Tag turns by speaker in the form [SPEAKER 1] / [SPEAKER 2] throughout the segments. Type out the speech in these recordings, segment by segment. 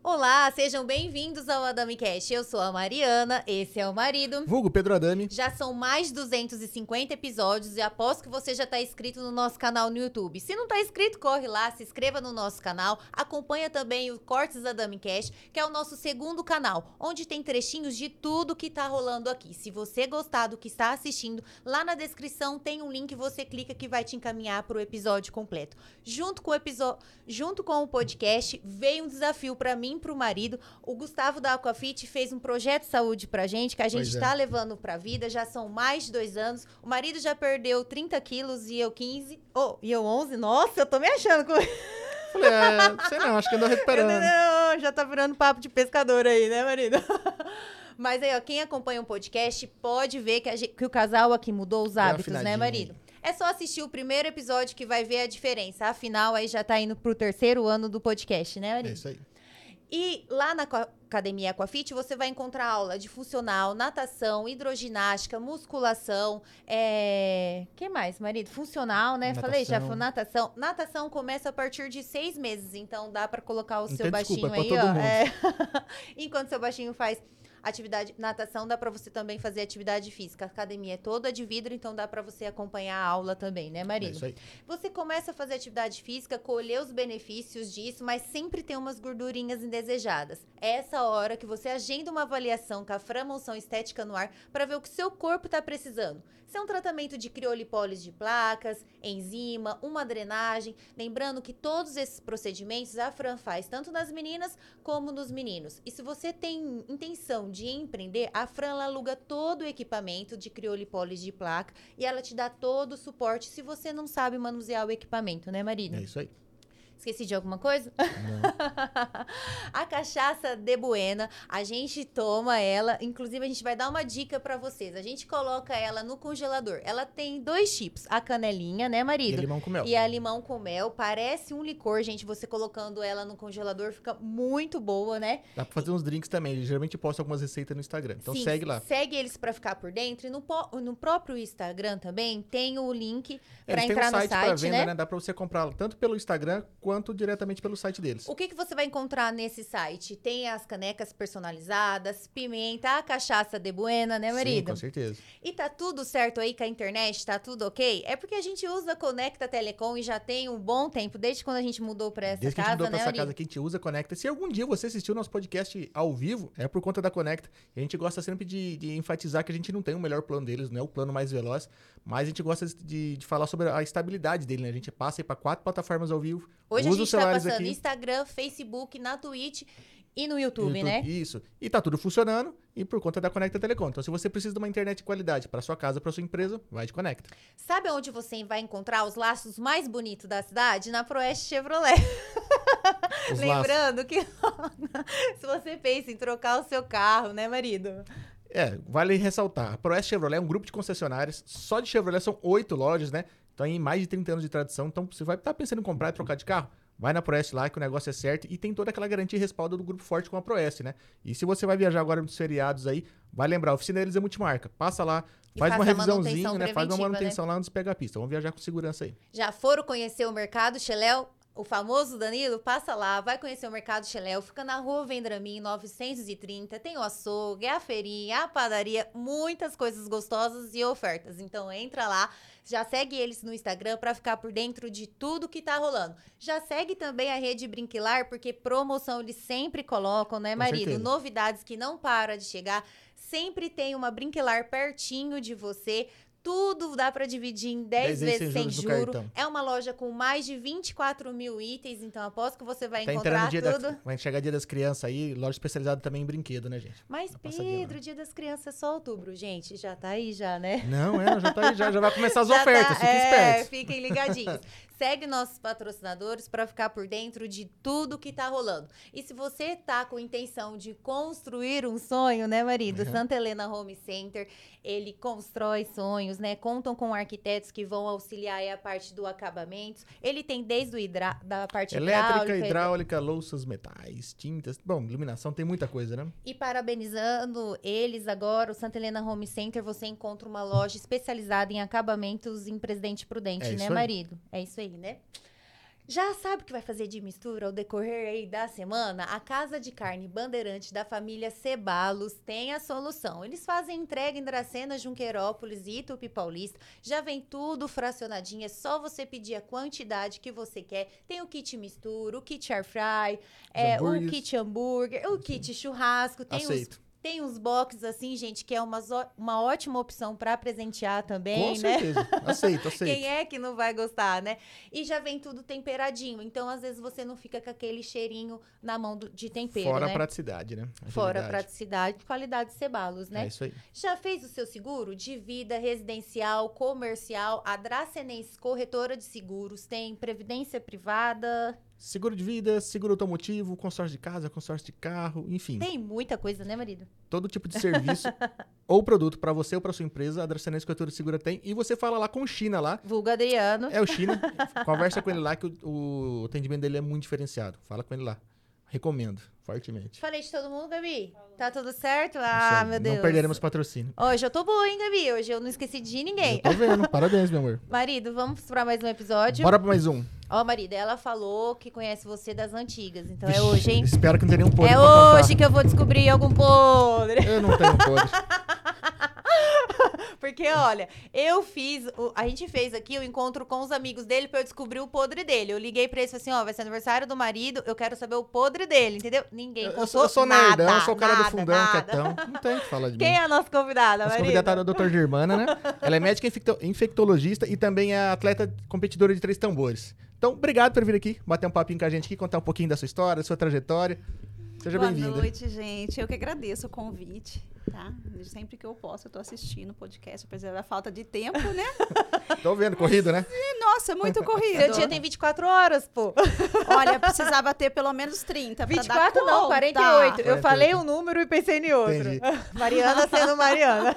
[SPEAKER 1] Olá, sejam bem-vindos ao Adami Cash. Eu sou a Mariana, esse é o marido.
[SPEAKER 2] Vulgo Pedro Adami.
[SPEAKER 1] Já são mais 250 episódios e aposto que você já está inscrito no nosso canal no YouTube. Se não está inscrito, corre lá, se inscreva no nosso canal, acompanha também o Cortes Adami Cash, que é o nosso segundo canal, onde tem trechinhos de tudo que está rolando aqui. Se você gostar do que está assistindo, lá na descrição tem um link, você clica que vai te encaminhar para o episódio completo. Junto com o episódio, junto com o podcast, veio um desafio para mim e para o marido. O Gustavo da Aquafit fez um projeto de saúde para gente que a gente
[SPEAKER 2] Pois é.
[SPEAKER 1] está tá levando pra vida, já são mais de dois anos. O marido já perdeu 30 quilos e eu 15. Oh, e eu 11? Nossa, eu tô me achando com.
[SPEAKER 2] Falei, é, sei não, acho que andou recuperando.
[SPEAKER 1] Não, já tá virando papo de pescador aí, né, marido? Mas aí, ó, quem acompanha o podcast pode ver que, a gente- que o casal aqui mudou os
[SPEAKER 2] Deu uma
[SPEAKER 1] hábitos, né,
[SPEAKER 2] afinadinha
[SPEAKER 1] marido? É só assistir o primeiro episódio que vai ver a diferença. Afinal, aí já tá indo pro terceiro ano do podcast, né,
[SPEAKER 2] É
[SPEAKER 1] marido?
[SPEAKER 2] isso aí.
[SPEAKER 1] E lá na Aqua- Academia Aquafit, você vai encontrar aula de funcional, natação, hidroginástica, musculação, é... que mais, marido? Funcional, né? Falei, já
[SPEAKER 2] Natação.
[SPEAKER 1] foi natação. Natação começa a partir de seis meses, então dá pra colocar o
[SPEAKER 2] Não
[SPEAKER 1] seu
[SPEAKER 2] tem
[SPEAKER 1] baixinho
[SPEAKER 2] desculpa, é
[SPEAKER 1] aí,
[SPEAKER 2] pra
[SPEAKER 1] ó.
[SPEAKER 2] todo mundo.
[SPEAKER 1] É. Enquanto seu baixinho faz atividade natação, dá pra você também fazer atividade física. A academia é toda de vidro, então dá pra você acompanhar a aula também, né,
[SPEAKER 2] É
[SPEAKER 1] marido?
[SPEAKER 2] isso aí.
[SPEAKER 1] Você começa a fazer atividade física, colher os benefícios disso, mas sempre tem umas gordurinhas indesejadas. É essa hora que você agenda uma avaliação com a Framonção Estética no ar para ver o que seu corpo está precisando. Se é um tratamento de criolipólise de placas, enzima, uma drenagem. Lembrando que todos esses procedimentos a Fran faz tanto nas meninas como nos meninos. E se você tem intenção de empreender, a Fran ela aluga todo o equipamento de criolipólise de placa e ela te dá todo o suporte se você não sabe manusear o equipamento, né, marido?
[SPEAKER 2] É isso aí.
[SPEAKER 1] Esqueci de alguma coisa?
[SPEAKER 2] Não.
[SPEAKER 1] a cachaça de Buena, a gente toma ela, inclusive a gente vai dar uma dica pra vocês. A gente coloca ela no congelador. Ela tem dois chips, a canelinha, né,
[SPEAKER 2] E
[SPEAKER 1] marido?
[SPEAKER 2] limão com mel.
[SPEAKER 1] E a limão com mel, parece um licor, gente. Você colocando ela no congelador fica muito boa, né?
[SPEAKER 2] Dá pra fazer uns drinks também. Ele geralmente posta algumas receitas no Instagram. Então
[SPEAKER 1] Sim,
[SPEAKER 2] segue lá.
[SPEAKER 1] Segue eles pra ficar por dentro. E no, po- no próprio Instagram também tem o link
[SPEAKER 2] É,
[SPEAKER 1] pra
[SPEAKER 2] Eles têm
[SPEAKER 1] entrar
[SPEAKER 2] um site
[SPEAKER 1] no site,
[SPEAKER 2] pra venda,
[SPEAKER 1] né?
[SPEAKER 2] né? Dá pra você comprar tanto pelo Instagram quanto diretamente pelo site deles.
[SPEAKER 1] O que, que você vai encontrar nesse site? Tem as canecas personalizadas, pimenta, a cachaça de buena, né,
[SPEAKER 2] Sim,
[SPEAKER 1] marido?
[SPEAKER 2] com certeza.
[SPEAKER 1] e tá tudo certo aí com a internet? Tá tudo ok? É porque a gente usa a Conecta Telecom e já tem um bom tempo, desde quando a gente mudou pra essa
[SPEAKER 2] Desde que a gente
[SPEAKER 1] casa,
[SPEAKER 2] mudou
[SPEAKER 1] né,
[SPEAKER 2] pra essa
[SPEAKER 1] marido?
[SPEAKER 2] casa que a gente usa, conecta. Se algum dia você assistiu nosso podcast ao vivo, é por conta da Conecta. E a gente gosta sempre de, de enfatizar que a gente não tem o melhor plano deles, não é o plano mais veloz, mas a gente gosta de, de falar sobre a estabilidade dele, né? A gente passa aí pra quatro plataformas ao vivo.
[SPEAKER 1] Hoje a
[SPEAKER 2] usa os
[SPEAKER 1] gente tá
[SPEAKER 2] celulares
[SPEAKER 1] passando
[SPEAKER 2] aqui.
[SPEAKER 1] Instagram, Facebook, na Twitch e no
[SPEAKER 2] no
[SPEAKER 1] YouTube, né?
[SPEAKER 2] Isso. E tá tudo funcionando e por conta da Conecta Telecom. Então, se você precisa de uma internet de qualidade pra sua casa, pra sua empresa, vai de Conecta.
[SPEAKER 1] Sabe onde você vai encontrar os laços mais bonitos da cidade? Na Proeste Chevrolet.
[SPEAKER 2] Os laços.
[SPEAKER 1] Lembrando que se você pensa em trocar o seu carro, né, marido?
[SPEAKER 2] É, vale ressaltar. A Proeste Chevrolet é um grupo de concessionárias. Só de Chevrolet são oito lojas, né? Então, em mais de 30 anos de tradição. Então, você vai estar pensando em comprar e trocar de carro? Vai na Proeste lá, que o negócio é certo. E tem toda aquela garantia e respaldo do grupo forte com a Proeste, né? E se você vai viajar agora nos feriados aí, vai lembrar, a oficina deles é multimarca. Passa lá,
[SPEAKER 1] E faz
[SPEAKER 2] faz uma
[SPEAKER 1] a
[SPEAKER 2] revisãozinha,
[SPEAKER 1] manutenção
[SPEAKER 2] né? Faz uma
[SPEAKER 1] preventiva,
[SPEAKER 2] manutenção lá antes de pegar a pista. Vamos viajar com segurança aí.
[SPEAKER 1] Já foram conhecer o Mercado Cheléu? O famoso Danilo, passa lá, vai conhecer o Mercado Cheléu, fica na rua Vendramin 930, tem o açougue, a feirinha, a padaria, muitas coisas gostosas e ofertas. Então entra lá, já segue eles no Instagram pra ficar por dentro de tudo que tá rolando. Já segue também a Rede Brinquilar, porque promoção eles sempre colocam, né,
[SPEAKER 2] Com
[SPEAKER 1] marido?
[SPEAKER 2] certeza.
[SPEAKER 1] Novidades que não para de chegar, sempre tem uma Brinquilar pertinho de você. Tudo dá para dividir em 10
[SPEAKER 2] vezes
[SPEAKER 1] vezes
[SPEAKER 2] sem
[SPEAKER 1] sem
[SPEAKER 2] juros no
[SPEAKER 1] juro.
[SPEAKER 2] cartão.
[SPEAKER 1] É uma loja com mais de 24 mil itens, então aposto que você vai
[SPEAKER 2] Tá entrando
[SPEAKER 1] encontrar
[SPEAKER 2] o dia
[SPEAKER 1] tudo.
[SPEAKER 2] da, vai chegar dia das crianças aí, loja especializada também em brinquedo, né, gente?
[SPEAKER 1] Mas,
[SPEAKER 2] Dá uma passadinha
[SPEAKER 1] Pedro, dia das crianças é só outubro, gente. Já tá aí, já, né?
[SPEAKER 2] Não, é, já, tá aí, já, já vai começar as
[SPEAKER 1] Já
[SPEAKER 2] ofertas,
[SPEAKER 1] tá-
[SPEAKER 2] fiquem
[SPEAKER 1] é,
[SPEAKER 2] espertos.
[SPEAKER 1] fiquem ligadinhos. Segue nossos patrocinadores para ficar por dentro de tudo que tá rolando. E se você tá com intenção de construir um sonho, né, marido?
[SPEAKER 2] Uhum.
[SPEAKER 1] Santa Helena Home Center, ele constrói sonhos, né? Contam com arquitetos que vão auxiliar aí a parte do acabamento. Ele tem desde o hidra... da parte
[SPEAKER 2] Elétrica,
[SPEAKER 1] hidráulica,
[SPEAKER 2] hidráulica, louças, metais, tintas. Bom, iluminação tem muita coisa, né?
[SPEAKER 1] E parabenizando eles agora, o Santa Helena Home Center, você encontra uma loja especializada em acabamentos em Presidente Prudente,
[SPEAKER 2] É isso
[SPEAKER 1] né,
[SPEAKER 2] aí.
[SPEAKER 1] marido? É isso aí, né? Já sabe o que vai fazer de mistura ao decorrer aí da semana? A Casa de Carne Bandeirante da família Cebalos tem a solução. Eles fazem entrega em Dracena, Junquerópolis e Itupi Paulista. Já vem tudo fracionadinho, é só você pedir a quantidade que você quer. Tem o kit mistura, o kit air fry, é, o
[SPEAKER 2] hambúrgueres.
[SPEAKER 1] kit hambúrguer, o kit churrasco. Tem uns,
[SPEAKER 2] Aceito.
[SPEAKER 1] tem uns boxes assim, gente, que é uma, zo- uma ótima opção pra presentear também,
[SPEAKER 2] Com
[SPEAKER 1] né?
[SPEAKER 2] certeza. Aceito, aceito.
[SPEAKER 1] Quem é que não vai gostar, né? E já vem tudo temperadinho. Então, às vezes, você não fica com aquele cheirinho na mão do- de tempero,
[SPEAKER 2] Fora
[SPEAKER 1] né?
[SPEAKER 2] a praticidade, né?
[SPEAKER 1] Fora a
[SPEAKER 2] Agilidade.
[SPEAKER 1] praticidade, qualidade de cebalos, né?
[SPEAKER 2] É isso aí.
[SPEAKER 1] Já fez o seu seguro de vida residencial, comercial? A Dracenense Corretora de Seguros tem previdência privada.
[SPEAKER 2] Seguro de vida, seguro automotivo, consórcio de casa, consórcio de carro, enfim.
[SPEAKER 1] Tem muita coisa, né, marido?
[SPEAKER 2] Todo tipo de serviço ou produto pra você ou pra sua empresa, a Dracenense Corretora de Segura tem. E você fala lá com o China lá.
[SPEAKER 1] Vulgo Adriano.
[SPEAKER 2] É o China. conversa com ele lá que o, o atendimento dele é muito diferenciado. Fala com ele lá. Recomendo, fortemente.
[SPEAKER 1] Falei de todo mundo, Gabi? Tá tudo certo?
[SPEAKER 2] Isso
[SPEAKER 1] Ah,
[SPEAKER 2] aí,
[SPEAKER 1] meu Deus.
[SPEAKER 2] Não perderemos patrocínio.
[SPEAKER 1] Hoje eu tô boa, hein, Gabi? Hoje eu não esqueci de ninguém.
[SPEAKER 2] Eu tô vendo. Parabéns, meu amor.
[SPEAKER 1] Marido, vamos pra mais um episódio?
[SPEAKER 2] Bora pra mais um.
[SPEAKER 1] Ó, marido, ela falou que conhece você das antigas, então é
[SPEAKER 2] Vixe,
[SPEAKER 1] hoje, hein?
[SPEAKER 2] Espero que não tenha nenhum podre
[SPEAKER 1] É
[SPEAKER 2] pra contar.
[SPEAKER 1] hoje que eu vou descobrir algum podre.
[SPEAKER 2] Eu não tenho um podre.
[SPEAKER 1] Porque, olha, eu fiz. o- a gente fez aqui o encontro com os amigos dele pra eu descobrir o podre dele. Eu liguei pra ele e falei assim: ó, vai ser aniversário do marido, eu quero saber o podre dele, entendeu? Ninguém
[SPEAKER 2] Eu,
[SPEAKER 1] contou
[SPEAKER 2] eu sou, eu sou
[SPEAKER 1] nada,
[SPEAKER 2] nerdão, eu sou o cara
[SPEAKER 1] nada,
[SPEAKER 2] do fundão,
[SPEAKER 1] nada.
[SPEAKER 2] quietão. Não tem o que falar de
[SPEAKER 1] Quem
[SPEAKER 2] mim.
[SPEAKER 1] é a nossa convidada,
[SPEAKER 2] Nossa
[SPEAKER 1] marido?
[SPEAKER 2] convidada é a doutora Germana, né? Ela é médica infecto- infectologista e também é atleta competidora de três tambores. Então, obrigado por vir aqui, bater um papinho com a gente aqui, contar um pouquinho da sua história, da sua trajetória. Seja
[SPEAKER 3] Boa
[SPEAKER 2] bem-vinda.
[SPEAKER 3] noite, gente. Eu que agradeço o convite, tá? Sempre que eu posso, eu tô assistindo o podcast, apesar da falta de tempo, né?
[SPEAKER 2] Tô vendo, corrido, né?
[SPEAKER 3] E, Nossa, é muito corrido.
[SPEAKER 1] Seu dia tem 24 horas, pô.
[SPEAKER 3] Olha, precisava ter pelo menos 30 pra dar
[SPEAKER 1] 24 não,
[SPEAKER 3] conta.
[SPEAKER 1] 48. Eu
[SPEAKER 2] 48.
[SPEAKER 1] falei um número e pensei em outro.
[SPEAKER 2] Entendi.
[SPEAKER 1] Mariana sendo Mariana.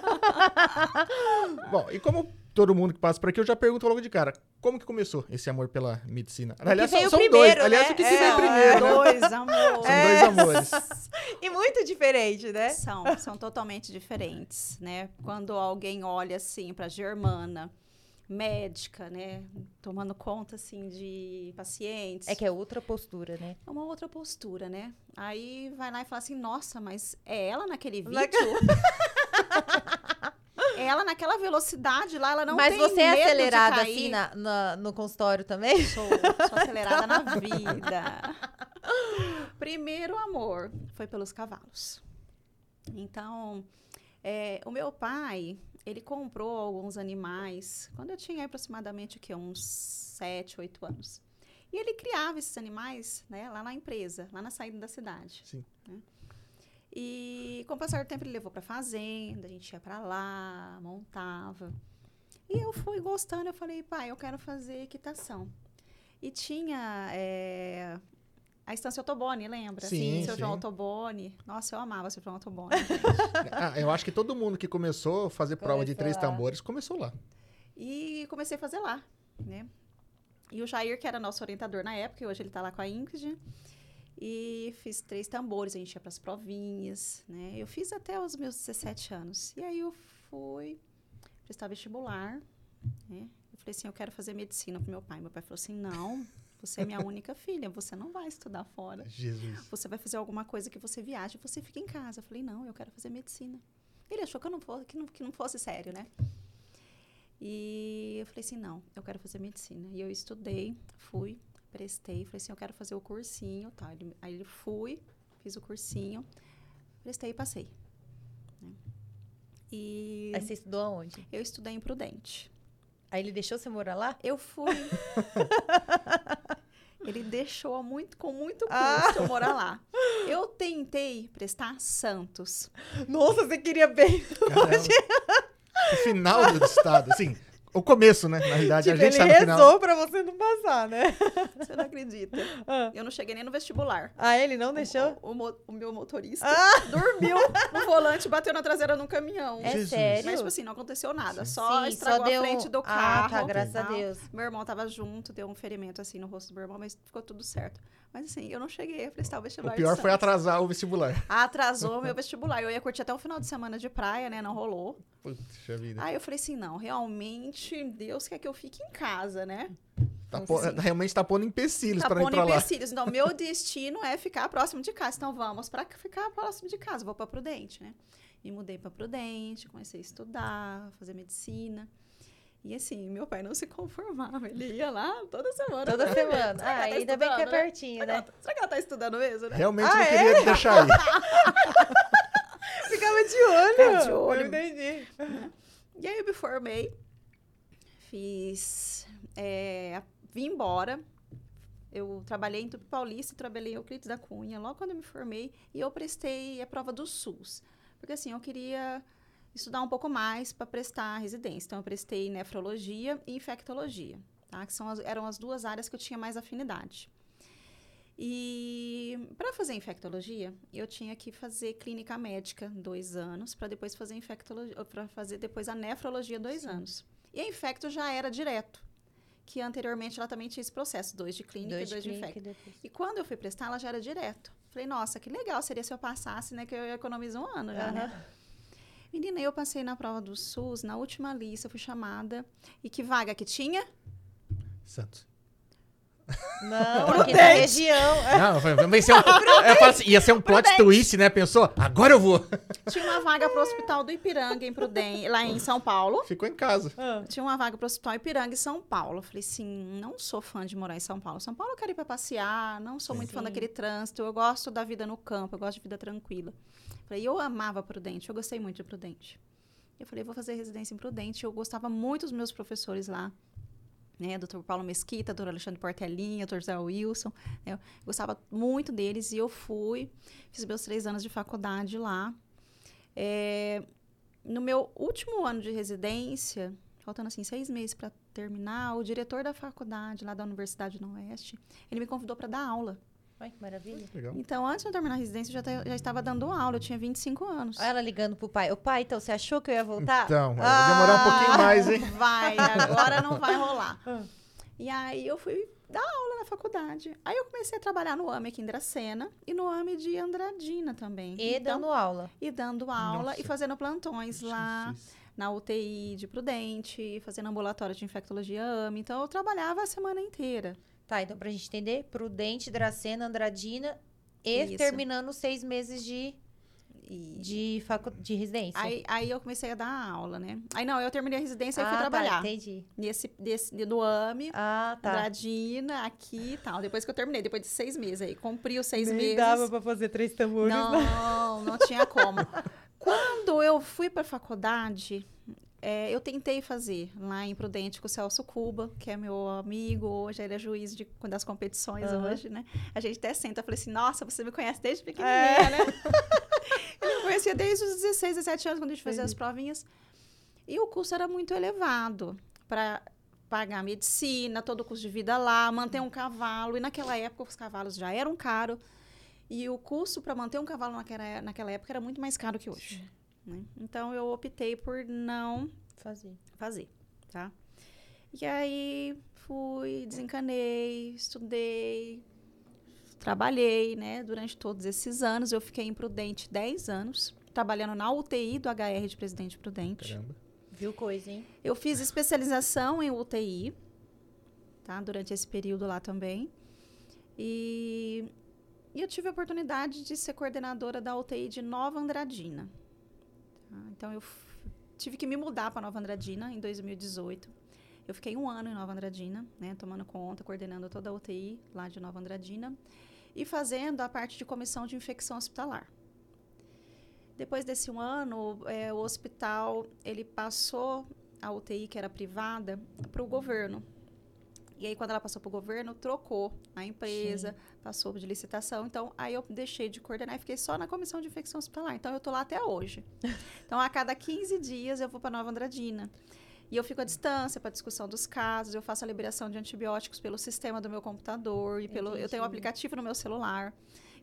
[SPEAKER 2] Bom, e como todo mundo que passa por aqui, eu já pergunto logo de cara, como que começou esse amor pela medicina?
[SPEAKER 1] veio
[SPEAKER 2] são, são
[SPEAKER 1] primeiro,
[SPEAKER 2] dois. Aliás,
[SPEAKER 1] né?
[SPEAKER 2] o que, que
[SPEAKER 1] É,
[SPEAKER 2] veio
[SPEAKER 3] Não,
[SPEAKER 2] primeiro, né?
[SPEAKER 3] dois, amor. É,
[SPEAKER 2] São dois amores.
[SPEAKER 1] E muito diferente, né?
[SPEAKER 3] São, são totalmente diferentes, né? Quando alguém olha assim para Germana, médica, né, tomando conta assim de pacientes.
[SPEAKER 1] É que é outra postura, né?
[SPEAKER 3] É uma outra postura, né? Aí vai lá e fala assim, nossa, mas é ela naquele vídeo?
[SPEAKER 1] Na-
[SPEAKER 3] É ela naquela velocidade lá, ela não
[SPEAKER 1] Mas
[SPEAKER 3] tem
[SPEAKER 1] você é
[SPEAKER 3] medo de
[SPEAKER 1] acelerada
[SPEAKER 3] cair.
[SPEAKER 1] assim na- na- no consultório também?
[SPEAKER 3] Sou, sou acelerada na vida. Primeiro amor foi pelos cavalos. Então, é, o meu pai, ele comprou alguns animais quando eu tinha aproximadamente o quê? uns 7, 8 anos. E ele criava esses animais né, lá na empresa, lá na saída da cidade.
[SPEAKER 2] Sim.
[SPEAKER 3] né? E com o passar do tempo ele levou para fazenda, a gente ia para lá, montava. E eu fui gostando, eu falei, pai, eu quero fazer equitação. E tinha é, a Estância Otobone, lembra?
[SPEAKER 2] Sim,
[SPEAKER 3] Seu
[SPEAKER 2] sim.
[SPEAKER 3] João Otobone. Nossa, eu amava Seu João Otobone.
[SPEAKER 2] Ah, eu acho que todo mundo que começou a fazer prova de
[SPEAKER 1] Começou
[SPEAKER 2] três
[SPEAKER 1] lá.
[SPEAKER 2] tambores começou lá.
[SPEAKER 3] E comecei a fazer lá, né? E o Jair, que era nosso orientador na época, e hoje ele tá lá com a Ingrid. E fiz três tambores, a gente ia pras provinhas, né? Eu fiz até os meus 17 anos. E aí eu fui prestar vestibular, né? Eu falei assim, eu quero fazer medicina pro meu pai. Meu pai falou assim, não, você é minha única filha, você não vai estudar fora.
[SPEAKER 2] Jesus.
[SPEAKER 3] Você vai fazer alguma coisa que você viaja e você fica em casa. Eu falei, não, eu quero fazer medicina. Ele achou que, eu não fosse, que, não, que não fosse sério, né? E eu falei assim, não, eu quero fazer medicina. E eu estudei, fui, prestei, falei assim, eu quero fazer o cursinho, tá? Ele- aí ele fui, fiz o cursinho, prestei e passei. né? E
[SPEAKER 1] Aí você estudou aonde?
[SPEAKER 3] eu estudei em Prudente.
[SPEAKER 1] Aí ele deixou você morar lá?
[SPEAKER 3] Eu fui. Ele deixou muito, com muito custo
[SPEAKER 1] Ah.
[SPEAKER 3] eu morar lá. Eu tentei prestar Santos.
[SPEAKER 1] Nossa, você queria bem.
[SPEAKER 2] Caramba. O final do estado, assim, o começo, né? Na realidade,
[SPEAKER 1] Tipo,
[SPEAKER 2] a gente
[SPEAKER 1] ele
[SPEAKER 2] sabe o final.
[SPEAKER 1] rezou pra você não passar, né?
[SPEAKER 3] Você não acredita.
[SPEAKER 1] Ah.
[SPEAKER 3] Eu não cheguei nem no vestibular.
[SPEAKER 1] Ah, ele não deixou?
[SPEAKER 3] O, o mo- o meu motorista
[SPEAKER 1] Ah!
[SPEAKER 3] dormiu no volante, bateu na traseira num caminhão.
[SPEAKER 1] É
[SPEAKER 2] Jesus.
[SPEAKER 1] sério?
[SPEAKER 3] Mas, tipo assim, não aconteceu nada. Só estragou a frente do
[SPEAKER 1] Ah,
[SPEAKER 3] carro.
[SPEAKER 1] tá, graças a
[SPEAKER 3] tal.
[SPEAKER 1] Deus.
[SPEAKER 3] Meu irmão tava junto, deu um ferimento, assim, no rosto do meu irmão, mas ficou tudo certo. Mas, assim, eu não cheguei a prestar o
[SPEAKER 2] O
[SPEAKER 3] vestibular
[SPEAKER 2] pior
[SPEAKER 3] de
[SPEAKER 2] foi
[SPEAKER 3] Santos.
[SPEAKER 2] atrasar o vestibular.
[SPEAKER 3] Atrasou meu vestibular. Eu ia curtir até o final de semana de praia, né? Não rolou.
[SPEAKER 2] Puxa vida.
[SPEAKER 3] Aí eu falei assim, não, realmente Deus quer que eu fique em casa, né?
[SPEAKER 2] Tá
[SPEAKER 1] Então,
[SPEAKER 2] pô-
[SPEAKER 1] assim,
[SPEAKER 2] realmente tá pondo empecilhos pra
[SPEAKER 3] Tá
[SPEAKER 2] para ir
[SPEAKER 3] pondo
[SPEAKER 2] pra lá.
[SPEAKER 3] empecilhos. Então, meu destino é ficar próximo de casa. Então, vamos pra ficar próximo de casa. Vou pra Prudente, né? Me mudei pra Prudente, comecei a estudar, fazer medicina. E assim, meu pai não se conformava. Ele ia lá toda semana.
[SPEAKER 1] Toda semana. Ah,
[SPEAKER 3] Será que ela tá
[SPEAKER 1] ainda bem que é
[SPEAKER 3] estudando, né?
[SPEAKER 1] pertinho, né?
[SPEAKER 3] Será que ela tá estudando mesmo, né?
[SPEAKER 2] Realmente
[SPEAKER 1] Ah,
[SPEAKER 2] não
[SPEAKER 1] é?
[SPEAKER 2] queria deixar ir.
[SPEAKER 1] Ficava de olho.
[SPEAKER 3] Ficava de olho.
[SPEAKER 1] Eu entendi.
[SPEAKER 3] E aí eu me formei, fiz. é, a- vim embora. Eu trabalhei em Tupi Paulista, trabalhei em Euclides da Cunha, logo quando eu me formei, e eu prestei a prova do SUS. Porque assim, eu queria estudar um pouco mais para prestar residência. Então, eu prestei nefrologia e infectologia, tá? que são as- eram as duas áreas que eu tinha mais afinidade. E para fazer infectologia, eu tinha que fazer clínica médica dois anos, para depois fazer infectologia, para fazer depois a nefrologia dois anos. E a infecto já era direto, que anteriormente ela também tinha esse processo, dois de clínica e dois de infecto. E quando eu fui prestar, ela já era direto. Falei, nossa, que legal seria se eu passasse, né? Que eu economizo um ano
[SPEAKER 1] Ah,
[SPEAKER 3] já, né? Menina, eu passei na prova do SUS, na última lista, eu fui chamada. E que vaga que tinha?
[SPEAKER 2] Santos.
[SPEAKER 1] Não, aqui na região.
[SPEAKER 3] é.
[SPEAKER 2] Não, foi, vai ser um, eu falo assim, ia ser um plot twist, né? Pensou? Agora eu vou.
[SPEAKER 3] Tinha uma vaga pro Hospital do Ipiranga, em Prudem, lá em São Paulo.
[SPEAKER 2] Ficou em casa.
[SPEAKER 1] Ah,
[SPEAKER 3] Tinha uma vaga pro Hospital Ipiranga em São Paulo. Eu Falei assim, não sou fã de morar em São Paulo. São Paulo eu quero ir pra passear, não sou muito fã
[SPEAKER 1] Sim.
[SPEAKER 3] daquele trânsito. Eu gosto da vida no campo, eu gosto de vida tranquila. Falei, eu amava Prudente, eu gostei muito de Prudente. Eu falei, vou fazer residência em Prudente. Eu gostava muito dos meus professores lá. Né, doutor Paulo Mesquita, doutor Alexandre Portelinha, doutor Zé Wilson. né, eu gostava muito deles e eu fui. Fiz meus três anos de faculdade lá. É, no meu último ano de residência, faltando assim seis meses para terminar, o diretor da faculdade lá da Universidade do Oeste, ele me convidou para dar aula.
[SPEAKER 1] Ai, que maravilha.
[SPEAKER 2] Legal.
[SPEAKER 3] Então, antes de eu terminar a residência, eu já, ta- já estava dando aula, eu tinha 25 anos.
[SPEAKER 1] Olha ela ligando pro pai. Ô pai, então, você achou que eu ia voltar? Ah,
[SPEAKER 2] Então, vai demorar um pouquinho mais, hein?
[SPEAKER 3] Vai, agora não vai rolar.
[SPEAKER 1] Ah.
[SPEAKER 3] E aí eu fui dar aula na faculdade. Aí eu comecei a trabalhar no AME aqui em Dracena e no AME de Andradina também.
[SPEAKER 1] E
[SPEAKER 3] Então,
[SPEAKER 1] dando aula.
[SPEAKER 3] e dando aula e
[SPEAKER 2] Nossa.
[SPEAKER 3] fazendo plantões lá.
[SPEAKER 2] Jesus.
[SPEAKER 3] na UTI de Prudente, fazendo ambulatório de infectologia AME. Então, eu trabalhava a semana inteira.
[SPEAKER 1] Tá, então pra gente entender, Prudente, Dracena, Andradina e
[SPEAKER 3] Isso.
[SPEAKER 1] terminando os seis meses de,
[SPEAKER 3] E
[SPEAKER 1] de, facu... de residência.
[SPEAKER 3] aí, aí eu comecei a dar aula, né? Aí não, eu terminei a residência e
[SPEAKER 1] ah,
[SPEAKER 3] fui
[SPEAKER 1] tá,
[SPEAKER 3] trabalhar.
[SPEAKER 1] entendi.
[SPEAKER 3] nesse, desse, no AME,
[SPEAKER 1] Ah, tá.
[SPEAKER 3] Gradina, aqui e tal. Depois que eu terminei, depois de seis meses aí. Cumpri os seis meses.
[SPEAKER 1] pra fazer três tambores.
[SPEAKER 3] Não, não tinha como. Quando eu fui para faculdade, é, eu tentei fazer lá em Prudente com o Celso Cuba, que é meu amigo hoje, ele é juiz de, das competições
[SPEAKER 1] Aham.
[SPEAKER 3] hoje, né? A gente até senta, eu falei assim, nossa, você me conhece desde pequenininha,
[SPEAKER 1] É.
[SPEAKER 3] né? ele me conhecia desde os 16, 17 anos, quando a gente fazia as provinhas. E o custo era muito elevado para pagar medicina, todo o custo de vida lá, manter um cavalo. E naquela época os cavalos já eram caros. E o custo para manter um cavalo naquela, naquela época era muito mais caro que hoje. né? Então eu optei por não
[SPEAKER 1] Fazer.
[SPEAKER 3] fazer, tá? E aí fui, desencanei, estudei, trabalhei, né? Durante todos esses anos, eu fiquei em Prudente 10 anos, trabalhando na UTI do HR de Presidente Prudente.
[SPEAKER 2] Caramba.
[SPEAKER 1] Viu coisa, hein?
[SPEAKER 3] Eu fiz especialização em UTI, tá? Durante esse período lá também. E, e eu tive a oportunidade de ser coordenadora da UTI de Nova Andradina. tá? Então, eu f- tive que me mudar para Nova Andradina em 2018. Eu fiquei um ano em Nova Andradina, né? Tomando conta, coordenando toda a UTI lá de Nova Andradina. E fazendo a parte de comissão de infecção hospitalar. Depois desse um ano, é, o hospital ele passou a UTI, que era privada, para o governo. E aí, quando ela passou para o governo, trocou a empresa, passou de licitação. Então, aí eu deixei de coordenar e fiquei só na comissão de infecção hospitalar. Então, eu tô lá até hoje. Então, a cada 15 dias, eu vou para Nova Andradina. E eu fico à distância para discussão dos casos, eu faço a liberação de antibióticos pelo sistema do meu computador, e pelo, eu tenho um
[SPEAKER 1] Entendi.
[SPEAKER 3] aplicativo no meu celular.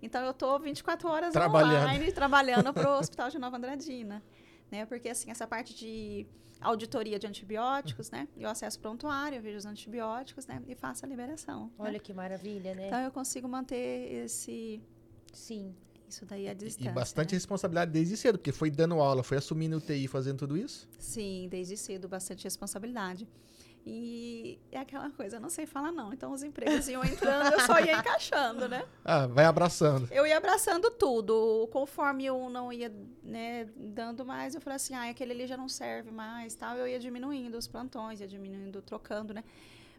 [SPEAKER 3] Então, eu tô 24 horas
[SPEAKER 2] Trabalhando.
[SPEAKER 3] online trabalhando para o Hospital de Nova Andradina. Né? Porque, assim, essa parte de auditoria de antibióticos, né? Eu acesso o prontuário, eu vejo os antibióticos, né? E faço a liberação. né?
[SPEAKER 1] Olha que maravilha, né?
[SPEAKER 3] Então eu consigo manter esse
[SPEAKER 1] Sim.
[SPEAKER 3] isso daí à
[SPEAKER 2] E-
[SPEAKER 3] distância.
[SPEAKER 2] e bastante
[SPEAKER 3] né?
[SPEAKER 2] responsabilidade desde cedo, porque foi dando aula, foi assumindo UTI, fazendo tudo isso.
[SPEAKER 3] Sim, desde cedo, bastante responsabilidade. E é aquela coisa, eu não sei falar não. Então os empregos iam entrando, eu só ia encaixando, né?
[SPEAKER 2] Ah, vai abraçando.
[SPEAKER 3] Eu ia abraçando tudo, conforme um não ia né, dando mais, eu falei assim, ah, aquele ali já não serve mais, tal. Eu ia diminuindo os plantões, ia diminuindo, trocando, né?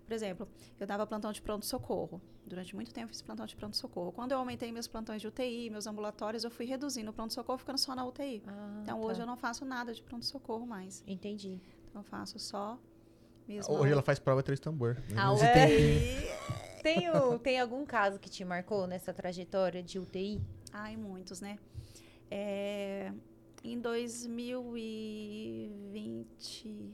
[SPEAKER 3] Por exemplo, eu dava plantão de pronto-socorro. Durante muito tempo eu fiz plantão de pronto-socorro. Quando eu aumentei meus plantões de UTI, meus ambulatórios, eu fui reduzindo o pronto-socorro, ficando só na UTI.
[SPEAKER 1] Ah,
[SPEAKER 3] Então
[SPEAKER 1] tá.
[SPEAKER 3] hoje eu não faço nada de pronto-socorro mais.
[SPEAKER 1] Entendi.
[SPEAKER 3] Então eu faço só mesmo. Ah,
[SPEAKER 2] Hoje ela faz prova três tambor.
[SPEAKER 1] A
[SPEAKER 2] Mas
[SPEAKER 1] UTI. Tem, o- tem algum caso que te marcou nessa trajetória de UTI?
[SPEAKER 3] Ai, muitos, né? É, em 2020.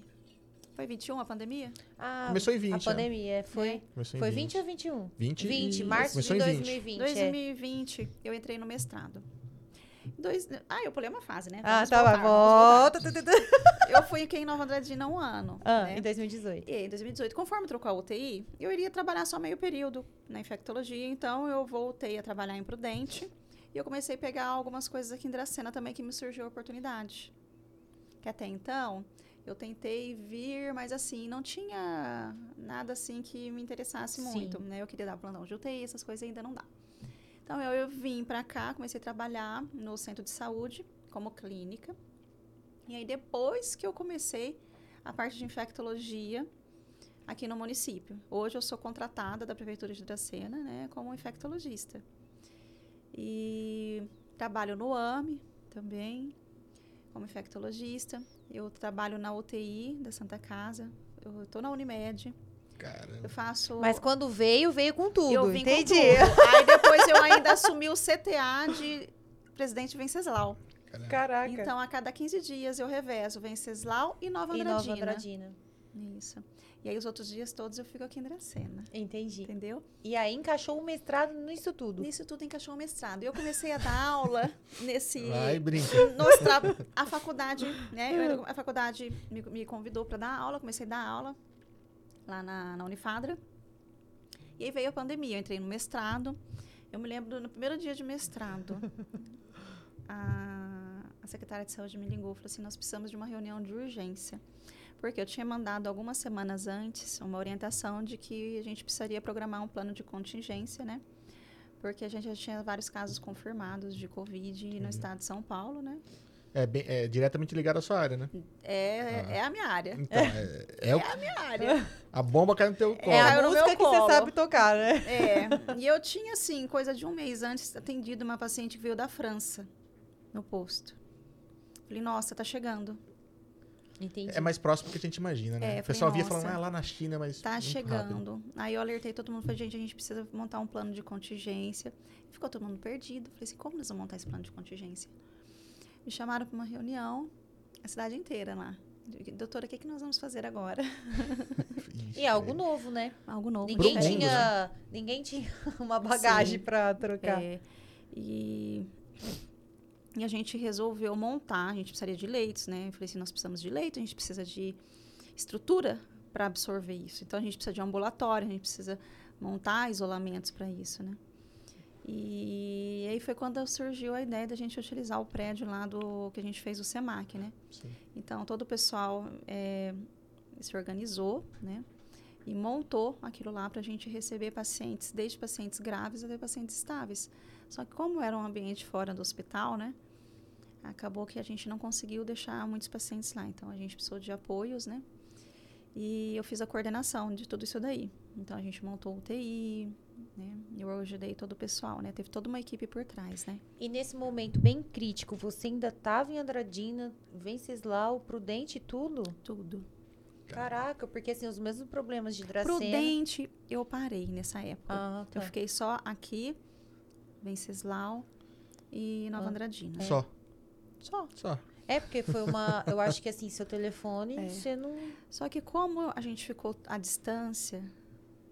[SPEAKER 3] Foi 21 a pandemia?
[SPEAKER 1] Ah,
[SPEAKER 2] Começou em 20,
[SPEAKER 1] A
[SPEAKER 2] né?
[SPEAKER 1] pandemia, é, foi?
[SPEAKER 2] Começou em
[SPEAKER 1] Foi 20 ou 21?
[SPEAKER 2] 20,
[SPEAKER 1] 20,
[SPEAKER 2] e-
[SPEAKER 1] março de
[SPEAKER 2] começou em 20.
[SPEAKER 1] 2020. é.
[SPEAKER 3] 2020, eu entrei no mestrado. Dois... Ah, eu pulei uma fase, né?
[SPEAKER 1] Ah,
[SPEAKER 3] Vamos
[SPEAKER 1] tá,
[SPEAKER 3] voltar, vamos
[SPEAKER 1] volta. tu, tu, tu.
[SPEAKER 3] voltar. Eu fui aqui em Nova Andradina um ano.
[SPEAKER 1] Ah,
[SPEAKER 3] né?
[SPEAKER 1] em 2018.
[SPEAKER 3] E aí, em 2018, conforme trocou a UTI, eu iria trabalhar só meio período na infectologia, então eu voltei a trabalhar em Prudente e eu comecei a pegar algumas coisas aqui em Dracena também que me surgiu a oportunidade. Que até então eu tentei vir, mas assim, não tinha nada assim que me interessasse
[SPEAKER 1] Sim.
[SPEAKER 3] muito, né? Eu queria dar plantão de UTI, essas coisas ainda não dá. Então eu, eu vim pra cá, comecei a trabalhar no centro de saúde como clínica. E aí depois que eu comecei a parte de infectologia aqui no município. Hoje eu sou contratada da prefeitura de Dracena, né, como infectologista. E trabalho no AME também como infectologista. Eu trabalho na UTI da Santa Casa. Eu estou na Unimed.
[SPEAKER 2] Caramba.
[SPEAKER 3] Eu faço
[SPEAKER 1] Mas quando veio, veio com tudo.
[SPEAKER 3] eu vim com
[SPEAKER 1] entendi.
[SPEAKER 3] tudo. Aí depois eu ainda assumi o CTA de Presidente Venceslau.
[SPEAKER 1] Caraca.
[SPEAKER 3] Então, a cada 15 dias eu revezo Venceslau e Nova
[SPEAKER 1] e
[SPEAKER 3] Andradina.
[SPEAKER 1] Nova Andradina.
[SPEAKER 3] Isso. E aí os outros dias todos eu fico aqui em Dracena,
[SPEAKER 1] Entendi.
[SPEAKER 3] entendeu?
[SPEAKER 1] E aí encaixou o mestrado nisso tudo.
[SPEAKER 3] Nisso tudo encaixou o mestrado. E eu comecei a dar aula nesse
[SPEAKER 2] Vai, brinca.
[SPEAKER 3] nos tra... a faculdade, né? eu era- a faculdade me, me convidou para dar aula, comecei a dar aula lá na, na Unifadra. E aí veio a pandemia, eu entrei no mestrado. Eu me lembro no primeiro dia de mestrado, a, a secretária de saúde me ligou e falou assim: nós precisamos de uma reunião de urgência. Porque eu tinha mandado algumas semanas antes uma orientação de que a gente precisaria programar um plano de contingência, né? Porque a gente já tinha vários casos confirmados de Covid no estado de São Paulo, né?
[SPEAKER 2] É, bem- é diretamente ligado à sua área, né?
[SPEAKER 3] É,
[SPEAKER 2] Ah.
[SPEAKER 3] é a minha área.
[SPEAKER 2] Então, é, é o-
[SPEAKER 3] Minha área.
[SPEAKER 2] a bomba cai no teu colo.
[SPEAKER 3] É a- Caiu no meu colo.
[SPEAKER 1] tocar, né?
[SPEAKER 3] É. E eu tinha, assim, coisa de um mês antes, atendido uma paciente que veio da França, no posto. Falei, nossa, tá chegando.
[SPEAKER 1] Entendi.
[SPEAKER 2] É mais próximo do que a gente imagina,
[SPEAKER 3] É,
[SPEAKER 2] né?
[SPEAKER 3] eu
[SPEAKER 2] o pessoal
[SPEAKER 3] falei,
[SPEAKER 2] via falando,
[SPEAKER 3] nossa,
[SPEAKER 2] ah, lá na China, mas.
[SPEAKER 3] Tá
[SPEAKER 2] muito rápido.
[SPEAKER 3] chegando. Aí eu alertei todo mundo, falei, gente, a gente precisa montar um plano de contingência. Ficou todo mundo perdido. Falei assim, como nós vamos montar esse plano de contingência? Me chamaram para uma reunião, a cidade inteira lá. Doutora, o que, que nós vamos fazer agora?
[SPEAKER 2] Ixi,
[SPEAKER 1] E é algo novo, né?
[SPEAKER 3] Algo novo.
[SPEAKER 1] Ninguém
[SPEAKER 3] É.
[SPEAKER 2] mundo, né?
[SPEAKER 1] tinha, ninguém tinha uma bagagem
[SPEAKER 3] Sim.
[SPEAKER 1] pra trocar.
[SPEAKER 3] É, e, e a gente resolveu montar, a gente precisaria de leitos, né? Eu falei assim, nós precisamos de leito, a gente precisa de estrutura para absorver isso. Então a gente precisa de ambulatório, a gente precisa montar isolamentos para isso, né? E aí foi quando surgiu a ideia da gente utilizar o prédio lá do que a gente fez o SEMAC, né?
[SPEAKER 2] Sim.
[SPEAKER 3] Então, todo o pessoal eh, se organizou, né? E montou aquilo lá para a gente receber pacientes, desde pacientes graves até pacientes estáveis. Só que como era um ambiente fora do hospital, né? Acabou que a gente não conseguiu deixar muitos pacientes lá. Então, a gente precisou de apoios, né? E eu fiz a coordenação de tudo isso daí. Então a gente montou o TI, né? Eu ajudei todo o pessoal, né? Teve toda uma equipe por trás, né?
[SPEAKER 1] E nesse momento bem crítico, você ainda estava em Andradina, Venceslau, Prudente e tudo?
[SPEAKER 3] Tudo.
[SPEAKER 1] Caraca, porque assim, os mesmos problemas de Dracena...
[SPEAKER 3] Prudente, eu parei nessa época.
[SPEAKER 1] Ah,
[SPEAKER 3] Eu
[SPEAKER 1] tá.
[SPEAKER 3] fiquei só aqui, Venceslau e Nova
[SPEAKER 1] Ah.
[SPEAKER 3] Andradina.
[SPEAKER 2] Só,
[SPEAKER 3] Só.
[SPEAKER 2] só.
[SPEAKER 1] É porque foi uma... Eu acho que assim, seu telefone,
[SPEAKER 3] É.
[SPEAKER 1] você não...
[SPEAKER 3] Só que como a gente ficou à distância,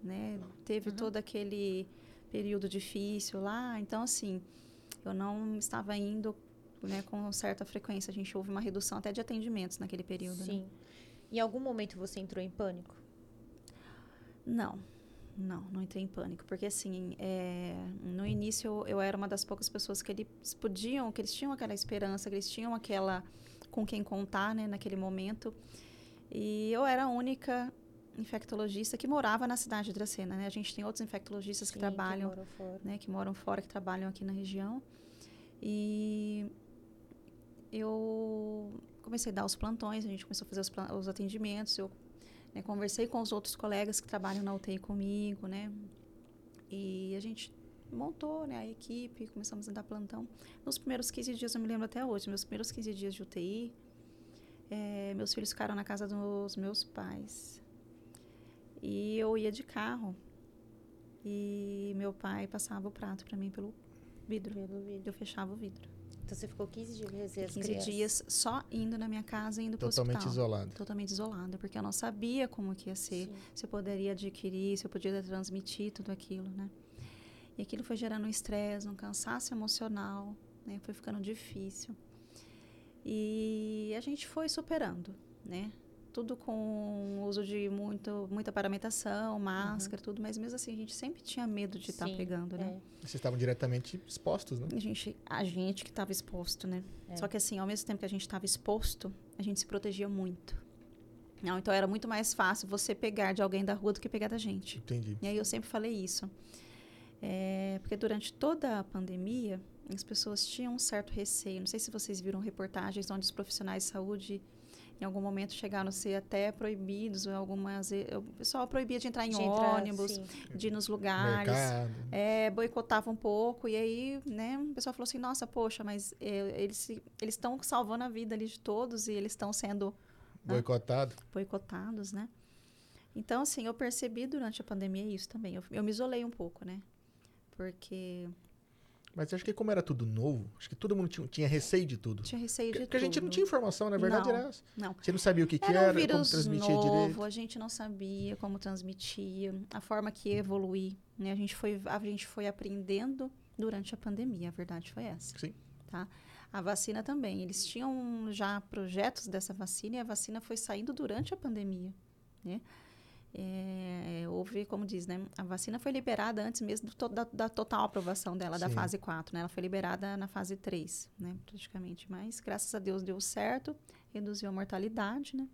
[SPEAKER 3] né? Teve todo aquele período difícil lá, então assim, eu não estava indo né, com certa frequência. A gente houve uma redução até de atendimentos naquele período. né?
[SPEAKER 1] Sim. Em algum momento você entrou em pânico?
[SPEAKER 3] Não, não, não entrei em pânico. Porque, assim, é, no início eu, eu era uma das poucas pessoas que eles podiam, que eles tinham aquela esperança, que eles tinham aquela. com quem contar, né, naquele momento. E eu era a única infectologista que morava na cidade de Dracena, né? A gente tem outros infectologistas que
[SPEAKER 1] Sim,
[SPEAKER 3] trabalham
[SPEAKER 1] moram fora.
[SPEAKER 3] né, que moram fora, que trabalham aqui na região. E eu comecei a dar os plantões, a gente começou a fazer os, plan- os atendimentos, eu né, conversei com os outros colegas que trabalham na UTI comigo, né? E a gente montou né, a equipe, começamos a dar plantão. Nos primeiros 15 dias, eu me lembro até hoje, meus primeiros 15 dias de UTI, eh, meus filhos ficaram na casa dos meus pais. E eu ia de carro e meu pai passava o prato pra mim pelo vidro.
[SPEAKER 1] Pelo vídeo.
[SPEAKER 3] Eu fechava o vidro.
[SPEAKER 1] Então você ficou 15 dias e as
[SPEAKER 3] 15
[SPEAKER 1] crianças.
[SPEAKER 3] dias só indo na minha casa, indo pro
[SPEAKER 2] Totalmente
[SPEAKER 3] hospital.
[SPEAKER 2] isolado.
[SPEAKER 3] Totalmente isolada, porque eu não sabia como que ia ser,
[SPEAKER 1] Sim.
[SPEAKER 3] se eu poderia adquirir, se eu podia transmitir tudo aquilo, né? E aquilo foi gerando um estresse, um cansaço emocional, né? Foi ficando difícil. E a gente foi superando, né? Tudo com o uso de muito, muita paramentação, máscara, tudo, mas mesmo assim a gente sempre tinha medo de estar
[SPEAKER 1] Uhum. Sim,
[SPEAKER 3] pegando, né?
[SPEAKER 1] é.
[SPEAKER 2] Vocês estavam diretamente expostos, né?
[SPEAKER 3] A gente, a gente que estava exposto, né?
[SPEAKER 1] É.
[SPEAKER 3] Só que assim, ao mesmo tempo que a gente estava exposto, a gente se protegia muito. Não, então era muito mais fácil você pegar de alguém da rua do que pegar da gente.
[SPEAKER 2] Entendi.
[SPEAKER 3] E aí eu sempre falei isso. É, porque durante toda a pandemia, as pessoas tinham um certo receio. Não sei se vocês viram reportagens onde os profissionais de saúde, em algum momento, chegaram a ser até proibidos. ou Algumas, o pessoal proibia de entrar em
[SPEAKER 1] De entrar,
[SPEAKER 3] ônibus,
[SPEAKER 1] sim.
[SPEAKER 3] de ir nos lugares
[SPEAKER 2] Mercado.
[SPEAKER 3] é, boicotava um pouco. E aí, né, o pessoal falou assim, nossa, poxa, mas é, eles se- eles estão salvando a vida ali de todos e eles estão sendo
[SPEAKER 2] Boicotado.
[SPEAKER 3] boicotados, né? Então, assim, eu percebi durante a pandemia isso também. Eu, eu me isolei um pouco, né? Porque
[SPEAKER 2] Mas acho que como era tudo novo, acho que todo mundo tinha, tinha receio de tudo.
[SPEAKER 3] tinha receio de
[SPEAKER 2] Porque a gente não
[SPEAKER 3] tudo.
[SPEAKER 2] tinha informação, na verdade
[SPEAKER 3] Não.
[SPEAKER 2] era essa.
[SPEAKER 3] Não.
[SPEAKER 2] Você não sabia o que, que
[SPEAKER 3] Era um
[SPEAKER 2] era, como
[SPEAKER 3] vírus
[SPEAKER 2] transmitia
[SPEAKER 3] novo,
[SPEAKER 2] direito.
[SPEAKER 3] a gente não sabia como transmitia, a forma que ia evoluir, né? A gente foi, a gente foi aprendendo durante a pandemia, a verdade foi essa.
[SPEAKER 2] Sim.
[SPEAKER 3] Tá? A vacina também, eles tinham já projetos dessa vacina e a vacina foi saindo durante a pandemia, né? É, houve, como diz, né? A vacina foi liberada antes mesmo do to- da, da total aprovação dela, da
[SPEAKER 2] Sim.
[SPEAKER 3] fase 4, né? Ela foi liberada na fase 3, né? Praticamente. Mas, graças a Deus, deu certo, reduziu a mortalidade, né?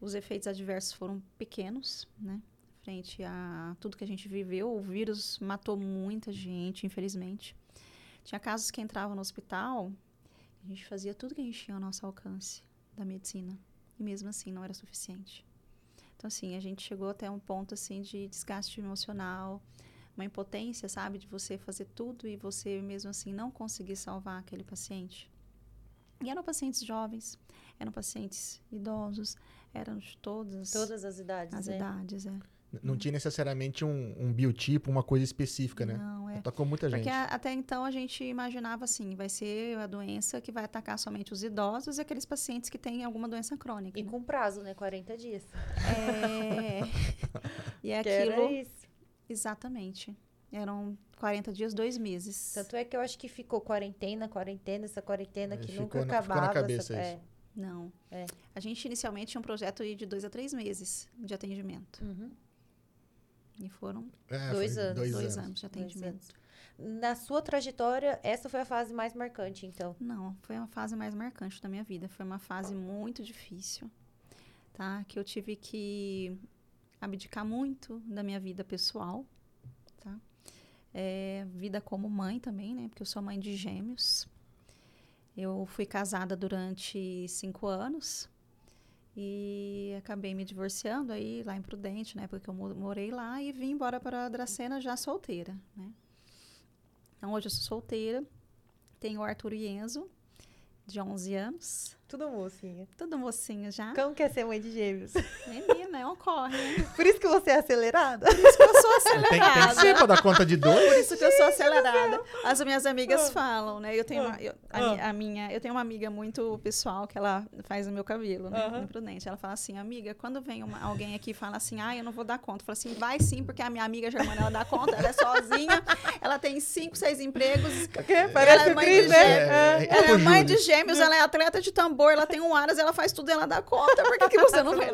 [SPEAKER 3] Os efeitos adversos foram pequenos, né? Frente a tudo que a gente viveu, o vírus matou muita gente, infelizmente. Tinha casos que entravam no hospital, a gente fazia tudo que a gente tinha ao nosso alcance da medicina. E mesmo assim, não era suficiente. Então, assim, a gente chegou até um ponto, assim, de desgaste emocional, uma impotência, sabe? De você fazer tudo e você, mesmo assim, não conseguir salvar aquele paciente. E eram pacientes jovens, eram pacientes idosos, eram de todas,
[SPEAKER 1] Todas as idades,
[SPEAKER 3] as
[SPEAKER 1] né?
[SPEAKER 3] idades, é.
[SPEAKER 2] N- Não tinha necessariamente um, um biotipo, uma coisa específica, né?
[SPEAKER 3] Não, é.
[SPEAKER 2] Tocou muita gente.
[SPEAKER 3] Porque a- até então a gente imaginava assim, vai ser a doença que vai atacar somente os idosos e aqueles pacientes que têm alguma doença crônica.
[SPEAKER 1] E
[SPEAKER 3] né?
[SPEAKER 1] com prazo, né? 40 dias.
[SPEAKER 3] É... e
[SPEAKER 1] Que era
[SPEAKER 3] É aquilo,
[SPEAKER 1] isso.
[SPEAKER 3] exatamente. Eram 40 dias, dois meses.
[SPEAKER 1] Tanto é que eu acho que ficou quarentena, quarentena, essa quarentena
[SPEAKER 2] É,
[SPEAKER 1] que
[SPEAKER 2] ficou
[SPEAKER 1] nunca
[SPEAKER 2] na- ficou na
[SPEAKER 1] acabava.
[SPEAKER 2] cabeça
[SPEAKER 1] essa-
[SPEAKER 2] isso.
[SPEAKER 3] Não.
[SPEAKER 1] É.
[SPEAKER 3] A gente inicialmente tinha um projeto aí de dois a três meses de atendimento.
[SPEAKER 1] é. Uhum.
[SPEAKER 3] E foram
[SPEAKER 2] É,
[SPEAKER 1] dois
[SPEAKER 2] foi
[SPEAKER 1] anos,
[SPEAKER 3] dois,
[SPEAKER 2] Dois,
[SPEAKER 3] anos.
[SPEAKER 2] anos.
[SPEAKER 3] de atendimento.
[SPEAKER 1] Na sua trajetória, essa foi a fase mais marcante, então.
[SPEAKER 3] Não, foi uma fase mais marcante da minha vida. Foi uma fase muito difícil, tá? Que eu tive que abdicar muito da minha vida pessoal, tá? É, vida como mãe também, né? Porque eu sou mãe de gêmeos. Eu fui casada durante cinco anos E acabei me divorciando aí lá em Prudente, né? Porque eu mo- morei lá e vim embora para Dracena já solteira, né? Então hoje eu sou solteira, tenho o Arthur e Enzo, de 11 anos,
[SPEAKER 4] Tudo mocinha.
[SPEAKER 3] tudo mocinho já.
[SPEAKER 4] Como quer ser mãe de gêmeos?
[SPEAKER 3] Menina, é um corre. né?
[SPEAKER 4] Por isso que você é acelerada?
[SPEAKER 3] Por isso que eu sou
[SPEAKER 2] Tem, tem que
[SPEAKER 3] acelerada.
[SPEAKER 2] ser pra dar conta de dois.
[SPEAKER 3] Por isso que eu sou acelerada. As minhas amigas falam, né? Eu tenho
[SPEAKER 4] Ah.
[SPEAKER 3] uma, eu, a, mi- a minha, eu tenho uma amiga muito pessoal que ela faz o meu cabelo, né?
[SPEAKER 4] Aham.
[SPEAKER 3] Imprudente. Ela fala assim, amiga, quando vem uma- alguém aqui e fala assim, ah, eu não vou dar conta. Eu falo assim, vai sim, porque a minha amiga Germana, ela dá conta, ela é sozinha, ela tem cinco, seis empregos.
[SPEAKER 4] Porque parece
[SPEAKER 3] é mãe de
[SPEAKER 4] triste, né?
[SPEAKER 2] gêmeos. É,
[SPEAKER 3] Ela é
[SPEAKER 2] ô,
[SPEAKER 3] mãe
[SPEAKER 2] Júlia.
[SPEAKER 3] de gêmeos, ela é atleta de tambor, ela tem um aras, ela faz tudo, ela dá conta. Por que, que você não vai?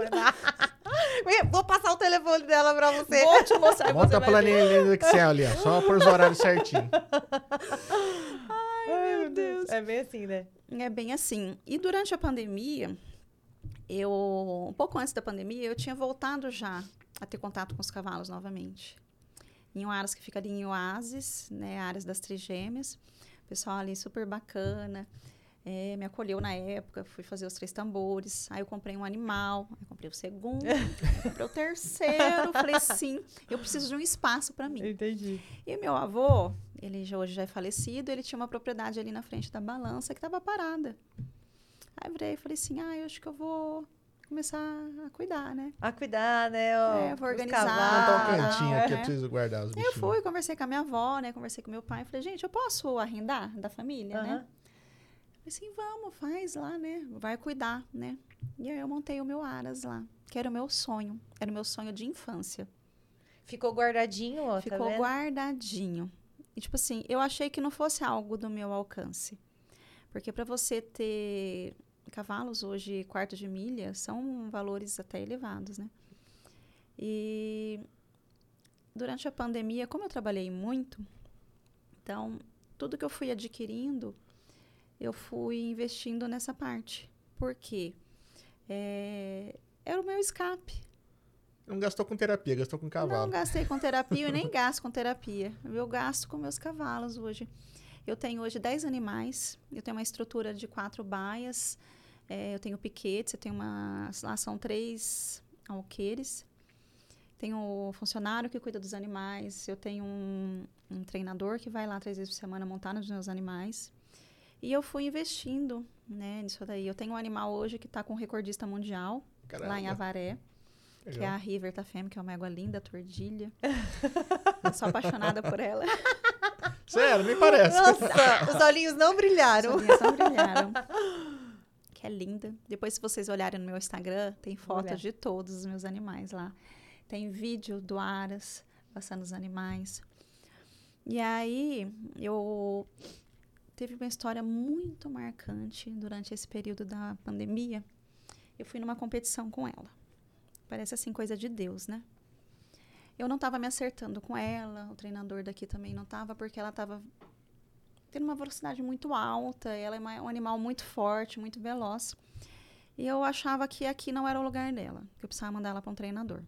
[SPEAKER 4] É. Vou passar o telefone dela pra você.
[SPEAKER 3] Vou te mostrar e
[SPEAKER 2] Monta
[SPEAKER 3] você
[SPEAKER 2] a
[SPEAKER 3] vai ver.
[SPEAKER 2] planilha do Excel ali, ó. Só por os horários certinho.
[SPEAKER 4] Ai, meu Deus. É bem assim, né?
[SPEAKER 3] É bem assim. E durante a pandemia, eu um pouco antes da pandemia, eu tinha voltado já a ter contato com os cavalos novamente. Em Oaras, que fica ali em Oasis, né, áreas das Trigêmeas. O pessoal ali super bacana. eh, me acolheu na época, fui fazer os três tambores. Aí eu comprei um animal, aí comprei o segundo, aí comprei o terceiro. Falei, sim, eu preciso de um espaço para mim.
[SPEAKER 4] Entendi.
[SPEAKER 3] E meu avô, ele já, hoje já é falecido, ele tinha uma propriedade ali na frente da balança que estava parada. Aí eu virei e falei assim, ah, eu acho que eu vou começar a cuidar, né?
[SPEAKER 4] A cuidar, né? ó,
[SPEAKER 3] É, vou
[SPEAKER 4] os
[SPEAKER 3] organizar.
[SPEAKER 4] cavalos.
[SPEAKER 2] Montar um cantinho aqui, eu
[SPEAKER 3] é.
[SPEAKER 2] preciso guardar os
[SPEAKER 3] Aí eu
[SPEAKER 2] bichinhos.
[SPEAKER 3] fui, conversei com a minha avó, né? Conversei com meu pai, falei, gente, eu posso arrendar da família, né?
[SPEAKER 4] Aham.
[SPEAKER 3] Falei assim, vamos, faz lá, né? Vai cuidar, né? E aí eu montei o meu Aras lá, que era o meu sonho, era o meu sonho de infância.
[SPEAKER 1] Ficou guardadinho, ó,
[SPEAKER 3] Ficou
[SPEAKER 1] tá vendo?
[SPEAKER 3] guardadinho. E, tipo assim, eu achei que não fosse algo do meu alcance. Porque para você ter cavalos hoje, quarto de milha, são valores até elevados, né? E durante a pandemia, como eu trabalhei muito, então tudo que eu fui adquirindo, eu fui investindo nessa parte. Por quê? É, era o meu escape.
[SPEAKER 2] Não gastou com terapia, gastou com
[SPEAKER 3] Não
[SPEAKER 2] cavalo.
[SPEAKER 3] gastei com terapia e nem gasto com terapia. Eu gasto com meus cavalos hoje. Eu tenho hoje 10 animais, eu tenho uma estrutura de quatro baias, eh, eu tenho piquetes, eu tenho uma. Lá são três alqueires. Tenho o funcionário que cuida dos animais, eu tenho um, um treinador que vai lá três vezes por semana montar nos meus animais. E eu fui investindo né, nisso daí. Eu tenho um animal hoje que está com recordista mundial, lá em
[SPEAKER 2] Caramba,
[SPEAKER 3] Avaré que é
[SPEAKER 2] legal.
[SPEAKER 3] a River Tafem, que é uma égua linda, tordilha. Eu sou apaixonada por ela.
[SPEAKER 2] Sério, nem parece.
[SPEAKER 4] Nossa, os olhinhos não brilharam.
[SPEAKER 3] As olhinhas só brilharam. Que é linda. Depois, se vocês olharem no meu Instagram, tem fotos
[SPEAKER 4] olhar.
[SPEAKER 3] de todos os meus animais lá. Tem vídeo do Aras passando os animais. E aí, eu teve uma história muito marcante durante esse período da pandemia. Eu fui numa competição com ela. Parece assim coisa de Deus, né? Eu não estava me acertando com ela, o treinador daqui também não estava, porque ela estava tendo uma velocidade muito alta, ela é uma- um animal muito forte, muito veloz. E eu achava que aqui não era o lugar dela, que eu precisava mandar ela para um treinador.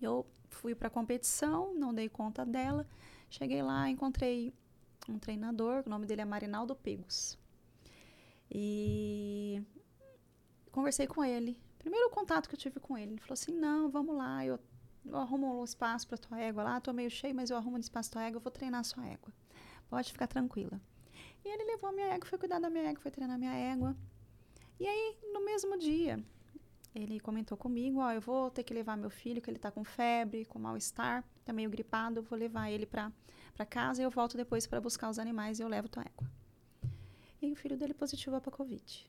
[SPEAKER 3] Eu fui para a competição, não dei conta dela. Cheguei lá, encontrei um treinador, o nome dele é Marinaldo Pegos. E conversei com ele. Primeiro contato que eu tive com ele, ele falou assim: "Não, vamos lá, eu, eu arrumo um espaço para tua égua lá, tô meio cheio, mas eu arrumo um espaço pra tua égua, eu vou treinar a sua égua. Pode ficar tranquila". E ele levou a minha égua, foi cuidar da minha égua, foi treinar a minha égua. E aí, no mesmo dia, ele comentou comigo: "Ó, eu vou ter que levar meu filho, que ele tá com febre, com mal-estar, tá meio gripado, eu vou levar ele para para casa e eu volto depois para buscar os animais e eu levo tua égua". E o filho dele positivou para COVID.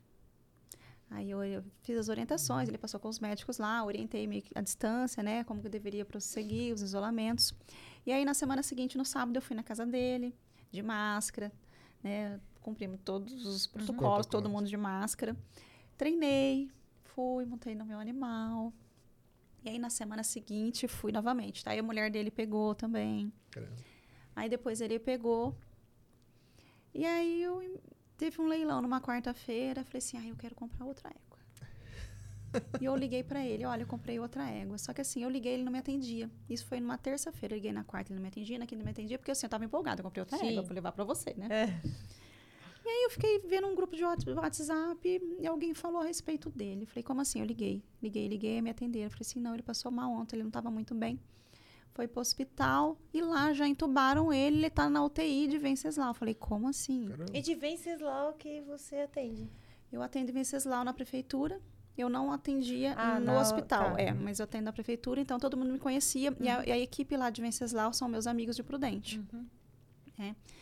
[SPEAKER 3] Aí eu, eu fiz as orientações, ele passou com os médicos lá, orientei meio que a distância, né? Como que eu deveria prosseguir, os isolamentos. E aí na semana seguinte, no sábado, eu fui na casa dele, de máscara, né? Cumprimos todos os protocolos, todo
[SPEAKER 2] Protocolos.
[SPEAKER 3] mundo de máscara. Treinei, fui, montei no meu animal. E aí na semana seguinte fui novamente, tá? E a mulher dele pegou também.
[SPEAKER 2] Caramba.
[SPEAKER 3] Aí depois ele pegou. E aí eu em- teve um leilão numa quarta-feira, falei assim: "Ah, eu quero comprar outra égua". e eu liguei pra ele, olha, eu comprei outra égua. Só que assim, eu liguei, ele não me atendia. Isso foi numa terça-feira, eu liguei na quarta, ele não me atendia, na quinta ele não me atendia, porque assim, eu tava empolgada, eu comprei outra
[SPEAKER 1] Sim.
[SPEAKER 3] égua, eu vou levar pra você, né?
[SPEAKER 4] É.
[SPEAKER 3] E E aí eu fiquei vendo um grupo de Whats- WhatsApp e alguém falou a respeito dele. Eu Falei, como assim? Eu liguei, liguei, liguei, me atenderam. Eu Falei assim, não, ele passou mal ontem, ele não estava muito bem. Foi pro hospital e lá já entubaram ele, ele tá na UTI de Venceslau. Eu Falei, como assim?
[SPEAKER 2] Caramba.
[SPEAKER 1] E de Venceslau que você atende?
[SPEAKER 3] Eu atendo em Venceslau na prefeitura. Eu não atendia
[SPEAKER 1] Ah,
[SPEAKER 3] no
[SPEAKER 1] na-
[SPEAKER 3] hospital,
[SPEAKER 1] tá.
[SPEAKER 3] é, mas eu atendo na prefeitura, então todo mundo me conhecia. E, a, e a equipe lá de Venceslau são meus amigos de Prudente.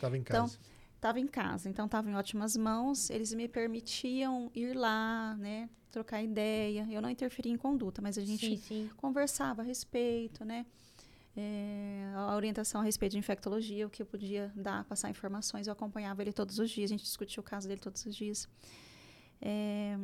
[SPEAKER 2] Tava em
[SPEAKER 3] Então,
[SPEAKER 2] casa.
[SPEAKER 3] Tava em casa, então tava em ótimas mãos. Eles me permitiam ir lá, né, trocar ideia. Eu não interferia em conduta, mas a gente
[SPEAKER 1] sim.
[SPEAKER 3] conversava a respeito, né? É, a orientação a respeito de infectologia, o que eu podia dar, passar informações, eu acompanhava ele todos os dias, a gente discutia o caso dele todos os dias. É,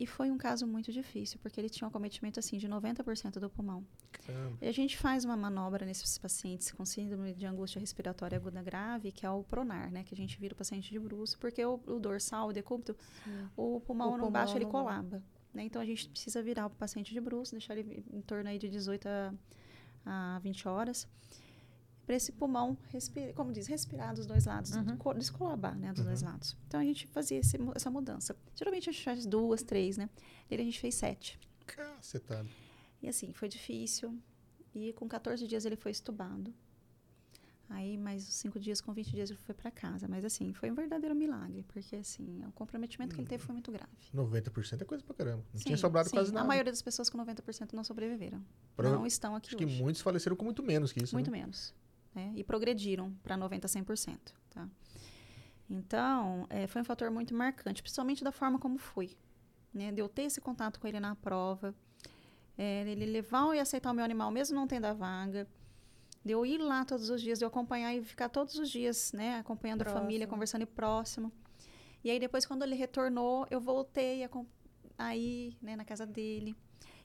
[SPEAKER 3] e foi um caso muito difícil, porque ele tinha um acometimento assim de 90% do pulmão.
[SPEAKER 2] Caramba.
[SPEAKER 3] E a gente faz uma manobra nesses pacientes com síndrome de angústia respiratória aguda grave, que é o PRONAR, né? Que a gente vira o paciente de bruxo, porque o, o dorsal, o decúbito, o
[SPEAKER 1] O
[SPEAKER 3] pulmão não
[SPEAKER 1] pulmão
[SPEAKER 3] baixa, ele
[SPEAKER 1] não-
[SPEAKER 3] colaba. Né? Então a gente precisa virar o paciente de bruxo, deixar ele em torno aí de 18 a, a 20 horas. Para esse pulmão, respira, como diz, respirar dos dois lados,
[SPEAKER 1] Uhum.
[SPEAKER 3] co- descolabar né, dos dois lados. Então a gente fazia esse mu- essa mudança. Geralmente a gente faz duas, três, né? Ele a gente fez sete.
[SPEAKER 2] Cacetada.
[SPEAKER 3] E assim, foi difícil. E com 14 dias ele foi estubado. Aí, mais os 5 dias, com 20 dias ele foi para casa. Mas assim, foi um verdadeiro milagre, porque assim, o comprometimento que ele teve foi muito grave.
[SPEAKER 2] 90% é coisa pra caramba. Uhum. Não tinha
[SPEAKER 3] Sim,
[SPEAKER 2] sobrado
[SPEAKER 3] sim.
[SPEAKER 2] quase nada.
[SPEAKER 3] A maioria das pessoas com 90% não sobreviveram.
[SPEAKER 2] Prova-
[SPEAKER 3] Não estão aqui
[SPEAKER 2] Acho que
[SPEAKER 3] hoje.
[SPEAKER 2] muitos faleceram com muito menos que isso.
[SPEAKER 3] Muito
[SPEAKER 2] né?
[SPEAKER 3] menos. né? E progrediram para 90%, 100%. Tá? Então, eh, foi um fator muito marcante, principalmente da forma como foi. Né? De eu ter esse contato com ele na prova, eh, ele levar e aceitar o meu animal, mesmo não tendo a vaga. De eu ir lá todos os dias, de eu acompanhar e ficar todos os dias, né? Acompanhando a família,
[SPEAKER 1] Próximo.
[SPEAKER 3] conversando e próximo. E aí, depois, quando ele retornou, eu voltei a com- aí, né, na casa dele.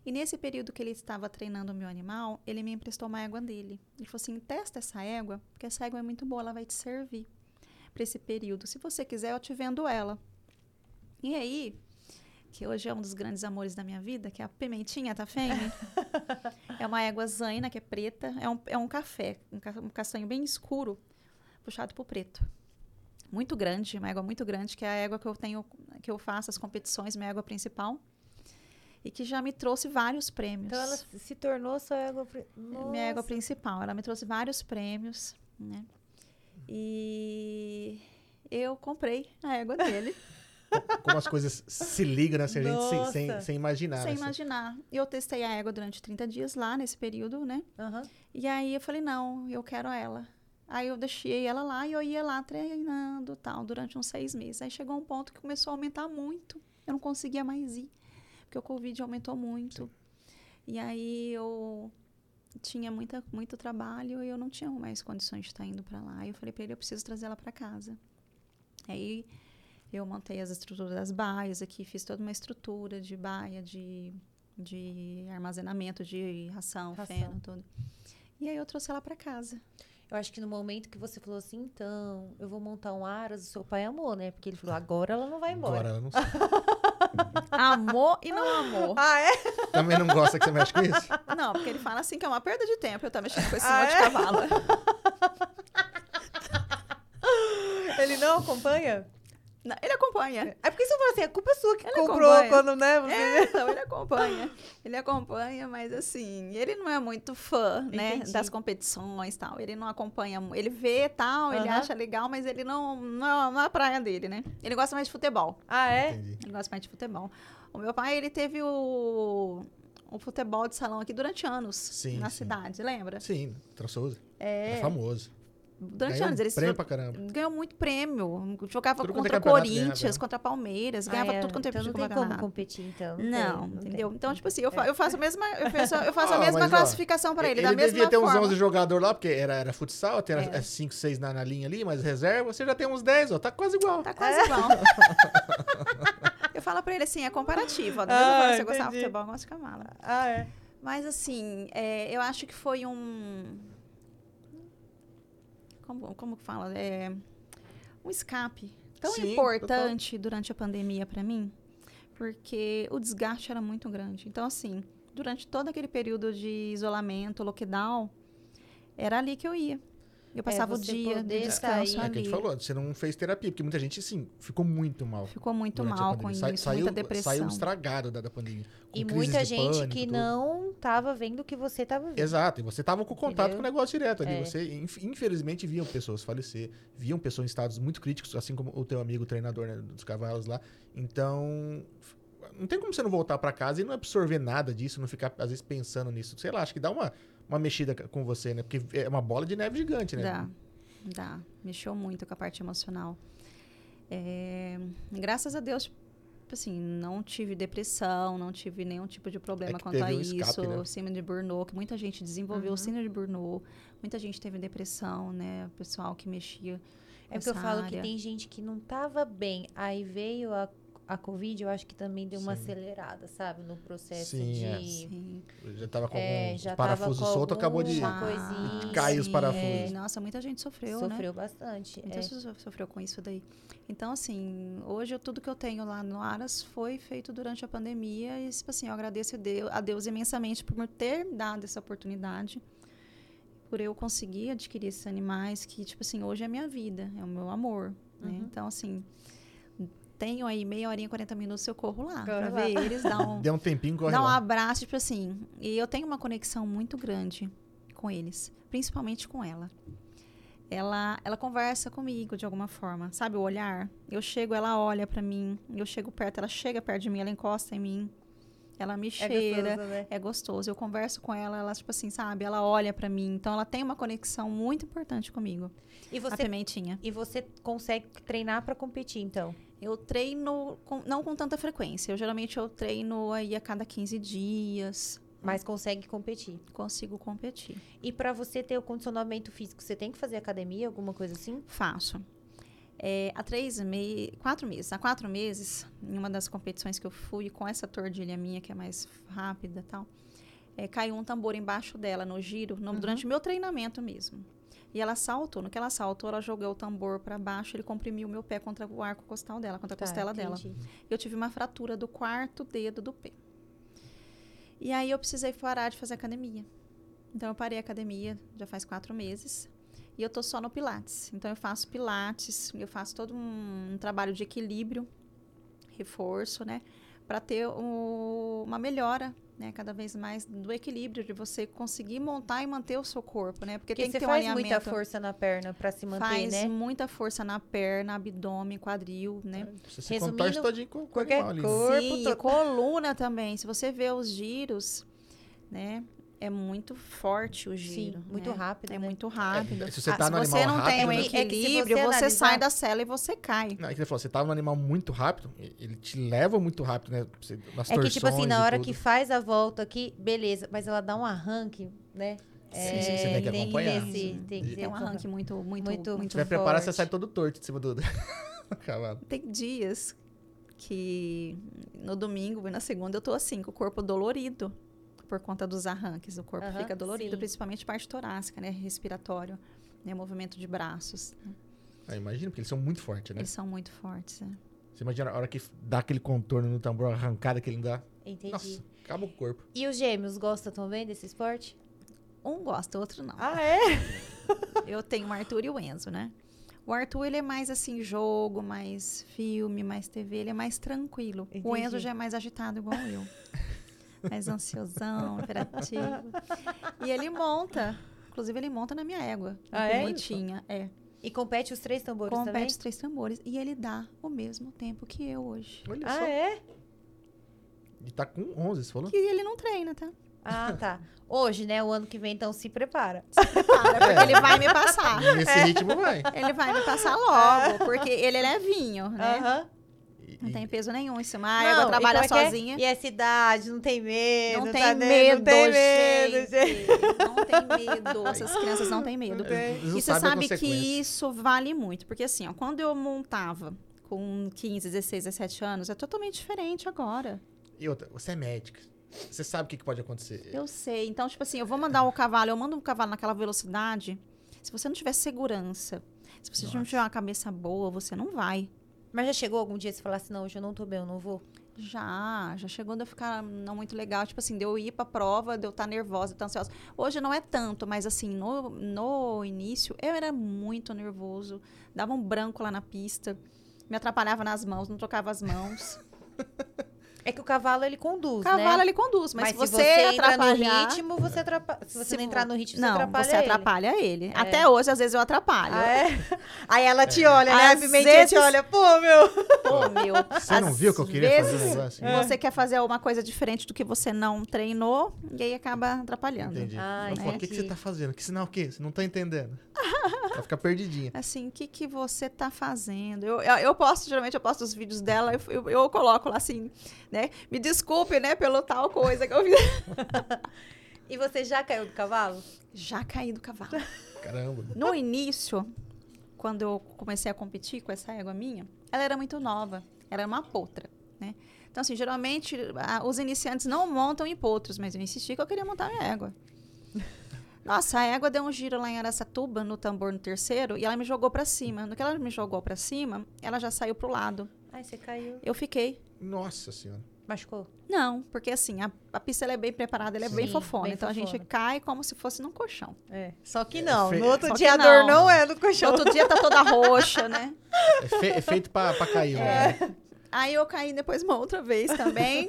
[SPEAKER 3] E nesse período que ele estava treinando o meu animal, ele me emprestou uma égua dele. Ele falou assim: testa essa égua, porque essa égua é muito boa, ela vai te servir para esse período. Se você quiser, eu te vendo ela. E aí, que hoje é um dos grandes amores da minha vida, que é a Pimentinha tá fêmea. é uma égua zaina, que é preta, é um, é um café, um, ca- um castanho bem escuro, puxado pro preto. Muito grande, uma égua muito grande, que é a égua que eu tenho, que eu faço as competições, minha égua principal. E que já me trouxe vários prêmios. É
[SPEAKER 1] Então ela se se tornou sua égua... pri-
[SPEAKER 3] Minha égua
[SPEAKER 1] Nossa.
[SPEAKER 3] principal. Ela me trouxe vários prêmios, né? E eu comprei a égua dele,
[SPEAKER 2] Como as coisas se ligam, né? Assim, a gente sem, sem,
[SPEAKER 1] Nossa.
[SPEAKER 2] sem imaginar.
[SPEAKER 3] sem
[SPEAKER 2] assim.
[SPEAKER 3] imaginar. E eu testei a égua durante 30 dias lá, nesse período, né?
[SPEAKER 1] Aham.
[SPEAKER 3] E aí eu falei, não, eu quero ela. Aí eu deixei ela lá e eu ia lá treinando tal, durante uns seis meses. Aí chegou um ponto que começou a aumentar muito. Eu não conseguia mais ir, porque o Covid aumentou muito. E aí eu tinha muita, muito trabalho e eu não tinha mais condições de estar indo para lá. Aí eu falei para ele, eu preciso trazer ela para casa. Aí eu montei as estruturas das baias aqui, fiz toda uma estrutura de baia, de, de armazenamento, de ração,
[SPEAKER 1] Ração.
[SPEAKER 3] feno, tudo. E aí eu trouxe ela para casa.
[SPEAKER 1] Eu acho que no momento que você falou assim, então, eu vou montar um aras, o seu pai amou, né? Porque ele falou, agora ela não vai
[SPEAKER 2] Agora
[SPEAKER 1] embora.
[SPEAKER 2] ela não sabe.
[SPEAKER 3] Amou e não amou.
[SPEAKER 1] Ah, é?
[SPEAKER 2] Também não gosta que você mexe com isso?
[SPEAKER 3] Não, porque ele fala assim que é uma perda de tempo eu estar mexendo com esse
[SPEAKER 1] Ah,
[SPEAKER 3] monte de
[SPEAKER 1] é?
[SPEAKER 3] cavalo.
[SPEAKER 1] é? Ele não acompanha?
[SPEAKER 3] Não, Ele acompanha.
[SPEAKER 1] É porque você falou assim, a culpa é sua que
[SPEAKER 3] Ele
[SPEAKER 1] comprou
[SPEAKER 3] acompanha.
[SPEAKER 1] quando, né? Você...
[SPEAKER 3] É, então ele acompanha. Ele acompanha, mas assim, ele não é muito fã, né,
[SPEAKER 1] Entendi.
[SPEAKER 3] das competições e tal. Ele não acompanha, mu- ele vê tal, ele
[SPEAKER 1] Aham.
[SPEAKER 3] acha legal, mas ele não, não, não é a praia dele, né? Ele gosta mais de futebol.
[SPEAKER 1] Ah, é?
[SPEAKER 2] Entendi.
[SPEAKER 3] Ele gosta mais de futebol. O meu pai, ele teve o, o futebol de salão aqui durante anos
[SPEAKER 2] Sim,
[SPEAKER 3] na
[SPEAKER 2] sim.
[SPEAKER 3] cidade, lembra?
[SPEAKER 2] Sim, Trançoso. É.
[SPEAKER 3] É,
[SPEAKER 2] famoso.
[SPEAKER 3] durante
[SPEAKER 2] Ganhou um
[SPEAKER 3] anos. Ele se
[SPEAKER 2] prêmio pra caramba.
[SPEAKER 3] ganhou muito prêmio. Jogava
[SPEAKER 2] Tudo quanto é
[SPEAKER 3] contra
[SPEAKER 2] campeonato
[SPEAKER 3] Corinthians,
[SPEAKER 2] ganhava, né?
[SPEAKER 3] contra Palmeiras, ganhava
[SPEAKER 1] Ah, é.
[SPEAKER 3] tudo quanto é
[SPEAKER 1] Então não
[SPEAKER 3] tipo de
[SPEAKER 1] tem como
[SPEAKER 3] campeonato.
[SPEAKER 1] competir, então.
[SPEAKER 3] Não,
[SPEAKER 1] tem, É. tem.
[SPEAKER 3] entendeu? Então, tipo assim, eu, fa- eu faço a mesma, eu faço, eu faço
[SPEAKER 2] Ah,
[SPEAKER 3] a mesma
[SPEAKER 2] mas, ó,
[SPEAKER 3] classificação pra ele, é da mesma
[SPEAKER 2] devia ter uns
[SPEAKER 3] forma. É.
[SPEAKER 2] 11 jogadores lá, porque era, era futsal, tem 5, 6 na, na linha ali, mas reserva, você já tem uns 10, ó. Tá quase igual.
[SPEAKER 3] Tá quase
[SPEAKER 1] É.
[SPEAKER 3] igual. eu falo pra ele assim, é comparativo. ó, Da
[SPEAKER 1] Ah,
[SPEAKER 3] mesma forma que você gostava de
[SPEAKER 1] entendi.
[SPEAKER 3] futebol, eu gosto de camala.
[SPEAKER 1] Ah, é?
[SPEAKER 3] Mas assim, é, eu acho que foi um. Como, como que fala? É, um escape tão
[SPEAKER 2] Sim,
[SPEAKER 3] importante durante a pandemia para mim, porque o desgaste era muito grande. Então, assim, durante todo aquele período de isolamento, lockdown, era ali que eu ia. Eu passava o
[SPEAKER 1] É, você
[SPEAKER 3] dia de
[SPEAKER 1] poder
[SPEAKER 3] descanso
[SPEAKER 1] sair.
[SPEAKER 2] É que a
[SPEAKER 3] ali.
[SPEAKER 2] gente falou, você não fez terapia, porque muita gente, sim, ficou muito mal.
[SPEAKER 3] Ficou muito
[SPEAKER 2] durante a
[SPEAKER 3] mal
[SPEAKER 2] pandemia.
[SPEAKER 3] com isso,
[SPEAKER 2] Sa-
[SPEAKER 3] muita depressão.
[SPEAKER 2] Saiu um estragado da, da pandemia. com
[SPEAKER 1] E
[SPEAKER 2] crises
[SPEAKER 1] muita
[SPEAKER 2] de
[SPEAKER 1] gente
[SPEAKER 2] pânico,
[SPEAKER 1] que
[SPEAKER 2] tudo.
[SPEAKER 1] não tava vendo o que você tava vendo.
[SPEAKER 2] Exato, e você tava com contato
[SPEAKER 1] Entendeu?
[SPEAKER 2] com o negócio direto ali.
[SPEAKER 1] É.
[SPEAKER 2] Você, inf- infelizmente, viam pessoas falecer, viam pessoas em estados muito críticos, assim como o teu amigo treinador né, dos cavalos lá. Então, f- não tem como você não voltar para casa e não absorver nada disso, não ficar, às vezes, pensando nisso. Sei lá, acho que dá uma, uma mexida c- com você, né? Porque é uma bola de neve gigante, né?
[SPEAKER 3] Dá, dá. Mexeu muito com a parte emocional. É, graças a Deus, tipo assim, não tive depressão, não tive nenhum tipo de problema
[SPEAKER 2] que
[SPEAKER 3] quanto a
[SPEAKER 2] teve um escape,
[SPEAKER 3] isso.
[SPEAKER 2] né?
[SPEAKER 3] Síndrome de Burnout, que muita gente desenvolveu o síndrome de Burnout. Muita gente teve depressão, né? O pessoal que mexia
[SPEAKER 1] É porque eu falo que tem gente que não tava bem, aí veio a, a Covid, eu acho que também deu uma
[SPEAKER 2] Sim.
[SPEAKER 1] acelerada, sabe? No processo
[SPEAKER 2] Sim, é.
[SPEAKER 1] de.
[SPEAKER 3] Sim.
[SPEAKER 2] Eu Já tava com
[SPEAKER 1] É,
[SPEAKER 2] algum
[SPEAKER 1] já tava
[SPEAKER 2] parafuso
[SPEAKER 1] com
[SPEAKER 2] solto, acabou de
[SPEAKER 1] alguma
[SPEAKER 2] cair
[SPEAKER 1] coisinha,
[SPEAKER 2] os
[SPEAKER 3] sim,
[SPEAKER 2] parafusos.
[SPEAKER 3] ah, é. Nossa, muita gente sofreu, né?
[SPEAKER 1] Sofreu bastante.
[SPEAKER 3] Muita
[SPEAKER 1] é.
[SPEAKER 3] gente so- sofreu com isso daí. Então, assim, hoje eu, tudo que eu tenho lá no Aras foi feito durante a pandemia e, tipo assim, eu agradeço a Deu- a Deus imensamente por me ter dado essa oportunidade, por eu conseguir adquirir esses animais que, tipo assim, hoje é minha vida, é o meu amor, né?
[SPEAKER 1] Uhum.
[SPEAKER 3] Então, assim, tenho aí meia horinha, 40 minutos, eu corro lá
[SPEAKER 1] Corre
[SPEAKER 3] pra
[SPEAKER 1] lá.
[SPEAKER 3] ver eles, dar um,
[SPEAKER 2] Deu um tempinho, corre
[SPEAKER 3] dá um
[SPEAKER 2] lá.
[SPEAKER 3] abraço, tipo assim. E eu tenho uma conexão muito grande com eles, principalmente com ela. Ela, ela conversa comigo de alguma forma, sabe? O olhar. Eu chego, ela olha pra mim. Eu chego perto, ela chega perto de mim, ela encosta em mim. Ela me
[SPEAKER 1] É
[SPEAKER 3] cheira.
[SPEAKER 1] gostoso, né?
[SPEAKER 3] É gostoso. Eu converso com ela, ela, tipo assim, sabe? Ela olha pra mim. Então, ela tem uma conexão muito importante comigo.
[SPEAKER 1] E
[SPEAKER 3] A
[SPEAKER 1] você,
[SPEAKER 3] pimentinha.
[SPEAKER 1] e você consegue treinar pra competir, então?
[SPEAKER 3] Eu treino, com- não com tanta frequência. Eu, geralmente, eu treino aí a cada 15 dias.
[SPEAKER 1] Mas consegue competir.
[SPEAKER 3] Consigo competir.
[SPEAKER 1] E pra você ter o condicionamento físico, você tem que fazer academia, alguma coisa assim?
[SPEAKER 3] Faço. É, há três meses, quatro meses, há quatro meses, em uma das competições que eu fui, com essa tordilha minha, que é mais rápida e tal, é, caiu um tambor embaixo dela no giro, no- durante o meu treinamento mesmo. E ela saltou, no que ela saltou, ela jogou o tambor para baixo, ele comprimiu o meu pé contra o arco costal dela, contra a
[SPEAKER 1] Tá,
[SPEAKER 3] costela
[SPEAKER 2] Tá,
[SPEAKER 3] dela. Eu tive uma fratura do quarto dedo do pé. E aí eu precisei parar de fazer academia. Então eu parei a academia já faz quatro meses. E eu tô só no Pilates. Então eu faço Pilates, eu faço todo um, um trabalho de equilíbrio, reforço, né? Pra ter o- uma melhora, né? Cada vez mais do equilíbrio, de você conseguir montar e manter o seu corpo, né? Porque,
[SPEAKER 1] Porque
[SPEAKER 3] tem
[SPEAKER 1] você
[SPEAKER 3] que ter um
[SPEAKER 1] faz
[SPEAKER 3] alinhamento.
[SPEAKER 1] muita força na perna pra se manter,
[SPEAKER 3] faz um
[SPEAKER 1] né?
[SPEAKER 3] muita força na perna, abdômen, quadril, né?
[SPEAKER 2] Você se
[SPEAKER 1] Resumindo,
[SPEAKER 2] contorce todinho com com o
[SPEAKER 1] qualquer
[SPEAKER 2] animal ali. né?
[SPEAKER 1] coisa. corpo
[SPEAKER 3] Sim, e
[SPEAKER 1] todo.
[SPEAKER 3] coluna também. Se você vê os giros, né? É muito forte o giro.
[SPEAKER 1] Sim, muito
[SPEAKER 3] né?
[SPEAKER 1] rápido.
[SPEAKER 3] É
[SPEAKER 1] né?
[SPEAKER 3] muito rápido.
[SPEAKER 2] É, se você tá
[SPEAKER 3] se
[SPEAKER 2] no
[SPEAKER 3] você
[SPEAKER 2] animal
[SPEAKER 3] não
[SPEAKER 2] rápido,
[SPEAKER 3] tem um
[SPEAKER 1] né? É que se
[SPEAKER 3] equilíbrio,
[SPEAKER 1] você
[SPEAKER 3] você,
[SPEAKER 1] analisar-
[SPEAKER 3] sai da cela e você cai.
[SPEAKER 2] Não, é que você falou, você tava num animal muito rápido, e- ele te leva muito rápido, né? Você, nas
[SPEAKER 1] É que, tipo assim,
[SPEAKER 2] torções
[SPEAKER 1] na
[SPEAKER 2] e
[SPEAKER 1] hora
[SPEAKER 2] tudo.
[SPEAKER 1] que faz a volta aqui, beleza, mas ela dá um arranque, né?
[SPEAKER 2] É,
[SPEAKER 3] Sim, você tem que
[SPEAKER 2] acompanhar.
[SPEAKER 1] esse- tem que
[SPEAKER 2] E-
[SPEAKER 3] Tem um
[SPEAKER 1] ter-
[SPEAKER 3] arranque muito, muito,
[SPEAKER 1] Muito-
[SPEAKER 3] muito,
[SPEAKER 2] Se tiver
[SPEAKER 1] forte.
[SPEAKER 2] preparado, você sai todo torto de cima do do cavalo.
[SPEAKER 3] Tem dias que no domingo e na segunda eu tô assim, com o corpo dolorido por conta dos arranques. O corpo
[SPEAKER 1] Aham,
[SPEAKER 3] fica dolorido,
[SPEAKER 1] sim.
[SPEAKER 3] principalmente parte torácica, né? Respiratório, né? Movimento de braços.
[SPEAKER 2] Ah, imagina, porque eles são muito fortes, né?
[SPEAKER 3] Eles são muito fortes, né?
[SPEAKER 2] Você imagina a hora que dá aquele contorno no tambor, a arrancada que ele dá.
[SPEAKER 1] Entendi.
[SPEAKER 2] Nossa, acaba o corpo.
[SPEAKER 1] E os gêmeos gostam também desse esporte?
[SPEAKER 3] Um gosta, o outro não.
[SPEAKER 1] Ah, é?
[SPEAKER 3] Eu tenho o Arthur e o Enzo, né? O Arthur, ele é mais assim, jogo, mais filme, mais TV, ele é mais tranquilo. O
[SPEAKER 1] Entendi.
[SPEAKER 3] Enzo já é mais agitado, igual eu. mais ansiosão, imperativo. E ele monta. Inclusive, ele monta na minha égua. na
[SPEAKER 1] Ah, é?
[SPEAKER 3] pimentinha, é?
[SPEAKER 1] E compete os três tambores
[SPEAKER 3] Compete
[SPEAKER 1] também?
[SPEAKER 3] os três tambores. E ele dá o mesmo tempo que eu hoje.
[SPEAKER 2] Olha
[SPEAKER 1] Ah,
[SPEAKER 2] só.
[SPEAKER 1] é?
[SPEAKER 2] E tá com 11, você
[SPEAKER 1] Hum?
[SPEAKER 2] falou?
[SPEAKER 3] Que ele não treina, tá?
[SPEAKER 1] Ah, tá. Hoje, né? O ano que vem, então, se prepara.
[SPEAKER 3] Para, porque
[SPEAKER 2] É.
[SPEAKER 3] ele vai me passar.
[SPEAKER 2] Nesse ritmo vai.
[SPEAKER 3] Ele vai me passar logo, porque ele é levinho, né?
[SPEAKER 1] Aham.
[SPEAKER 2] E-
[SPEAKER 3] Não
[SPEAKER 2] e-
[SPEAKER 3] tem peso nenhum em cima. Ah, A
[SPEAKER 1] Não,
[SPEAKER 3] égua
[SPEAKER 1] e
[SPEAKER 3] trabalha
[SPEAKER 1] como é que é?
[SPEAKER 3] sozinha.
[SPEAKER 1] E é cidade, não tem medo.
[SPEAKER 3] Não
[SPEAKER 1] tá
[SPEAKER 3] tem
[SPEAKER 1] dentro,
[SPEAKER 3] medo,
[SPEAKER 1] Não tem medo,
[SPEAKER 3] gente.
[SPEAKER 1] gente.
[SPEAKER 3] Não tem medo. Essas crianças não têm medo.
[SPEAKER 2] É, eles não
[SPEAKER 3] E você
[SPEAKER 2] sabem a
[SPEAKER 3] sabe que
[SPEAKER 2] consequência.
[SPEAKER 3] isso vale muito. Porque assim, ó, quando eu montava com 15, 16, 17 anos, é totalmente diferente agora.
[SPEAKER 2] E outra, você é médica. Você sabe o que que pode acontecer.
[SPEAKER 3] Eu sei. Então, tipo assim, eu vou mandar o cavalo, eu mando um cavalo naquela velocidade. Se você não tiver segurança, se você não
[SPEAKER 2] Nossa.
[SPEAKER 3] tiver uma cabeça boa, você não vai.
[SPEAKER 1] Mas já chegou algum dia você falar assim, não, hoje eu não tô bem, eu não vou?
[SPEAKER 3] Já, já chegou de eu ficar não muito legal. Tipo assim, de eu ir pra prova, de eu estar nervosa, de eu tá ansiosa. Hoje não é tanto, mas assim, no, no início eu era muito nervoso. Dava um branco lá na pista. Me atrapalhava nas mãos, não trocava as mãos.
[SPEAKER 1] É que o cavalo ele conduz,
[SPEAKER 3] O cavalo
[SPEAKER 1] né?
[SPEAKER 3] ele conduz, mas, se você,
[SPEAKER 1] entrar no
[SPEAKER 3] atrapalhar...
[SPEAKER 1] ritmo, você atrapalha. Se você
[SPEAKER 3] Se
[SPEAKER 1] não entrar no ritmo,
[SPEAKER 3] não,
[SPEAKER 1] você atrapalha.
[SPEAKER 3] você
[SPEAKER 1] ele. É.
[SPEAKER 3] atrapalha ele. Até hoje, às vezes, eu atrapalho.
[SPEAKER 1] Ah, é?
[SPEAKER 4] Aí ela te olha, né? A
[SPEAKER 3] Às
[SPEAKER 4] pimentinha te
[SPEAKER 3] vezes-
[SPEAKER 4] olha, pô, meu.
[SPEAKER 3] Pô, meu.
[SPEAKER 2] Você não
[SPEAKER 3] às
[SPEAKER 2] viu que eu queria fazer um
[SPEAKER 3] vezes,
[SPEAKER 2] negócio?
[SPEAKER 3] Você quer fazer alguma coisa diferente do que você não treinou, e aí acaba atrapalhando.
[SPEAKER 2] Entendi.
[SPEAKER 1] Ah,
[SPEAKER 2] Ela falou, o que, que
[SPEAKER 1] entendi.
[SPEAKER 2] você tá fazendo? Que sinal o quê? Você não tá entendendo. Vai ficar perdidinha.
[SPEAKER 3] Assim, o que, que você tá fazendo? Eu, eu, eu posto, geralmente eu posto os vídeos dela, eu, eu, eu coloco lá assim, né? Me desculpe, né, pelo tal coisa que eu fiz.
[SPEAKER 1] E você já caiu do cavalo?
[SPEAKER 3] Já caí do cavalo.
[SPEAKER 2] Caramba.
[SPEAKER 3] No início, quando eu comecei a competir com essa égua minha, ela era muito nova, era uma potra, né? Então, assim, geralmente a- os iniciantes não montam em potros, mas eu insisti que eu queria montar minha égua. Nossa, a égua deu um giro lá em Araçatuba, no tambor no terceiro, e ela me jogou pra cima. No que ela me jogou pra cima, ela já saiu pro lado.
[SPEAKER 1] Ai, você caiu.
[SPEAKER 3] Eu fiquei.
[SPEAKER 2] Nossa senhora.
[SPEAKER 1] Machucou?
[SPEAKER 3] Não, porque assim, a, a pista ela é bem preparada, ela é bem
[SPEAKER 1] Sim,
[SPEAKER 3] fofona.
[SPEAKER 1] bem
[SPEAKER 3] então a
[SPEAKER 1] fofona.
[SPEAKER 3] gente cai como se fosse num colchão.
[SPEAKER 4] É, só que não.
[SPEAKER 2] fe-
[SPEAKER 4] No outro
[SPEAKER 3] Só que
[SPEAKER 4] dia a dor
[SPEAKER 3] não.
[SPEAKER 4] não é do colchão.
[SPEAKER 3] Outro dia tá toda roxa, né?
[SPEAKER 2] É, fe- é feito pra, pra cair, né?
[SPEAKER 3] Aí eu caí depois uma outra vez também.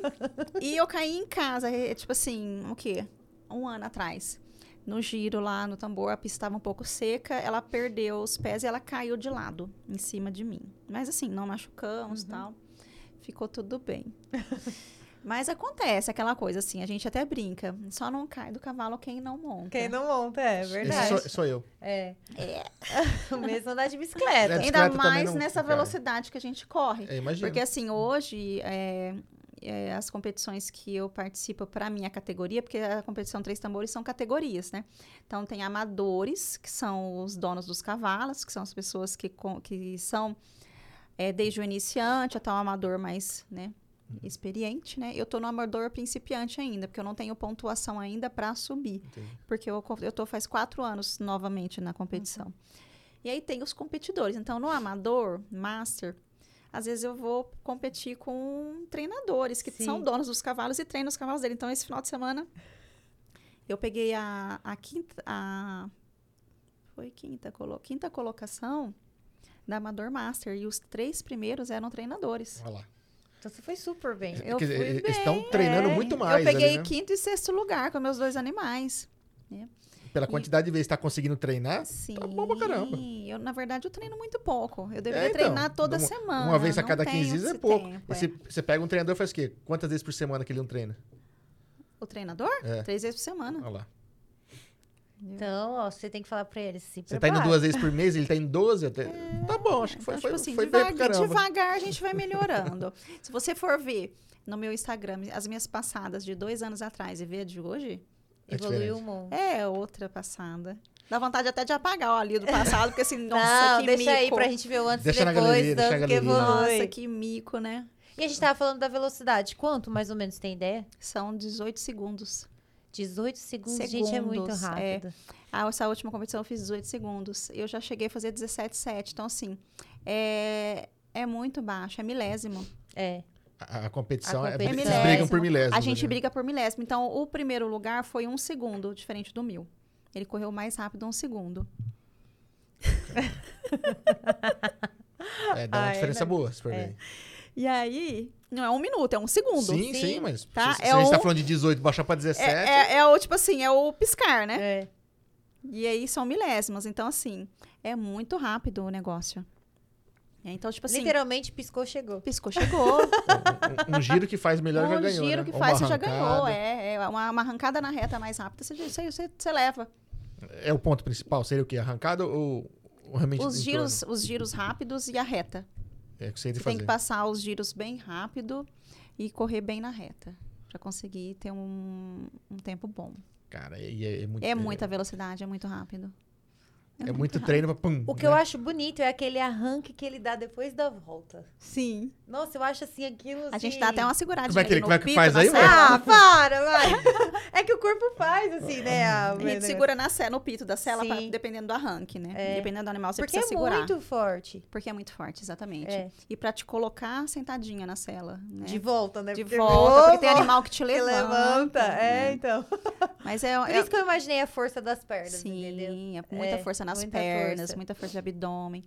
[SPEAKER 3] e eu caí em casa, é, tipo assim, o quê? Um ano atrás. No giro lá no tambor, a pista estava um pouco seca, ela perdeu os pés e ela caiu de lado em cima de mim. Mas assim, não machucamos
[SPEAKER 4] Uhum.
[SPEAKER 3] e tal. Ficou tudo bem. Mas acontece aquela coisa assim, a gente até brinca. Só não cai do cavalo quem não monta.
[SPEAKER 4] Quem não monta, é
[SPEAKER 2] Esse
[SPEAKER 4] verdade.
[SPEAKER 2] sou, sou eu.
[SPEAKER 1] É. É. Mesmo andar de bicicleta.
[SPEAKER 2] É.
[SPEAKER 3] Ainda
[SPEAKER 2] bicicleta também
[SPEAKER 3] mais
[SPEAKER 2] não
[SPEAKER 3] nessa
[SPEAKER 2] cai.
[SPEAKER 3] velocidade que a gente corre.
[SPEAKER 2] É, imagina.
[SPEAKER 3] Porque assim, hoje é, é, as competições que eu participo para minha categoria, porque a competição Três Tambores são categorias, né? Então tem amadores, que são os donos dos cavalos, que são as pessoas que, co- que são é, desde o iniciante até o amador mais, né? Experiente, né? Eu tô no amador principiante ainda, porque eu não tenho pontuação ainda para subir.
[SPEAKER 2] Entendi.
[SPEAKER 3] Porque eu, co- eu tô faz quatro anos novamente na competição. E aí tem os competidores. Então, no amador, master, às vezes eu vou competir com treinadores que
[SPEAKER 1] Sim.
[SPEAKER 3] são donos dos cavalos e treinam os cavalos dele. Então, esse final de semana, eu peguei a, a quinta. A, foi quinta, colo, quinta colocação da Amador Master. E os três primeiros eram treinadores.
[SPEAKER 2] Olha lá.
[SPEAKER 1] Então você foi super bem.
[SPEAKER 3] assim, Eu
[SPEAKER 2] É, Quer dizer,
[SPEAKER 3] fui
[SPEAKER 2] eles
[SPEAKER 3] bem,
[SPEAKER 2] estão treinando
[SPEAKER 1] é.
[SPEAKER 2] muito mais.
[SPEAKER 3] eu peguei
[SPEAKER 2] ali, né?
[SPEAKER 3] quinto e sexto lugar com meus dois animais.
[SPEAKER 2] Pela quantidade de vezes que tá conseguindo treinar,
[SPEAKER 3] Sim.
[SPEAKER 2] tá bom pra caramba.
[SPEAKER 3] Eu, na verdade, eu treino muito pouco. Eu deveria
[SPEAKER 2] então,
[SPEAKER 3] treinar toda
[SPEAKER 2] uma-
[SPEAKER 3] semana.
[SPEAKER 2] uma vez a
[SPEAKER 3] Ah, não
[SPEAKER 2] cada
[SPEAKER 3] tenho
[SPEAKER 2] 15 dias é
[SPEAKER 3] esse
[SPEAKER 2] pouco.
[SPEAKER 3] tempo,
[SPEAKER 2] E
[SPEAKER 3] é.
[SPEAKER 2] Você, você pega um treinador e faz o quê? Quantas vezes por semana que ele é um não treina?
[SPEAKER 3] O treinador?
[SPEAKER 2] É.
[SPEAKER 3] Três vezes por semana.
[SPEAKER 2] Olha lá.
[SPEAKER 1] Então, ó, você tem que falar pra ele. Se
[SPEAKER 2] Você tá indo
[SPEAKER 1] prepara.
[SPEAKER 2] duas vezes por mês, ele tá indo 12. até- Tá bom, acho que foi,
[SPEAKER 3] Então,
[SPEAKER 2] foi,
[SPEAKER 3] tipo assim,
[SPEAKER 2] foi bem
[SPEAKER 3] devagar,
[SPEAKER 2] pra caramba.
[SPEAKER 3] devagar a gente vai melhorando. Se você for ver no meu Instagram as minhas passadas de dois anos atrás e ver a de hoje,
[SPEAKER 2] É
[SPEAKER 1] Evoluiu
[SPEAKER 2] diferente.
[SPEAKER 1] um monte.
[SPEAKER 3] é outra passada. Dá vontade até de apagar ó, ali do passado, porque assim, nossa,
[SPEAKER 1] Não,
[SPEAKER 3] que
[SPEAKER 1] deixa
[SPEAKER 3] mico.
[SPEAKER 1] aí pra gente ver o antes
[SPEAKER 2] Deixa
[SPEAKER 1] e
[SPEAKER 2] na
[SPEAKER 1] depois,
[SPEAKER 2] galeria, deixa
[SPEAKER 1] tanto
[SPEAKER 2] na
[SPEAKER 1] que
[SPEAKER 2] galeria.
[SPEAKER 1] evolui.
[SPEAKER 3] Nossa, que mico, né?
[SPEAKER 1] E a gente tava falando da velocidade. Quanto, mais ou menos, tem ideia?
[SPEAKER 3] São 18 segundos.
[SPEAKER 1] 18 segundos, gente, é muito
[SPEAKER 3] Segundos, é.
[SPEAKER 1] rápido.
[SPEAKER 3] Ah, essa última competição eu fiz 18 segundos. Eu já cheguei a fazer 17,7. Então, assim, é, é muito baixo, é milésimo.
[SPEAKER 1] É.
[SPEAKER 2] A, a competição,
[SPEAKER 1] A
[SPEAKER 2] é-
[SPEAKER 1] competição.
[SPEAKER 2] eles brigam por
[SPEAKER 3] Milésimo.
[SPEAKER 2] milésimo.
[SPEAKER 3] A gente
[SPEAKER 2] né?
[SPEAKER 3] briga por milésimo. Então, o primeiro lugar foi um segundo, diferente do mil. Ele correu mais rápido um segundo.
[SPEAKER 2] É, dá uma
[SPEAKER 1] Ah, é,
[SPEAKER 2] diferença
[SPEAKER 1] né?
[SPEAKER 2] boa, se for
[SPEAKER 1] É.
[SPEAKER 2] bem.
[SPEAKER 3] E aí, não é um minuto, é um segundo.
[SPEAKER 2] Sim, sim,
[SPEAKER 1] Sim.
[SPEAKER 2] mas
[SPEAKER 3] Tá,
[SPEAKER 2] se,
[SPEAKER 3] é
[SPEAKER 2] se a gente tá
[SPEAKER 3] um-
[SPEAKER 2] falando de 18, baixar pra 17,
[SPEAKER 3] É, é, é o tipo assim, é o piscar, né?
[SPEAKER 1] é.
[SPEAKER 3] E aí são milésimas. Então, assim, é muito rápido o negócio. É, então, tipo assim,
[SPEAKER 1] Literalmente, piscou, chegou.
[SPEAKER 3] piscou, chegou.
[SPEAKER 2] um, um giro que faz melhor já
[SPEAKER 3] um
[SPEAKER 2] ganhou,
[SPEAKER 3] giro
[SPEAKER 2] né?
[SPEAKER 3] que
[SPEAKER 2] Ou
[SPEAKER 3] faz,
[SPEAKER 2] uma
[SPEAKER 3] você já ganhou.
[SPEAKER 2] arrancada.
[SPEAKER 3] É, é uma, uma arrancada na reta mais rápida, você, você, você, você leva.
[SPEAKER 2] É o ponto principal? Seria o quê? Arrancada ou, ou realmente
[SPEAKER 3] Os
[SPEAKER 2] em
[SPEAKER 3] giros, os giros rápidos e a reta.
[SPEAKER 2] torno? É o que você tem
[SPEAKER 3] Você
[SPEAKER 2] que fazer.
[SPEAKER 3] tem que passar os giros bem rápido e correr bem na reta. Pra conseguir ter um, um tempo bom.
[SPEAKER 2] Cara, e é, muito...
[SPEAKER 3] É muita velocidade, é muito rápido.
[SPEAKER 2] É muito treino pra pum. né?
[SPEAKER 1] O que eu acho bonito é aquele arranque que ele dá depois da volta.
[SPEAKER 3] Sim.
[SPEAKER 1] Nossa, eu acho assim aquilo.
[SPEAKER 3] A gente
[SPEAKER 1] assim-
[SPEAKER 3] dá até uma né? seguradinha.
[SPEAKER 2] Como é que
[SPEAKER 3] ali
[SPEAKER 2] ele-
[SPEAKER 3] no
[SPEAKER 2] como é que
[SPEAKER 3] pico,
[SPEAKER 2] faz
[SPEAKER 3] na
[SPEAKER 2] aí,
[SPEAKER 3] sé-
[SPEAKER 2] ué?
[SPEAKER 1] Ah, para, vai. É que o corpo faz, assim, né? a-
[SPEAKER 3] A gente segura na sé, no pito da cela, pra-
[SPEAKER 1] Sim.
[SPEAKER 3] dependendo do arranque, né?
[SPEAKER 1] É.
[SPEAKER 3] Dependendo do animal, você
[SPEAKER 1] Porque é
[SPEAKER 3] precisa segurar.
[SPEAKER 1] muito forte.
[SPEAKER 3] Porque é muito forte, exatamente.
[SPEAKER 1] É.
[SPEAKER 3] E pra te colocar sentadinha na cela, né?
[SPEAKER 1] De volta, né?
[SPEAKER 3] De
[SPEAKER 1] Porque-
[SPEAKER 3] volta, porque tem
[SPEAKER 1] Ô,
[SPEAKER 3] animal que te
[SPEAKER 1] que
[SPEAKER 3] levanta.
[SPEAKER 1] levanta. É, então.
[SPEAKER 3] Mas é,
[SPEAKER 1] Por
[SPEAKER 3] é-
[SPEAKER 1] isso que eu imaginei a força das pernas, entendeu?
[SPEAKER 3] sim, é muita
[SPEAKER 1] É,
[SPEAKER 3] força nas
[SPEAKER 1] muita
[SPEAKER 3] pernas,
[SPEAKER 1] força.
[SPEAKER 3] muita força de abdômen.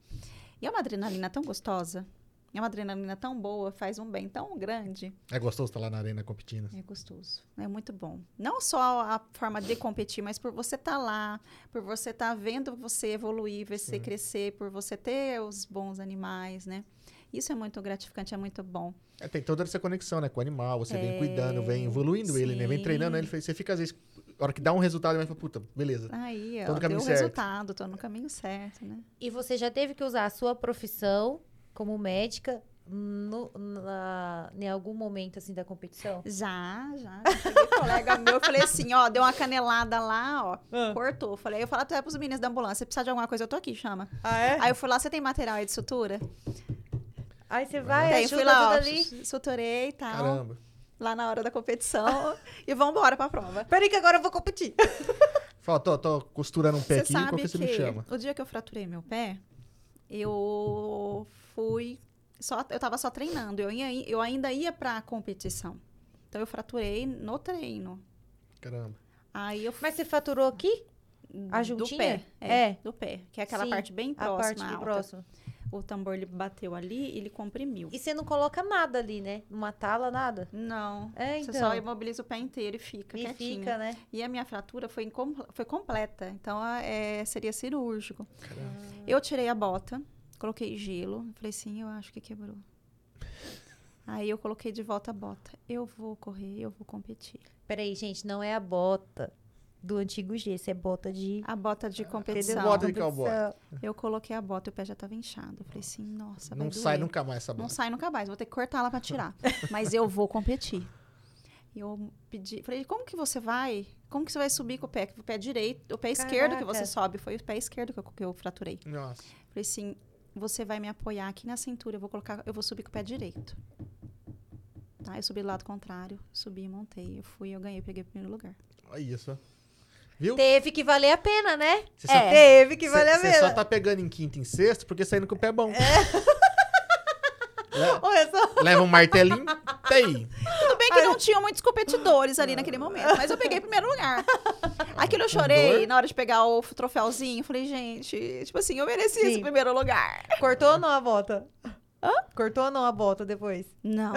[SPEAKER 3] E é uma adrenalina tão gostosa. É uma adrenalina tão boa, faz um bem tão grande.
[SPEAKER 2] É gostoso estar lá na arena competindo.
[SPEAKER 3] É gostoso. É muito bom. Não só a forma de competir, mas por você estar lá, por você estar vendo você evoluir, ver você
[SPEAKER 2] Sim.
[SPEAKER 3] crescer, por você ter os bons animais, né? Isso é muito gratificante, é muito bom.
[SPEAKER 2] É, tem toda essa conexão, né? Com o animal, você vem
[SPEAKER 3] É,
[SPEAKER 2] cuidando, vem evoluindo ele, né? Vem
[SPEAKER 3] sim.
[SPEAKER 2] treinando ele. Você fica, às vezes, a hora que dá um resultado, ele fala, puta, beleza.
[SPEAKER 3] Aí,
[SPEAKER 2] Tô no
[SPEAKER 3] ó, deu
[SPEAKER 2] caminho
[SPEAKER 3] o
[SPEAKER 2] certo.
[SPEAKER 3] resultado, tô no caminho certo, né?
[SPEAKER 1] E você já teve que usar a sua profissão como médica no- na- em algum momento, assim, da competição?
[SPEAKER 3] Já, já. já Cheguei um colega meu, eu falei assim, ó, deu uma canelada lá, ó,
[SPEAKER 2] Ah.
[SPEAKER 3] cortou. Falei, eu falo até pros meninos da ambulância, se precisar de alguma coisa, eu tô aqui, chama.
[SPEAKER 1] Ah, é?
[SPEAKER 3] Aí eu fui lá, você tem material aí de sutura?
[SPEAKER 1] Aí você vai,
[SPEAKER 3] tem,
[SPEAKER 1] ajuda
[SPEAKER 3] fui lá, ó,
[SPEAKER 1] tudo ali.
[SPEAKER 3] su- suturei e tal,
[SPEAKER 2] Caramba.
[SPEAKER 3] lá na hora da competição, e vambora pra prova.
[SPEAKER 1] Peraí que agora eu vou competir.
[SPEAKER 2] Fala, tô, tô costurando um pé
[SPEAKER 3] Você
[SPEAKER 2] aqui, qual
[SPEAKER 3] sabe
[SPEAKER 2] que
[SPEAKER 3] que
[SPEAKER 2] você me chama?
[SPEAKER 3] o dia que eu fraturei meu pé, eu fui. Só, eu tava só treinando, eu, ia, eu ainda ia pra competição. Então eu fraturei no treino.
[SPEAKER 2] Caramba.
[SPEAKER 3] Aí eu
[SPEAKER 1] Mas você faturou aqui? A
[SPEAKER 3] do
[SPEAKER 1] juntinha?
[SPEAKER 3] pé. É,
[SPEAKER 1] É.
[SPEAKER 3] do pé. Que é aquela
[SPEAKER 1] Sim,
[SPEAKER 3] parte bem
[SPEAKER 1] a
[SPEAKER 3] próxima.
[SPEAKER 1] parte do
[SPEAKER 3] alta.
[SPEAKER 1] próximo.
[SPEAKER 3] O tambor ele bateu ali ele comprimiu.
[SPEAKER 1] E você não coloca nada ali, né? Uma tala, nada.
[SPEAKER 3] Não.
[SPEAKER 1] É,
[SPEAKER 3] Você
[SPEAKER 1] então.
[SPEAKER 3] só imobiliza o pé inteiro e fica
[SPEAKER 1] E
[SPEAKER 3] quietinha.
[SPEAKER 1] fica, né?
[SPEAKER 3] E a minha fratura foi, incom- foi completa. Então a- é, seria cirúrgico. Eu tirei a bota, coloquei gelo. Falei assim, eu acho que quebrou. Aí eu coloquei de volta a bota. Eu vou correr, eu vou competir.
[SPEAKER 1] Peraí, gente, não é a bota do antigo gesso, é bota de.
[SPEAKER 3] A bota de competição.
[SPEAKER 2] Bota de cowboy.
[SPEAKER 3] Eu coloquei a bota e o pé já tava inchado. Eu falei assim, nossa, vai
[SPEAKER 2] Não sai
[SPEAKER 3] doer.
[SPEAKER 2] nunca mais essa bola.
[SPEAKER 3] Não sai nunca mais, vou ter que cortar ela pra tirar. Mas eu vou competir. E eu pedi, falei, como que você vai? Como que você vai subir com o pé? O pé direito, o pé esquerdo que
[SPEAKER 1] Caraca.
[SPEAKER 3] você sobe. Foi o pé esquerdo que eu, que eu fraturei.
[SPEAKER 2] Nossa.
[SPEAKER 3] Falei assim, você vai me apoiar aqui na cintura, eu vou colocar, eu vou subir com o pé direito. Tá? Eu subi do lado contrário, subi e montei. Eu fui, eu ganhei, peguei o primeiro lugar.
[SPEAKER 2] Olha só. Viu?
[SPEAKER 1] Teve que valer a pena, né?
[SPEAKER 2] Você só-
[SPEAKER 1] É. Teve que valer a
[SPEAKER 2] Você só
[SPEAKER 1] pena.
[SPEAKER 2] tá pegando em quinto e em sexto porque saindo com o pé bom.
[SPEAKER 3] É.
[SPEAKER 2] Le-
[SPEAKER 1] Olha só.
[SPEAKER 2] Leva um martelinho, tá aí.
[SPEAKER 3] Tudo bem que não tinham muitos competidores ali naquele momento, mas eu peguei o primeiro lugar. Aquilo eu
[SPEAKER 2] Com
[SPEAKER 3] chorei
[SPEAKER 2] dor?
[SPEAKER 3] na hora de pegar o troféuzinho. Falei, gente, tipo assim, eu mereci esse
[SPEAKER 1] Sim.
[SPEAKER 3] primeiro lugar.
[SPEAKER 1] Cortou ou não a bota? Cortou ou não a bota depois?
[SPEAKER 3] Não,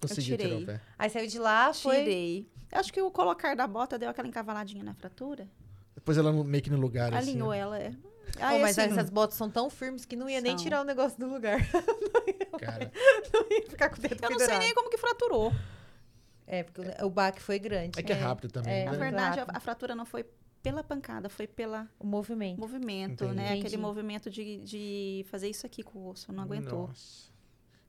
[SPEAKER 2] Consegui tirar o
[SPEAKER 3] tirei.
[SPEAKER 2] pé.
[SPEAKER 1] Aí saiu de lá, foi.
[SPEAKER 3] tirei. Eu acho que o colocar da bota deu aquela encavaladinha na fratura.
[SPEAKER 2] Depois ela no- meio que no lugar, assim.
[SPEAKER 3] Alinhou ela, é.
[SPEAKER 1] Pô,
[SPEAKER 3] Aí,
[SPEAKER 1] Oh, mas
[SPEAKER 3] assim,
[SPEAKER 1] essas botas são tão firmes que não ia nem
[SPEAKER 3] São.
[SPEAKER 1] tirar o negócio do lugar.
[SPEAKER 2] Cara,
[SPEAKER 1] Não ia ficar com o dedo
[SPEAKER 3] eu não sei
[SPEAKER 1] pendurado.
[SPEAKER 3] nem como que fraturou.
[SPEAKER 1] É, porque o- o baque foi grande.
[SPEAKER 2] é que é rápido também,
[SPEAKER 1] É.
[SPEAKER 3] Na
[SPEAKER 1] muito
[SPEAKER 2] né?
[SPEAKER 3] verdade, a,
[SPEAKER 1] rápido.
[SPEAKER 3] a fratura não foi pela pancada, foi pelo
[SPEAKER 1] O movimento.
[SPEAKER 3] movimento,
[SPEAKER 2] Entendi.
[SPEAKER 3] né?
[SPEAKER 1] Entendi.
[SPEAKER 3] Aquele movimento de, de fazer isso aqui com o osso, não aguentou.
[SPEAKER 2] Nossa.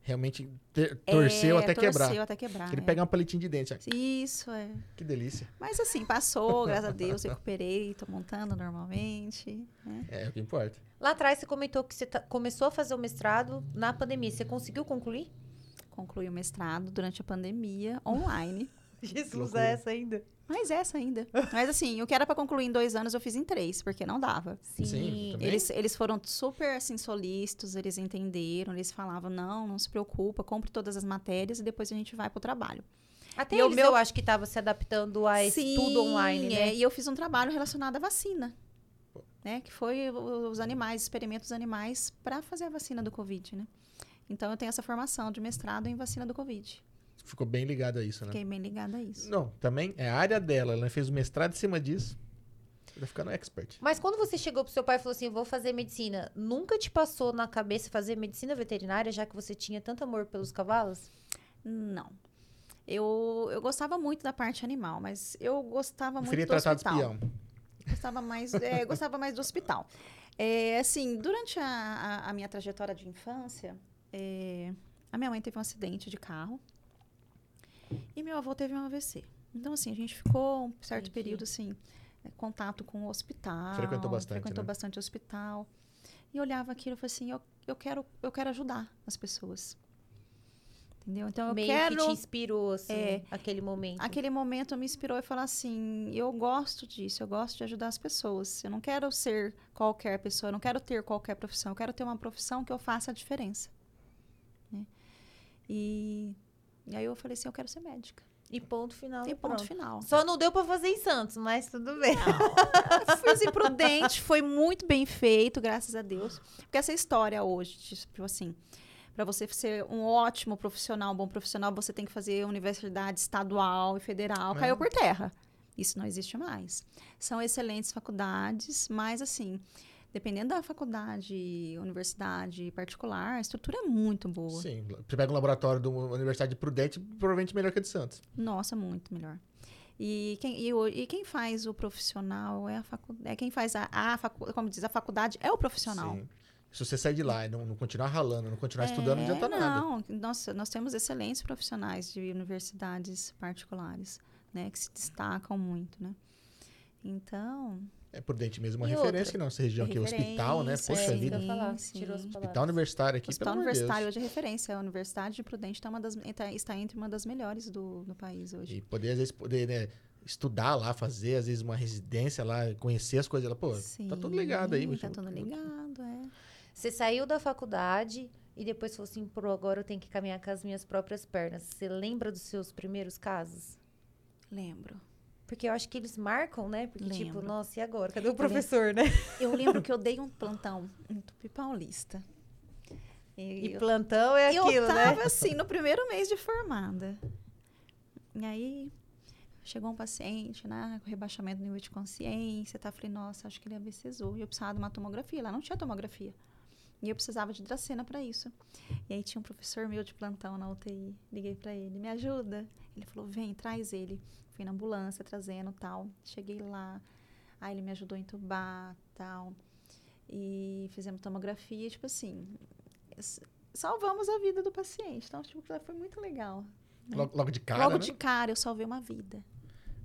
[SPEAKER 2] Realmente ter- torceu
[SPEAKER 3] É,
[SPEAKER 2] até
[SPEAKER 3] Torceu
[SPEAKER 2] quebrar.
[SPEAKER 3] até quebrar.
[SPEAKER 2] Queria
[SPEAKER 3] é.
[SPEAKER 2] pegar um palitinho de dente. ó.
[SPEAKER 3] Isso, é.
[SPEAKER 2] Que delícia.
[SPEAKER 3] Mas assim, passou, graças a Deus, recuperei, tô montando normalmente. né?
[SPEAKER 2] É, é o que importa.
[SPEAKER 1] Lá atrás você comentou que você tá- começou a fazer o mestrado na pandemia. Você conseguiu concluir?
[SPEAKER 3] Concluí o mestrado durante a pandemia, online.
[SPEAKER 1] Jesus,
[SPEAKER 2] loucura.
[SPEAKER 1] é essa ainda?
[SPEAKER 3] Mas essa ainda. Mas assim, o que era pra concluir em dois anos, eu fiz em três, porque não dava.
[SPEAKER 1] Sim.
[SPEAKER 2] Sim, também.
[SPEAKER 3] Eles, eles foram super, assim, solícitos, eles entenderam, eles falavam, não, não se preocupa, compre todas as matérias e depois a gente vai pro trabalho.
[SPEAKER 1] Até
[SPEAKER 3] E o
[SPEAKER 1] eles,
[SPEAKER 3] meu-
[SPEAKER 1] eu acho que estava se adaptando a esse tudo online,
[SPEAKER 3] é,
[SPEAKER 1] né?
[SPEAKER 3] e eu fiz um trabalho relacionado à vacina, né? Que foi o- os animais, experimentos dos animais para fazer a vacina do Covid, né? Então eu tenho essa formação de mestrado em vacina do Covid.
[SPEAKER 2] Ficou bem ligado a isso, né?
[SPEAKER 3] Fiquei bem ligada a isso.
[SPEAKER 2] Não, também é a área dela. Ela fez o mestrado em cima disso. Vai ficando expert.
[SPEAKER 1] Mas quando você chegou pro seu pai e falou assim, eu vou fazer medicina, nunca te passou na cabeça fazer medicina veterinária, já que você tinha tanto amor pelos cavalos?
[SPEAKER 3] Não. Eu, eu gostava muito da parte animal, mas eu gostava muito
[SPEAKER 2] Preferia
[SPEAKER 3] do
[SPEAKER 2] tratar de
[SPEAKER 3] hospital.
[SPEAKER 2] espião.
[SPEAKER 3] Gostava mais, é, eu gostava mais do hospital. É, assim, durante a, a- a minha trajetória de infância, é, a minha mãe teve um acidente de carro e meu avô teve um AVC. Então, assim, a gente ficou um certo
[SPEAKER 1] Entendi.
[SPEAKER 3] período, assim, eh, contato com o hospital.
[SPEAKER 2] Frequentou bastante,
[SPEAKER 3] Frequentou
[SPEAKER 2] né?
[SPEAKER 3] bastante o hospital. E olhava aquilo e falei assim, eu, eu, quero, eu quero ajudar as pessoas. Entendeu? Então eu
[SPEAKER 1] Meio
[SPEAKER 3] quero...
[SPEAKER 1] que te inspirou, assim,
[SPEAKER 3] É.
[SPEAKER 1] aquele momento.
[SPEAKER 3] Aquele momento me inspirou e falou assim: eu gosto disso, eu gosto de ajudar as pessoas. Eu não quero ser qualquer pessoa, eu não quero ter qualquer profissão, eu quero ter uma profissão que eu faça a diferença. né? E, e aí eu falei assim: eu quero ser médica.
[SPEAKER 1] E ponto final.
[SPEAKER 3] e ponto
[SPEAKER 1] Então pronto.
[SPEAKER 3] final.
[SPEAKER 1] Só não deu pra fazer em Santos, mas tudo bem.
[SPEAKER 2] Ah,
[SPEAKER 3] Fiz imprudente, assim, foi muito bem feito, graças a Deus. Porque essa história hoje, tipo assim, para você ser um ótimo profissional, um bom profissional, você tem que fazer universidade estadual e federal,
[SPEAKER 2] É.
[SPEAKER 3] caiu por terra. Isso não existe mais. São excelentes faculdades, mas assim, dependendo da faculdade, universidade particular, a estrutura é muito boa.
[SPEAKER 2] Sim, você pega um laboratório da Universidade de Prudente, provavelmente melhor que a de Santos.
[SPEAKER 3] Nossa, muito melhor. E quem, e, o- e quem faz o profissional é a faculdade. É quem faz a, a facu, como diz, a faculdade é o profissional.
[SPEAKER 2] Sim. Se você sair de lá e não, não continuar ralando, não continuar Tá estudando, não
[SPEAKER 3] já
[SPEAKER 2] adianta nada.
[SPEAKER 3] É, Não, nós, nós temos excelentes profissionais de universidades particulares, né? Que se destacam muito, né? Então,
[SPEAKER 2] É Prudente mesmo, uma
[SPEAKER 1] E
[SPEAKER 2] referência
[SPEAKER 1] outra?
[SPEAKER 2] na nossa região aqui, o hospital, né?
[SPEAKER 3] é Referência,
[SPEAKER 2] Poxa
[SPEAKER 1] é,
[SPEAKER 2] vida. Então,
[SPEAKER 1] Isso que eu ia falar,
[SPEAKER 3] Sim,
[SPEAKER 1] tirou as
[SPEAKER 3] sim.
[SPEAKER 1] palavras.
[SPEAKER 2] Hospital Universitário
[SPEAKER 3] o
[SPEAKER 2] aqui, pelo
[SPEAKER 3] Hospital
[SPEAKER 2] amor de
[SPEAKER 3] Universitário
[SPEAKER 2] Deus.
[SPEAKER 3] hoje é referência. A Universidade de Prudente tá uma das, entra- está entre uma das melhores do, do país hoje.
[SPEAKER 2] E poder, às vezes, poder, né, estudar lá, fazer, às vezes, uma residência lá, conhecer as coisas lá. Pô, tá tudo ligado aí.
[SPEAKER 3] Sim,
[SPEAKER 2] bicho.
[SPEAKER 3] Tá tudo ligado, é.
[SPEAKER 1] Você saiu da faculdade e depois falou assim, pro agora eu tenho que caminhar com as minhas próprias pernas. Você lembra dos seus primeiros casos?
[SPEAKER 3] Lembro.
[SPEAKER 1] Porque eu acho que eles marcam, né? Porque, tipo,
[SPEAKER 3] Lembro.
[SPEAKER 1] nossa, e agora? Cadê o professor, né?
[SPEAKER 3] Eu lembro que eu dei um plantão em Tupi Paulista. E,
[SPEAKER 1] E
[SPEAKER 3] eu,
[SPEAKER 1] plantão é
[SPEAKER 3] eu
[SPEAKER 1] aquilo, né?
[SPEAKER 3] tava assim, no primeiro mês de formada. E aí, chegou um paciente, né, com rebaixamento do nível de consciência, tá? Falei, nossa, acho que ele abscesou. E eu precisava de uma tomografia. Lá não tinha tomografia. E eu precisava de dracena para isso. E aí tinha um professor meu de plantão na UTI. Liguei para ele, me ajuda. Ele falou, vem, traz ele. Fui na ambulância trazendo tal. Cheguei lá. Aí ele me ajudou a entubar tal. E fizemos tomografia, tipo assim. s- Salvamos a vida do paciente. Então, tipo, foi muito legal.
[SPEAKER 2] Logo, logo de cara,
[SPEAKER 3] Logo
[SPEAKER 2] né?
[SPEAKER 3] de cara, eu salvei uma vida.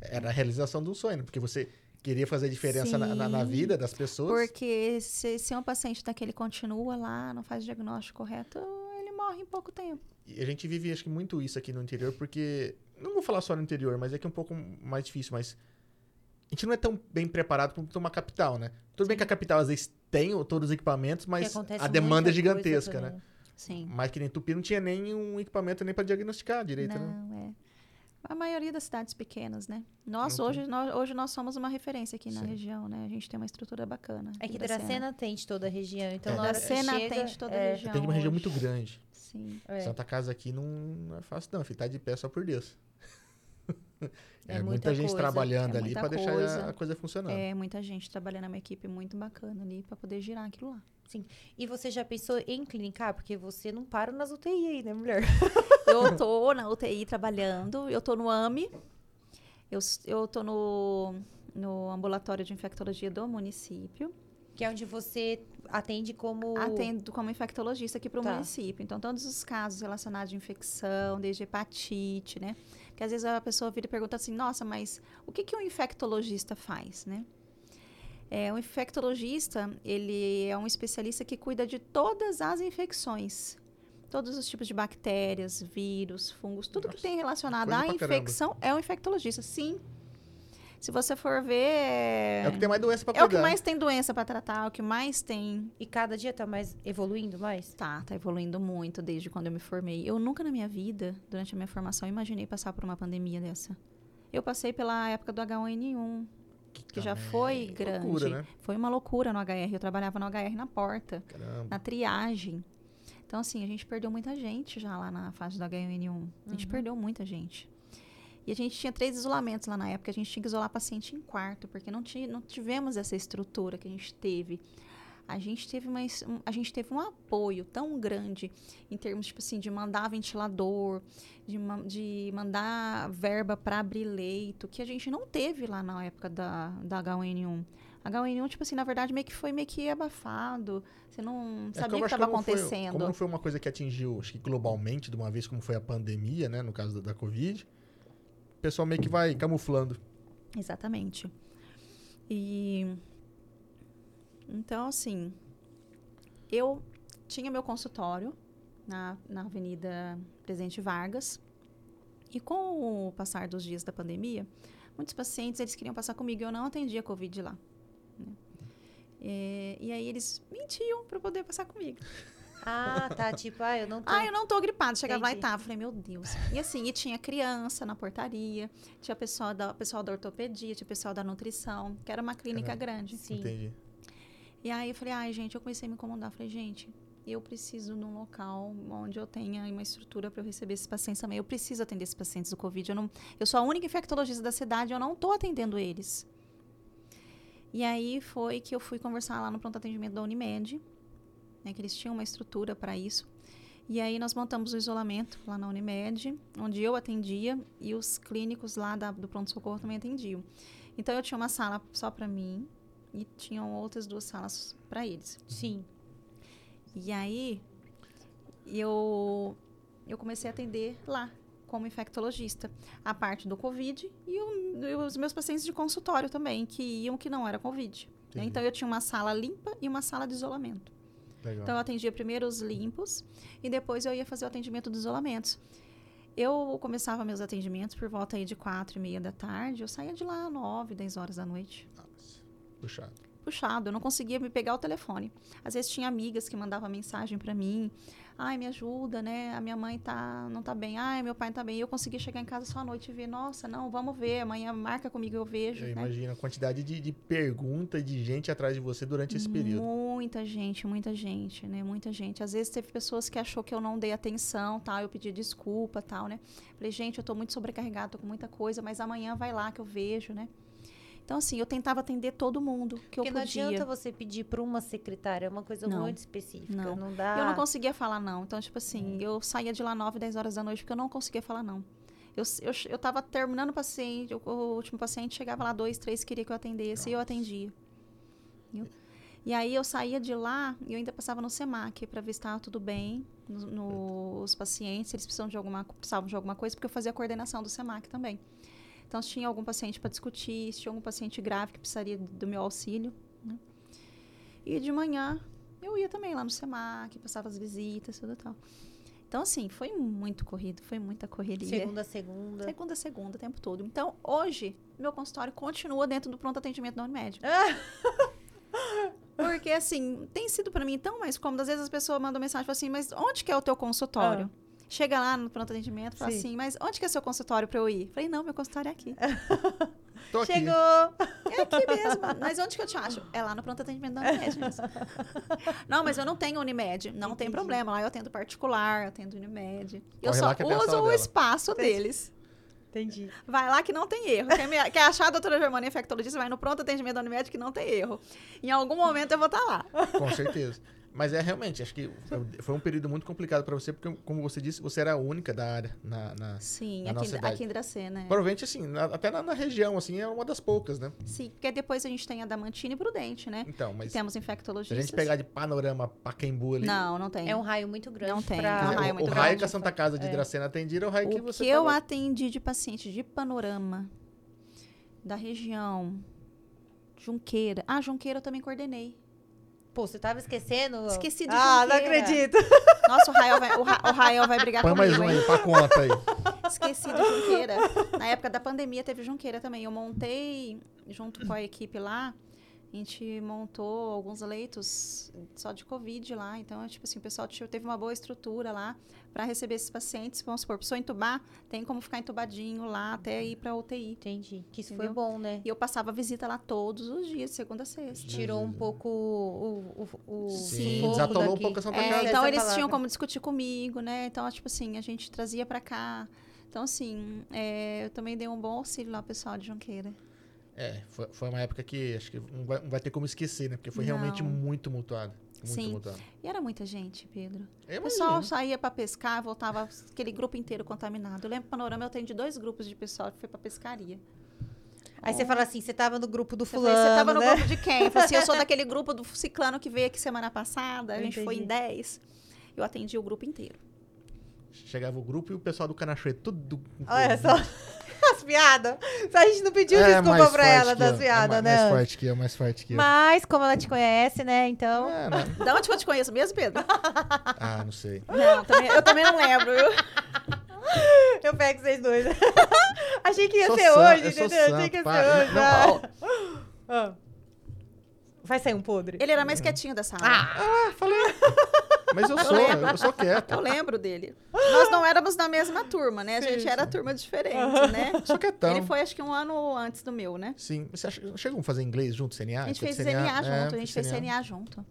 [SPEAKER 2] Era a realização de um sonho, né? porque você queria fazer a diferença na, na- na
[SPEAKER 3] Sim.
[SPEAKER 2] vida das pessoas.
[SPEAKER 3] Porque se, se um paciente daquele continua lá, não faz o diagnóstico correto, ele morre em pouco tempo.
[SPEAKER 2] E a gente vive, acho que, muito isso aqui no interior, porque. Não vou falar só no interior, mas é que é um pouco mais difícil, mas. A gente não é tão bem preparado para uma capital, né? Tudo bem que a capital, às vezes, tem o- todos os equipamentos, mas a demanda é gigantesca, né?
[SPEAKER 3] Sim.
[SPEAKER 2] Mas que nem Tupi não tinha nenhum equipamento nem para diagnosticar direito, né?
[SPEAKER 3] Não, é. A maioria das cidades pequenas, né? Nós
[SPEAKER 2] Não tem.
[SPEAKER 3] hoje, nós, hoje nós somos uma referência aqui na
[SPEAKER 2] Sim.
[SPEAKER 3] região, né? A gente tem uma estrutura bacana.
[SPEAKER 1] É que
[SPEAKER 3] da
[SPEAKER 1] Dracena atende toda a região. Então,
[SPEAKER 2] É.
[SPEAKER 1] na hora
[SPEAKER 3] Dracena
[SPEAKER 1] que chega,
[SPEAKER 3] atende toda a
[SPEAKER 1] é,
[SPEAKER 3] região.
[SPEAKER 2] Tem uma região
[SPEAKER 3] hoje.
[SPEAKER 2] muito grande.
[SPEAKER 3] Sim.
[SPEAKER 1] é.
[SPEAKER 2] Santa Casa aqui não, não é fácil, não. Ficar de pé só por Deus.
[SPEAKER 1] É
[SPEAKER 2] É,
[SPEAKER 1] muita
[SPEAKER 2] muita, gente
[SPEAKER 1] coisa,
[SPEAKER 2] trabalhando
[SPEAKER 3] é
[SPEAKER 2] ali
[SPEAKER 3] muita
[SPEAKER 2] para deixar
[SPEAKER 3] coisa.
[SPEAKER 2] a coisa funcionar.
[SPEAKER 3] É muita gente trabalhando, é uma equipe muito bacana ali pra poder girar aquilo lá.
[SPEAKER 1] E você já pensou em clinicar? Porque você não para nas UTI aí, né, mulher?
[SPEAKER 3] Eu tô na UTI trabalhando, eu tô no AMI, eu, s- eu tô no, no ambulatório de infectologia do município,
[SPEAKER 1] Que é onde você atende como...
[SPEAKER 3] atendo como infectologista aqui para o
[SPEAKER 1] Tá.
[SPEAKER 3] município. Então, todos os casos relacionados à infecção, desde hepatite, né? Porque às vezes a pessoa vira e pergunta assim, nossa, mas o que, que um infectologista faz, né? É, o infectologista, ele é um especialista que cuida de todas as infecções. Todos os tipos de bactérias, vírus, fungos, tudo que
[SPEAKER 2] Nossa,
[SPEAKER 3] tem relacionado
[SPEAKER 2] coisa
[SPEAKER 3] à
[SPEAKER 2] pra caramba.
[SPEAKER 3] infecção é um infectologista, sim. Se você for ver, é,
[SPEAKER 2] É o que tem mais doença para
[SPEAKER 3] é o que
[SPEAKER 2] cuidar.
[SPEAKER 3] mais tem doença para tratar, é o que mais tem
[SPEAKER 1] E cada dia tá mais evoluindo mais?
[SPEAKER 3] Tá, tá evoluindo muito desde quando eu me formei. Eu nunca na minha vida, durante a minha formação, imaginei passar por uma pandemia dessa. Eu passei pela época do H1N1, que já
[SPEAKER 2] também
[SPEAKER 3] foi
[SPEAKER 2] é
[SPEAKER 3] grande.
[SPEAKER 2] Loucura, né?
[SPEAKER 3] Foi uma loucura no HR. Eu trabalhava no HR na porta,
[SPEAKER 2] Caramba.
[SPEAKER 3] na triagem. Então, assim, a gente perdeu muita gente já lá na fase do H1N1. A gente perdeu muita gente. E a gente tinha três isolamentos lá na época. A gente tinha que isolar paciente em quarto, porque não, ti- não tivemos essa estrutura que a gente teve. A gente teve, uma, es- um- a gente teve um apoio tão grande em termos, tipo assim, de mandar ventilador, de, ma- de mandar verba para abrir leito, que a gente não teve lá na época da, da H1N1. H1N1, tipo assim, na verdade, meio que foi meio que abafado. Você não
[SPEAKER 2] É que
[SPEAKER 3] sabia
[SPEAKER 2] eu
[SPEAKER 3] o que
[SPEAKER 2] acho
[SPEAKER 3] estava
[SPEAKER 2] não foi-
[SPEAKER 3] acontecendo.
[SPEAKER 2] como não foi uma coisa que atingiu, acho que globalmente, de uma vez, como foi a pandemia, né? No caso da, da Covid, o pessoal meio que vai camuflando.
[SPEAKER 3] Exatamente. E então assim, eu tinha meu consultório na, na Avenida Presidente Vargas. E com o passar dos dias da pandemia, muitos pacientes eles queriam passar comigo e eu não atendia Covid lá. né? É, e aí eles mentiam para poder passar comigo.
[SPEAKER 1] Ah, tá. Tipo, ah, eu não tô.
[SPEAKER 3] Ah, eu não tô gripado. Chegava lá e
[SPEAKER 1] Entendi.
[SPEAKER 3] tava. Falei, meu Deus. E assim, e tinha criança na portaria, tinha pessoal da, pessoal da ortopedia, tinha pessoal da nutrição, que era uma clínica
[SPEAKER 2] Caramba.
[SPEAKER 3] grande.
[SPEAKER 2] Entendi.
[SPEAKER 3] E aí eu falei, ai, gente, eu comecei a me incomodar. Falei, gente, eu preciso de um local onde eu tenha uma estrutura para eu receber esses pacientes também. Eu preciso atender esses pacientes do Covid. Eu, não, eu sou a única infectologista da cidade, eu não tô atendendo eles. E aí foi que eu fui conversar lá no pronto atendimento da Unimed, né, que eles tinham uma estrutura para isso. E aí nós montamos o isolamento lá na Unimed, onde eu atendia e os clínicos lá da- do pronto-socorro também atendiam. Então eu tinha uma sala só para mim e tinham outras duas salas para eles.
[SPEAKER 1] Sim.
[SPEAKER 3] E aí eu eu comecei a atender lá como infectologista, a parte do COVID e, o- e os meus pacientes de consultório também, que iam que não era COVID. né?
[SPEAKER 2] Entendi.
[SPEAKER 3] Então eu tinha uma sala limpa e uma sala de isolamento.
[SPEAKER 2] Legal.
[SPEAKER 3] Então eu atendia primeiro os limpos e depois eu ia fazer o atendimento dos isolamentos. Eu começava meus atendimentos por volta aí de quatro e meia da tarde, eu saía de lá nove, dez horas da noite
[SPEAKER 2] Nossa, Puxado.
[SPEAKER 3] puxado, eu não conseguia me pegar o telefone. Às vezes tinha amigas que mandavam mensagem pra mim, ai, me ajuda, né? A minha mãe tá não tá bem, ai, meu pai não tá bem. E eu conseguia chegar em casa só à noite e ver, nossa, não, vamos ver, amanhã marca comigo eu vejo,
[SPEAKER 2] Eu
[SPEAKER 3] né?
[SPEAKER 2] imagino a quantidade de, de pergunta de gente atrás de você durante esse período.
[SPEAKER 3] Muita gente, muita gente, né? Muita gente. Às vezes teve pessoas que achou que eu não dei atenção, tal, eu pedi desculpa, tal, né? Falei, gente, eu tô muito sobrecarregada, tô com muita coisa, mas amanhã vai lá que eu vejo, né? Então assim, eu tentava atender todo mundo que eu
[SPEAKER 1] Porque não
[SPEAKER 3] podia.
[SPEAKER 1] adianta você pedir pra uma secretária, é uma coisa
[SPEAKER 3] Não.
[SPEAKER 1] muito específica. Não,
[SPEAKER 3] Não.
[SPEAKER 1] dá.
[SPEAKER 3] Eu não conseguia falar não. Então, tipo assim, eu saía de lá 9, 10 horas da noite porque eu não conseguia falar não. Eu, eu, eu tava terminando o paciente, o, o último paciente chegava lá, dois, três, queria que eu atendesse e eu atendia. Viu? E aí eu saía de lá e eu ainda passava no SEMAC para ver se estava tudo bem nos pacientes, se eles precisam de alguma, precisavam de alguma coisa, porque eu fazia a coordenação do SEMAC também. Então, se tinha algum paciente para discutir, se tinha algum paciente grave que precisaria do meu auxílio. né? E de manhã eu ia também lá no SEMAC, passava as visitas, tudo e tal. Então, assim, foi muito corrido, foi muita correria.
[SPEAKER 1] Segunda a segunda.
[SPEAKER 3] Segunda, a segunda, o tempo todo. Então, hoje, meu consultório continua dentro do pronto atendimento da Unimed.
[SPEAKER 1] É.
[SPEAKER 3] Porque, assim, tem sido pra mim tão mais cômodo. Às vezes as pessoas mandam mensagem e falam assim, mas onde que é o teu consultório? Chega lá no pronto atendimento e fala
[SPEAKER 1] É. Sim.
[SPEAKER 3] assim, mas onde que é o seu consultório pra eu ir? Falei, não, meu consultório é aqui.
[SPEAKER 2] Tô aqui.
[SPEAKER 1] Chegou!
[SPEAKER 3] É aqui mesmo. Mas onde que eu te acho? É lá no pronto atendimento da Unimed mesmo. Não, mas eu não tenho Unimed. Não tem
[SPEAKER 1] Entendi.
[SPEAKER 3] problema. Lá eu atendo particular, eu atendo Unimed. Eu
[SPEAKER 2] Corre
[SPEAKER 3] só
[SPEAKER 2] lá que tem a
[SPEAKER 3] uso
[SPEAKER 2] sala
[SPEAKER 3] o
[SPEAKER 2] dela.
[SPEAKER 3] espaço deles.
[SPEAKER 1] Entendi.
[SPEAKER 3] Vai lá que não tem erro. Quer, me- quer achar a doutora Germana infectologista, vai no pronto atendimento da Unimed que não tem erro. Em algum momento eu vou estar lá.
[SPEAKER 2] Com certeza. Mas é realmente, acho que foi- foi um período muito complicado pra você, porque, como você disse, você era a única da área. Na, na-
[SPEAKER 3] Sim,
[SPEAKER 2] Na nossa
[SPEAKER 3] aqui,
[SPEAKER 2] idade.
[SPEAKER 3] aqui em Dracena. é.
[SPEAKER 2] Provavelmente, assim, na- até na, na região, assim, é uma das poucas, né?
[SPEAKER 3] Sim, porque depois a gente tem a Damantina e Prudente, né?
[SPEAKER 2] Então,
[SPEAKER 3] E
[SPEAKER 2] mas se
[SPEAKER 3] temos
[SPEAKER 2] a
[SPEAKER 3] infectologistas.
[SPEAKER 2] gente pegar de panorama Pacaembu ali...
[SPEAKER 3] Não, não tem.
[SPEAKER 1] É um raio muito grande.
[SPEAKER 3] Não tem,
[SPEAKER 1] pra-
[SPEAKER 2] quer
[SPEAKER 3] é um
[SPEAKER 2] dizer,
[SPEAKER 3] raio
[SPEAKER 2] o, o
[SPEAKER 3] muito
[SPEAKER 2] raio
[SPEAKER 3] grande.
[SPEAKER 2] que a Santa Casa de
[SPEAKER 1] É.
[SPEAKER 2] Dracena atendia era o raio que
[SPEAKER 3] O
[SPEAKER 2] você tá
[SPEAKER 3] que eu
[SPEAKER 2] tava-
[SPEAKER 3] atendi de paciente de panorama da região Junqueira. Ah, Junqueira eu também coordenei.
[SPEAKER 1] Pô, você tava esquecendo?
[SPEAKER 3] Esqueci de
[SPEAKER 4] Ah, não
[SPEAKER 3] Junqueira.
[SPEAKER 4] acredito.
[SPEAKER 3] Nossa, o Rael vai, o Ra- o Rael vai brigar
[SPEAKER 2] Põe
[SPEAKER 3] comigo.
[SPEAKER 2] mais um
[SPEAKER 3] hein?
[SPEAKER 2] aí, pra conta aí.
[SPEAKER 3] Esqueci do Junqueira. Na época da pandemia teve Junqueira também. Eu montei, junto com a equipe lá, a gente montou alguns leitos só de Covid lá. Então, é tipo assim, o pessoal tinha- teve uma boa estrutura lá para receber esses pacientes. Vamos supor, precisou entubar, tem como ficar entubadinho lá até ir para UTI.
[SPEAKER 1] Entendi. Que isso foi
[SPEAKER 3] Entendeu?
[SPEAKER 1] bom, né?
[SPEAKER 2] Uhum.
[SPEAKER 3] E eu passava visita lá todos os dias, de segunda a sexta.
[SPEAKER 1] Tirou um pouco o. o, o
[SPEAKER 3] Sim,
[SPEAKER 1] fogo
[SPEAKER 2] desatolou um
[SPEAKER 1] daqui.
[SPEAKER 2] pouco a Santa
[SPEAKER 3] É,
[SPEAKER 2] Casa.
[SPEAKER 3] então
[SPEAKER 1] essa
[SPEAKER 3] eles
[SPEAKER 1] palavra.
[SPEAKER 3] tinham como discutir comigo, né? Então, tipo assim, a gente trazia pra cá. Então, assim, é, eu também dei um bom auxílio lá ao pessoal de Junqueira.
[SPEAKER 2] É, foi, foi uma época que acho que não vai, não vai ter como esquecer, né? Porque foi
[SPEAKER 3] Não.
[SPEAKER 2] realmente muito mutuado. Muito
[SPEAKER 3] Sim.
[SPEAKER 2] mutuado.
[SPEAKER 3] E era muita gente, Pedro.
[SPEAKER 2] Eu
[SPEAKER 3] O pessoal
[SPEAKER 2] imagino.
[SPEAKER 3] saía pra pescar, voltava aquele grupo inteiro contaminado. Eu lembro do panorama, eu tenho de dois grupos de pessoal que foi pra pescaria.
[SPEAKER 1] Aí você fala assim: você tava no grupo do
[SPEAKER 3] Eu
[SPEAKER 1] fulano.
[SPEAKER 3] falei, você tava no
[SPEAKER 1] né?
[SPEAKER 3] grupo de quem? Eu falei assim, eu sou daquele grupo do ciclano que veio aqui semana passada, a gente foi em
[SPEAKER 1] Entendi.
[SPEAKER 3] 10. Eu atendi o grupo inteiro.
[SPEAKER 2] Chegava o grupo e o pessoal do Canachoeiro, tudo.
[SPEAKER 1] Olha só. As piadas? A gente não pediu
[SPEAKER 2] É
[SPEAKER 1] desculpa
[SPEAKER 2] mais
[SPEAKER 1] pra
[SPEAKER 2] forte
[SPEAKER 1] ela
[SPEAKER 3] tá
[SPEAKER 2] que
[SPEAKER 1] das
[SPEAKER 2] eu,
[SPEAKER 1] piadas,
[SPEAKER 2] é
[SPEAKER 1] né?
[SPEAKER 2] mais, Mais forte que eu, mais forte que eu.
[SPEAKER 1] Mas, como ela te conhece, né? Então.
[SPEAKER 2] É, não-
[SPEAKER 3] Da onde que eu te conheço mesmo, Pedro?
[SPEAKER 2] ah, não sei.
[SPEAKER 3] Não, também- eu também não lembro, viu?
[SPEAKER 1] Eu pego vocês dois. Achei que ia
[SPEAKER 2] Sou
[SPEAKER 1] ser
[SPEAKER 2] sã,
[SPEAKER 1] hoje,
[SPEAKER 2] eu sou
[SPEAKER 1] entendeu?
[SPEAKER 2] sã,
[SPEAKER 1] Achei que ia
[SPEAKER 2] para.
[SPEAKER 1] ser hoje.
[SPEAKER 2] Não,
[SPEAKER 1] ah. Ah. Vai sair um podre?
[SPEAKER 3] Ele era mais quietinho dessa aula.
[SPEAKER 1] Ah,
[SPEAKER 2] Ah, falei. Mas eu sou,
[SPEAKER 3] lembro.
[SPEAKER 2] eu sou quieto.
[SPEAKER 3] Eu lembro dele. Nós não éramos na mesma turma, né? A gente era turma diferente, né?
[SPEAKER 2] Sou quietão.
[SPEAKER 3] Ele foi, acho que um ano antes do meu, né?
[SPEAKER 2] Sim. Você acha, chegam a fazer inglês junto, CNA?
[SPEAKER 3] A gente
[SPEAKER 2] Tudo
[SPEAKER 3] fez CNA
[SPEAKER 2] É,
[SPEAKER 3] junto, a gente
[SPEAKER 2] tudo
[SPEAKER 3] fez CNA junto.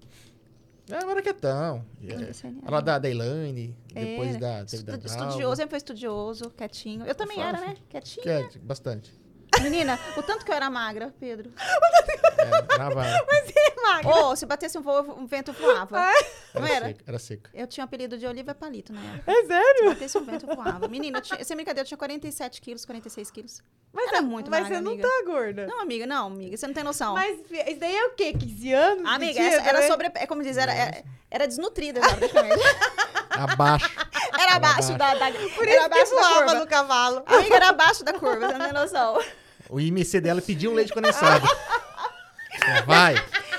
[SPEAKER 2] É, eu era quietão. É.
[SPEAKER 3] CNA.
[SPEAKER 2] Ela da Deilane, depois
[SPEAKER 3] Era.
[SPEAKER 2] da... Teve
[SPEAKER 3] Estu-
[SPEAKER 2] da
[SPEAKER 3] É, Estudioso, é sempre foi estudioso, quietinho. Eu também
[SPEAKER 2] Fala,
[SPEAKER 3] era, né?
[SPEAKER 2] filho.
[SPEAKER 3] Quietinho.
[SPEAKER 2] Dalva. Que é, bastante.
[SPEAKER 3] Menina, o tanto que eu era magra, Pedro.
[SPEAKER 2] É, na vara.
[SPEAKER 3] Ou se batesse um, voo, um vento eu voava. Não
[SPEAKER 2] Era
[SPEAKER 3] era?
[SPEAKER 2] seca, era seca.
[SPEAKER 3] Eu tinha o apelido de Olivia Palito na época.
[SPEAKER 1] é sério?
[SPEAKER 3] Se batesse um vento eu voava. Menina, eu tinha, sem brincadeira, eu tinha 47 quilos, 46 quilos.
[SPEAKER 1] Mas,
[SPEAKER 3] Era
[SPEAKER 1] é-
[SPEAKER 3] muito
[SPEAKER 1] mas
[SPEAKER 3] magra,
[SPEAKER 1] você não
[SPEAKER 3] amiga.
[SPEAKER 1] tá gorda.
[SPEAKER 3] Não, amiga, não, amiga, você não tem noção.
[SPEAKER 1] Mas fi- isso daí é o quê? 15 anos?
[SPEAKER 3] Amiga,
[SPEAKER 1] Mentira,
[SPEAKER 3] essa era
[SPEAKER 1] né?
[SPEAKER 3] sobre. É como diz, era, era, era desnutrida já, praticamente.
[SPEAKER 2] Abaixo.
[SPEAKER 3] Era abaixo da, da.
[SPEAKER 1] Por isso
[SPEAKER 3] era
[SPEAKER 1] que
[SPEAKER 3] abaixo da
[SPEAKER 1] voava
[SPEAKER 3] curva.
[SPEAKER 1] no cavalo.
[SPEAKER 3] Amiga, era abaixo da curva, você não tem noção.
[SPEAKER 2] O IMC dela pediu um leite condensado. É, vai.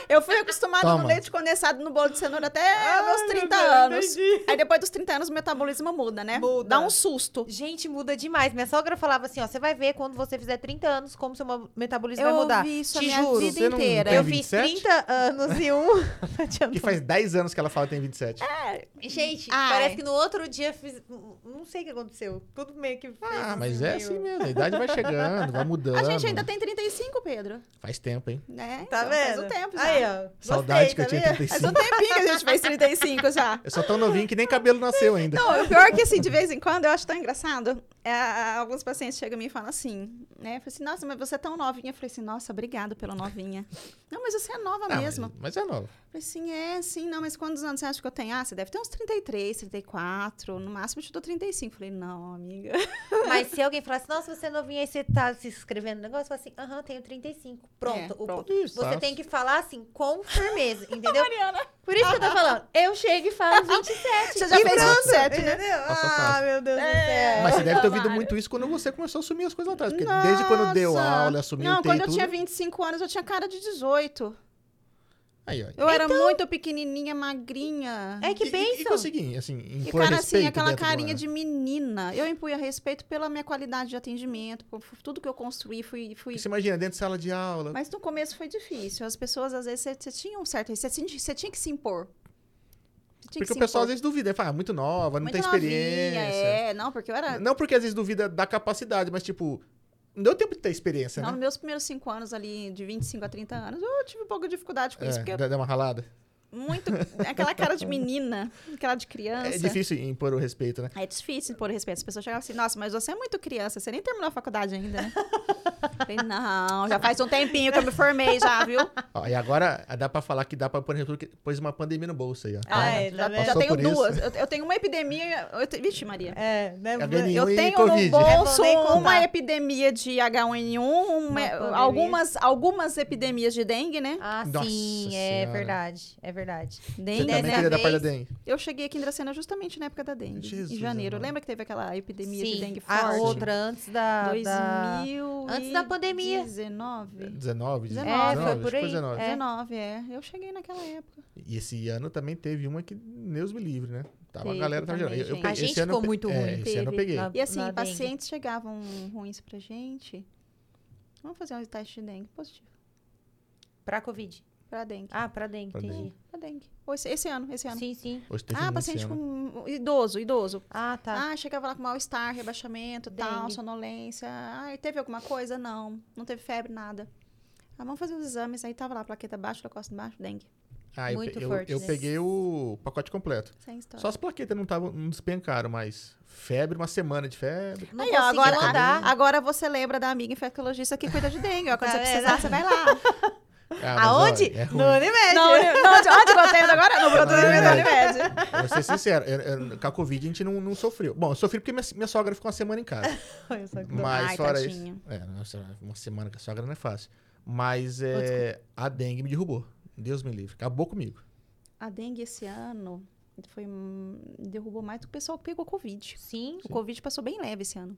[SPEAKER 3] Eu fui acostumada
[SPEAKER 2] Toma.
[SPEAKER 3] no leite condensado no bolo de cenoura até meus
[SPEAKER 1] Ah, meu
[SPEAKER 3] 30
[SPEAKER 1] Deus,
[SPEAKER 3] anos.
[SPEAKER 1] entendi.
[SPEAKER 3] Aí depois dos 30 anos o metabolismo muda, né?
[SPEAKER 1] Muda.
[SPEAKER 3] Dá um susto.
[SPEAKER 1] Gente, muda demais. Minha sogra falava assim, ó, você vai ver quando você fizer 30 anos como seu mo- metabolismo vai
[SPEAKER 3] Eu
[SPEAKER 1] mudar.
[SPEAKER 3] ouvi isso a
[SPEAKER 1] Te
[SPEAKER 3] minha
[SPEAKER 1] juro.
[SPEAKER 3] vida
[SPEAKER 2] Você não
[SPEAKER 3] inteira.
[SPEAKER 2] tem
[SPEAKER 1] Eu fiz
[SPEAKER 2] 27?
[SPEAKER 1] 30 anos e um. Não
[SPEAKER 2] Que
[SPEAKER 1] adiantou.
[SPEAKER 2] faz 10 anos que ela fala que tem 27.
[SPEAKER 3] É,
[SPEAKER 1] Gente,
[SPEAKER 3] Ai.
[SPEAKER 1] parece que no outro dia fiz. Não sei o que aconteceu. Tudo meio que.
[SPEAKER 2] Ah, mas é assim mesmo. A idade vai chegando, vai mudando.
[SPEAKER 3] A gente ainda tem 35, Pedro.
[SPEAKER 2] Faz tempo, hein?
[SPEAKER 3] Né?
[SPEAKER 1] Tá
[SPEAKER 3] Então,
[SPEAKER 1] vendo?
[SPEAKER 3] Faz um tempo já.
[SPEAKER 1] Aí, ó. Gostei,
[SPEAKER 2] Saudade que eu
[SPEAKER 1] tá
[SPEAKER 2] tinha
[SPEAKER 1] vendo?
[SPEAKER 2] 35.
[SPEAKER 3] Faz um tempinho que a gente fez 35 já.
[SPEAKER 2] Eu sou tão novinho que nem cabelo nasceu ainda.
[SPEAKER 3] Não, o pior é que, assim, de vez em quando, eu acho tão engraçado. é, alguns pacientes chegam a mim e falam assim, né? Eu falo assim, nossa, mas você é tão novinha. Eu falei assim, nossa, obrigado pela novinha. não, mas você é nova
[SPEAKER 2] Não,
[SPEAKER 3] mesmo.
[SPEAKER 2] Mas, mas é novo.
[SPEAKER 3] Eu falei assim, é, sim, não, mas quantos anos você acha que eu tenho? Ah, você deve ter uns 33, 34, no máximo eu te dou 35. Eu falei, não, amiga.
[SPEAKER 1] Mas se alguém falasse, nossa, você é novinha aí você tá se inscrevendo no negócio, fala assim, aham, tenho 35. Pronto.
[SPEAKER 3] É,
[SPEAKER 1] O-
[SPEAKER 3] pronto.
[SPEAKER 2] Isso,
[SPEAKER 1] Você
[SPEAKER 2] fácil.
[SPEAKER 1] tem que falar assim, com firmeza, entendeu? Por isso que eu tô falando. Eu chego e falo 27.
[SPEAKER 3] Você já fez
[SPEAKER 1] pronto,
[SPEAKER 3] 27, né?
[SPEAKER 1] entendeu?
[SPEAKER 2] Nossa,
[SPEAKER 1] ah,
[SPEAKER 2] fácil.
[SPEAKER 1] meu Deus
[SPEAKER 3] É.
[SPEAKER 1] do céu.
[SPEAKER 2] Mas você deve ter
[SPEAKER 3] Tamara.
[SPEAKER 2] ouvido muito isso quando você começou a assumir as coisas lá atrás. Porque desde quando deu
[SPEAKER 3] Nossa.
[SPEAKER 2] aula, assumiu
[SPEAKER 3] Não,
[SPEAKER 2] o
[SPEAKER 3] quando
[SPEAKER 2] TI e
[SPEAKER 3] eu
[SPEAKER 2] tudo.
[SPEAKER 3] tinha 25 anos, eu tinha cara de 18.
[SPEAKER 2] Aí, ó.
[SPEAKER 3] Eu era muito pequenininha, magrinha.
[SPEAKER 1] É que
[SPEAKER 2] E- e- E
[SPEAKER 1] bênção.
[SPEAKER 2] consegui, assim,
[SPEAKER 3] E
[SPEAKER 2] impor
[SPEAKER 3] cara,
[SPEAKER 2] respeito né,
[SPEAKER 3] assim, aquela
[SPEAKER 2] dentro de uma-
[SPEAKER 3] carinha de menina. Eu impunha respeito pela minha qualidade de atendimento, por tudo que eu construí, fui. fui...
[SPEAKER 2] Você imagina, dentro de sala de aula.
[SPEAKER 3] Mas no começo foi difícil. As pessoas, às vezes, você você tinha um certo. Você tinha, você tinha que se impor. Você tinha
[SPEAKER 2] porque
[SPEAKER 3] que
[SPEAKER 2] o
[SPEAKER 3] se
[SPEAKER 2] pessoal às
[SPEAKER 3] impor.
[SPEAKER 2] vezes duvida. Fala, ah, muito nova, não
[SPEAKER 3] Muito
[SPEAKER 2] tem experiência.
[SPEAKER 3] Novinha, é, não, porque eu era.
[SPEAKER 2] Não porque às vezes duvida da capacidade, mas tipo, não deu tempo de ter experiência,
[SPEAKER 3] não, Nos
[SPEAKER 2] né?
[SPEAKER 3] meus primeiros cinco anos ali, de 25 a 30 anos, eu tive um pouco de dificuldade com isso,
[SPEAKER 2] É,
[SPEAKER 3] porque
[SPEAKER 2] dá dá uma ralada.
[SPEAKER 3] muito. é Aquela cara de menina, aquela de criança.
[SPEAKER 2] É difícil impor o respeito, né?
[SPEAKER 3] É difícil pôr respeito. As pessoas chegam assim, nossa, mas você é muito criança, você nem terminou a faculdade ainda, né? Falei, não, já faz um tempinho que eu me formei já, viu?
[SPEAKER 2] Ó, e agora dá pra falar que dá pra pôr respeito, porque pôs uma pandemia no bolso aí, ó.
[SPEAKER 1] Ah, é,
[SPEAKER 3] já,
[SPEAKER 1] tá vendo?
[SPEAKER 3] já
[SPEAKER 2] Passou
[SPEAKER 3] tenho
[SPEAKER 2] por isso.
[SPEAKER 3] duas. Eu, eu tenho uma epidemia. Eu te- vixe, Maria.
[SPEAKER 1] É, né?
[SPEAKER 2] H1N1
[SPEAKER 3] Eu
[SPEAKER 2] e
[SPEAKER 3] tenho
[SPEAKER 2] Covid.
[SPEAKER 3] no bolso
[SPEAKER 1] É bom nem contar.
[SPEAKER 3] uma epidemia de H1N1, uma-
[SPEAKER 1] pandemia.
[SPEAKER 3] algumas, algumas epidemias de dengue, né?
[SPEAKER 1] Ah,
[SPEAKER 2] Nossa
[SPEAKER 1] sim, é
[SPEAKER 2] Senhora.
[SPEAKER 1] verdade. É verdade.
[SPEAKER 2] Você
[SPEAKER 3] Dengue,
[SPEAKER 2] também
[SPEAKER 3] né?
[SPEAKER 2] queria dar palha
[SPEAKER 1] vez-
[SPEAKER 2] dengue.
[SPEAKER 3] Eu cheguei aqui em Dracena justamente na época da dengue, em
[SPEAKER 2] Jesus
[SPEAKER 3] janeiro.
[SPEAKER 2] amado.
[SPEAKER 3] Lembra que teve aquela epidemia de
[SPEAKER 1] Sim,
[SPEAKER 3] dengue
[SPEAKER 1] a
[SPEAKER 3] forte?
[SPEAKER 1] outra antes da. da-
[SPEAKER 3] 2000
[SPEAKER 1] Antes da pandemia.
[SPEAKER 3] 19.
[SPEAKER 2] 19, 19,
[SPEAKER 3] É, foi
[SPEAKER 1] por
[SPEAKER 2] acho que
[SPEAKER 1] aí.
[SPEAKER 2] 19.
[SPEAKER 1] É.
[SPEAKER 3] 19, é. Eu cheguei naquela época.
[SPEAKER 2] E esse ano também teve uma que, Deus me livre, né? Tava a
[SPEAKER 3] Teve
[SPEAKER 2] galera tava
[SPEAKER 3] também,
[SPEAKER 2] gerando. Eu, eu
[SPEAKER 3] gente.
[SPEAKER 2] pe-
[SPEAKER 1] A
[SPEAKER 2] esse
[SPEAKER 1] gente
[SPEAKER 2] ano
[SPEAKER 1] ficou
[SPEAKER 2] eu pe-
[SPEAKER 1] muito
[SPEAKER 2] é,
[SPEAKER 1] ruim.
[SPEAKER 2] Esse ano eu
[SPEAKER 3] Teve.
[SPEAKER 2] peguei.
[SPEAKER 1] Na-
[SPEAKER 3] E assim,
[SPEAKER 1] na dengue.
[SPEAKER 3] pacientes chegavam ruins pra gente. Vamos fazer um teste de dengue positivo.
[SPEAKER 1] Pra Covid.
[SPEAKER 3] Pra dengue.
[SPEAKER 1] Ah, pra dengue,
[SPEAKER 2] Pra
[SPEAKER 1] entendi.
[SPEAKER 3] Pra dengue. Ou Esse, esse ano, esse ano.
[SPEAKER 1] Sim, sim.
[SPEAKER 2] Hoje teve
[SPEAKER 3] Ah,
[SPEAKER 2] uma
[SPEAKER 3] paciente
[SPEAKER 2] esse
[SPEAKER 3] com
[SPEAKER 2] ano.
[SPEAKER 3] um idoso, idoso.
[SPEAKER 1] Ah, tá.
[SPEAKER 3] Ah, chegava lá com mal-estar, rebaixamento, tal,
[SPEAKER 1] Dengue.
[SPEAKER 3] sonolência. Ah, teve alguma coisa? Não. Não teve febre, nada. Ah, vamos fazer os exames. Aí tava lá, plaqueta baixa, leucócito baixo, dengue.
[SPEAKER 2] Ah, eu,
[SPEAKER 1] muito
[SPEAKER 2] pe- eu,
[SPEAKER 1] forte,
[SPEAKER 2] eu
[SPEAKER 1] né?
[SPEAKER 2] peguei o pacote completo.
[SPEAKER 3] Sem história.
[SPEAKER 2] Só as plaquetas não tavam, não despencaram, mas febre, uma semana de febre.
[SPEAKER 1] Não
[SPEAKER 3] Aí, ó,
[SPEAKER 1] consegui
[SPEAKER 3] agora,
[SPEAKER 1] andar.
[SPEAKER 3] agora você lembra da amiga infectologista que cuida de dengue. ó. Quando
[SPEAKER 1] Tá
[SPEAKER 3] você
[SPEAKER 1] vendo?
[SPEAKER 3] precisar, você vai lá.
[SPEAKER 2] Ah, mas,
[SPEAKER 1] Aonde?
[SPEAKER 2] olha, é ruim.
[SPEAKER 1] no Unimed.
[SPEAKER 3] Não, não, não, onde onde que eu tenho agora? No produto
[SPEAKER 2] Não,
[SPEAKER 3] da
[SPEAKER 2] não.
[SPEAKER 3] Unimed.
[SPEAKER 2] Eu Vou ser sincero, eu- eu- com a Covid a gente não, não sofreu. Bom, eu sofri porque minha, minha sogra ficou uma semana em casa.
[SPEAKER 1] Eu só-
[SPEAKER 2] Mas
[SPEAKER 3] Ai,
[SPEAKER 2] fora
[SPEAKER 3] tadinha.
[SPEAKER 2] isso. É, nossa, uma semana com a sogra não é fácil. Mas é, a dengue me derrubou. Deus me livre. Acabou comigo.
[SPEAKER 3] A dengue esse ano foi, hum, derrubou mais do que o pessoal que pegou Covid.
[SPEAKER 1] Sim.
[SPEAKER 3] O Covid passou bem leve esse ano.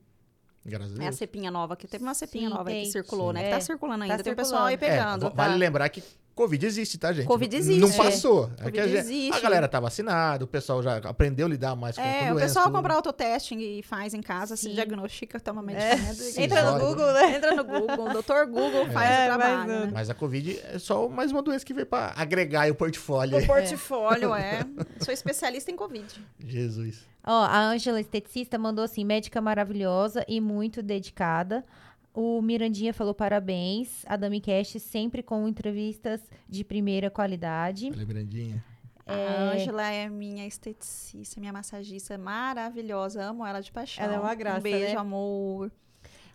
[SPEAKER 2] Graças a
[SPEAKER 3] É a
[SPEAKER 2] Deus.
[SPEAKER 3] cepinha nova, que teve uma cepinha
[SPEAKER 1] Sim,
[SPEAKER 3] nova aí que
[SPEAKER 1] tem.
[SPEAKER 3] circulou, né?
[SPEAKER 1] Sim.
[SPEAKER 3] Que tá
[SPEAKER 1] É.
[SPEAKER 3] circulando
[SPEAKER 1] Tá
[SPEAKER 3] ainda, tem o pessoal aí pegando.
[SPEAKER 2] É,
[SPEAKER 3] tá.
[SPEAKER 2] va- Vale lembrar que Covid existe, tá, gente?
[SPEAKER 3] Covid
[SPEAKER 2] N-
[SPEAKER 3] existe.
[SPEAKER 2] Não passou. É
[SPEAKER 3] Covid
[SPEAKER 2] que a, gente-
[SPEAKER 3] existe.
[SPEAKER 2] a galera tá vacinada, o pessoal já aprendeu a lidar mais com com
[SPEAKER 3] É, o
[SPEAKER 2] doença, né?
[SPEAKER 3] pessoal
[SPEAKER 2] tudo.
[SPEAKER 3] compra autoteste e faz em casa, se
[SPEAKER 1] Sim.
[SPEAKER 3] diagnostica, toma medicamento.
[SPEAKER 2] Sim,
[SPEAKER 3] e-
[SPEAKER 1] Entra no
[SPEAKER 2] joga.
[SPEAKER 1] Google, né?
[SPEAKER 3] É. Entra no Google, o doutor Google faz
[SPEAKER 5] É,
[SPEAKER 3] o trabalho.
[SPEAKER 5] mais um.
[SPEAKER 3] né?
[SPEAKER 2] Mas a Covid é só mais uma doença que veio pra agregar aí o portfólio.
[SPEAKER 3] O portfólio é. Sou especialista em Covid.
[SPEAKER 2] Jesus.
[SPEAKER 1] Ó, a Ângela esteticista mandou assim, médica maravilhosa e muito dedicada. O Mirandinha falou parabéns. A Dami Cash sempre com entrevistas de primeira qualidade.
[SPEAKER 2] Olha, Mirandinha.
[SPEAKER 3] A Ângela Ah, é minha esteticista, minha massagista maravilhosa. Amo ela de paixão.
[SPEAKER 5] Ela é uma graça,
[SPEAKER 3] Um beijo,
[SPEAKER 5] né?
[SPEAKER 3] amor.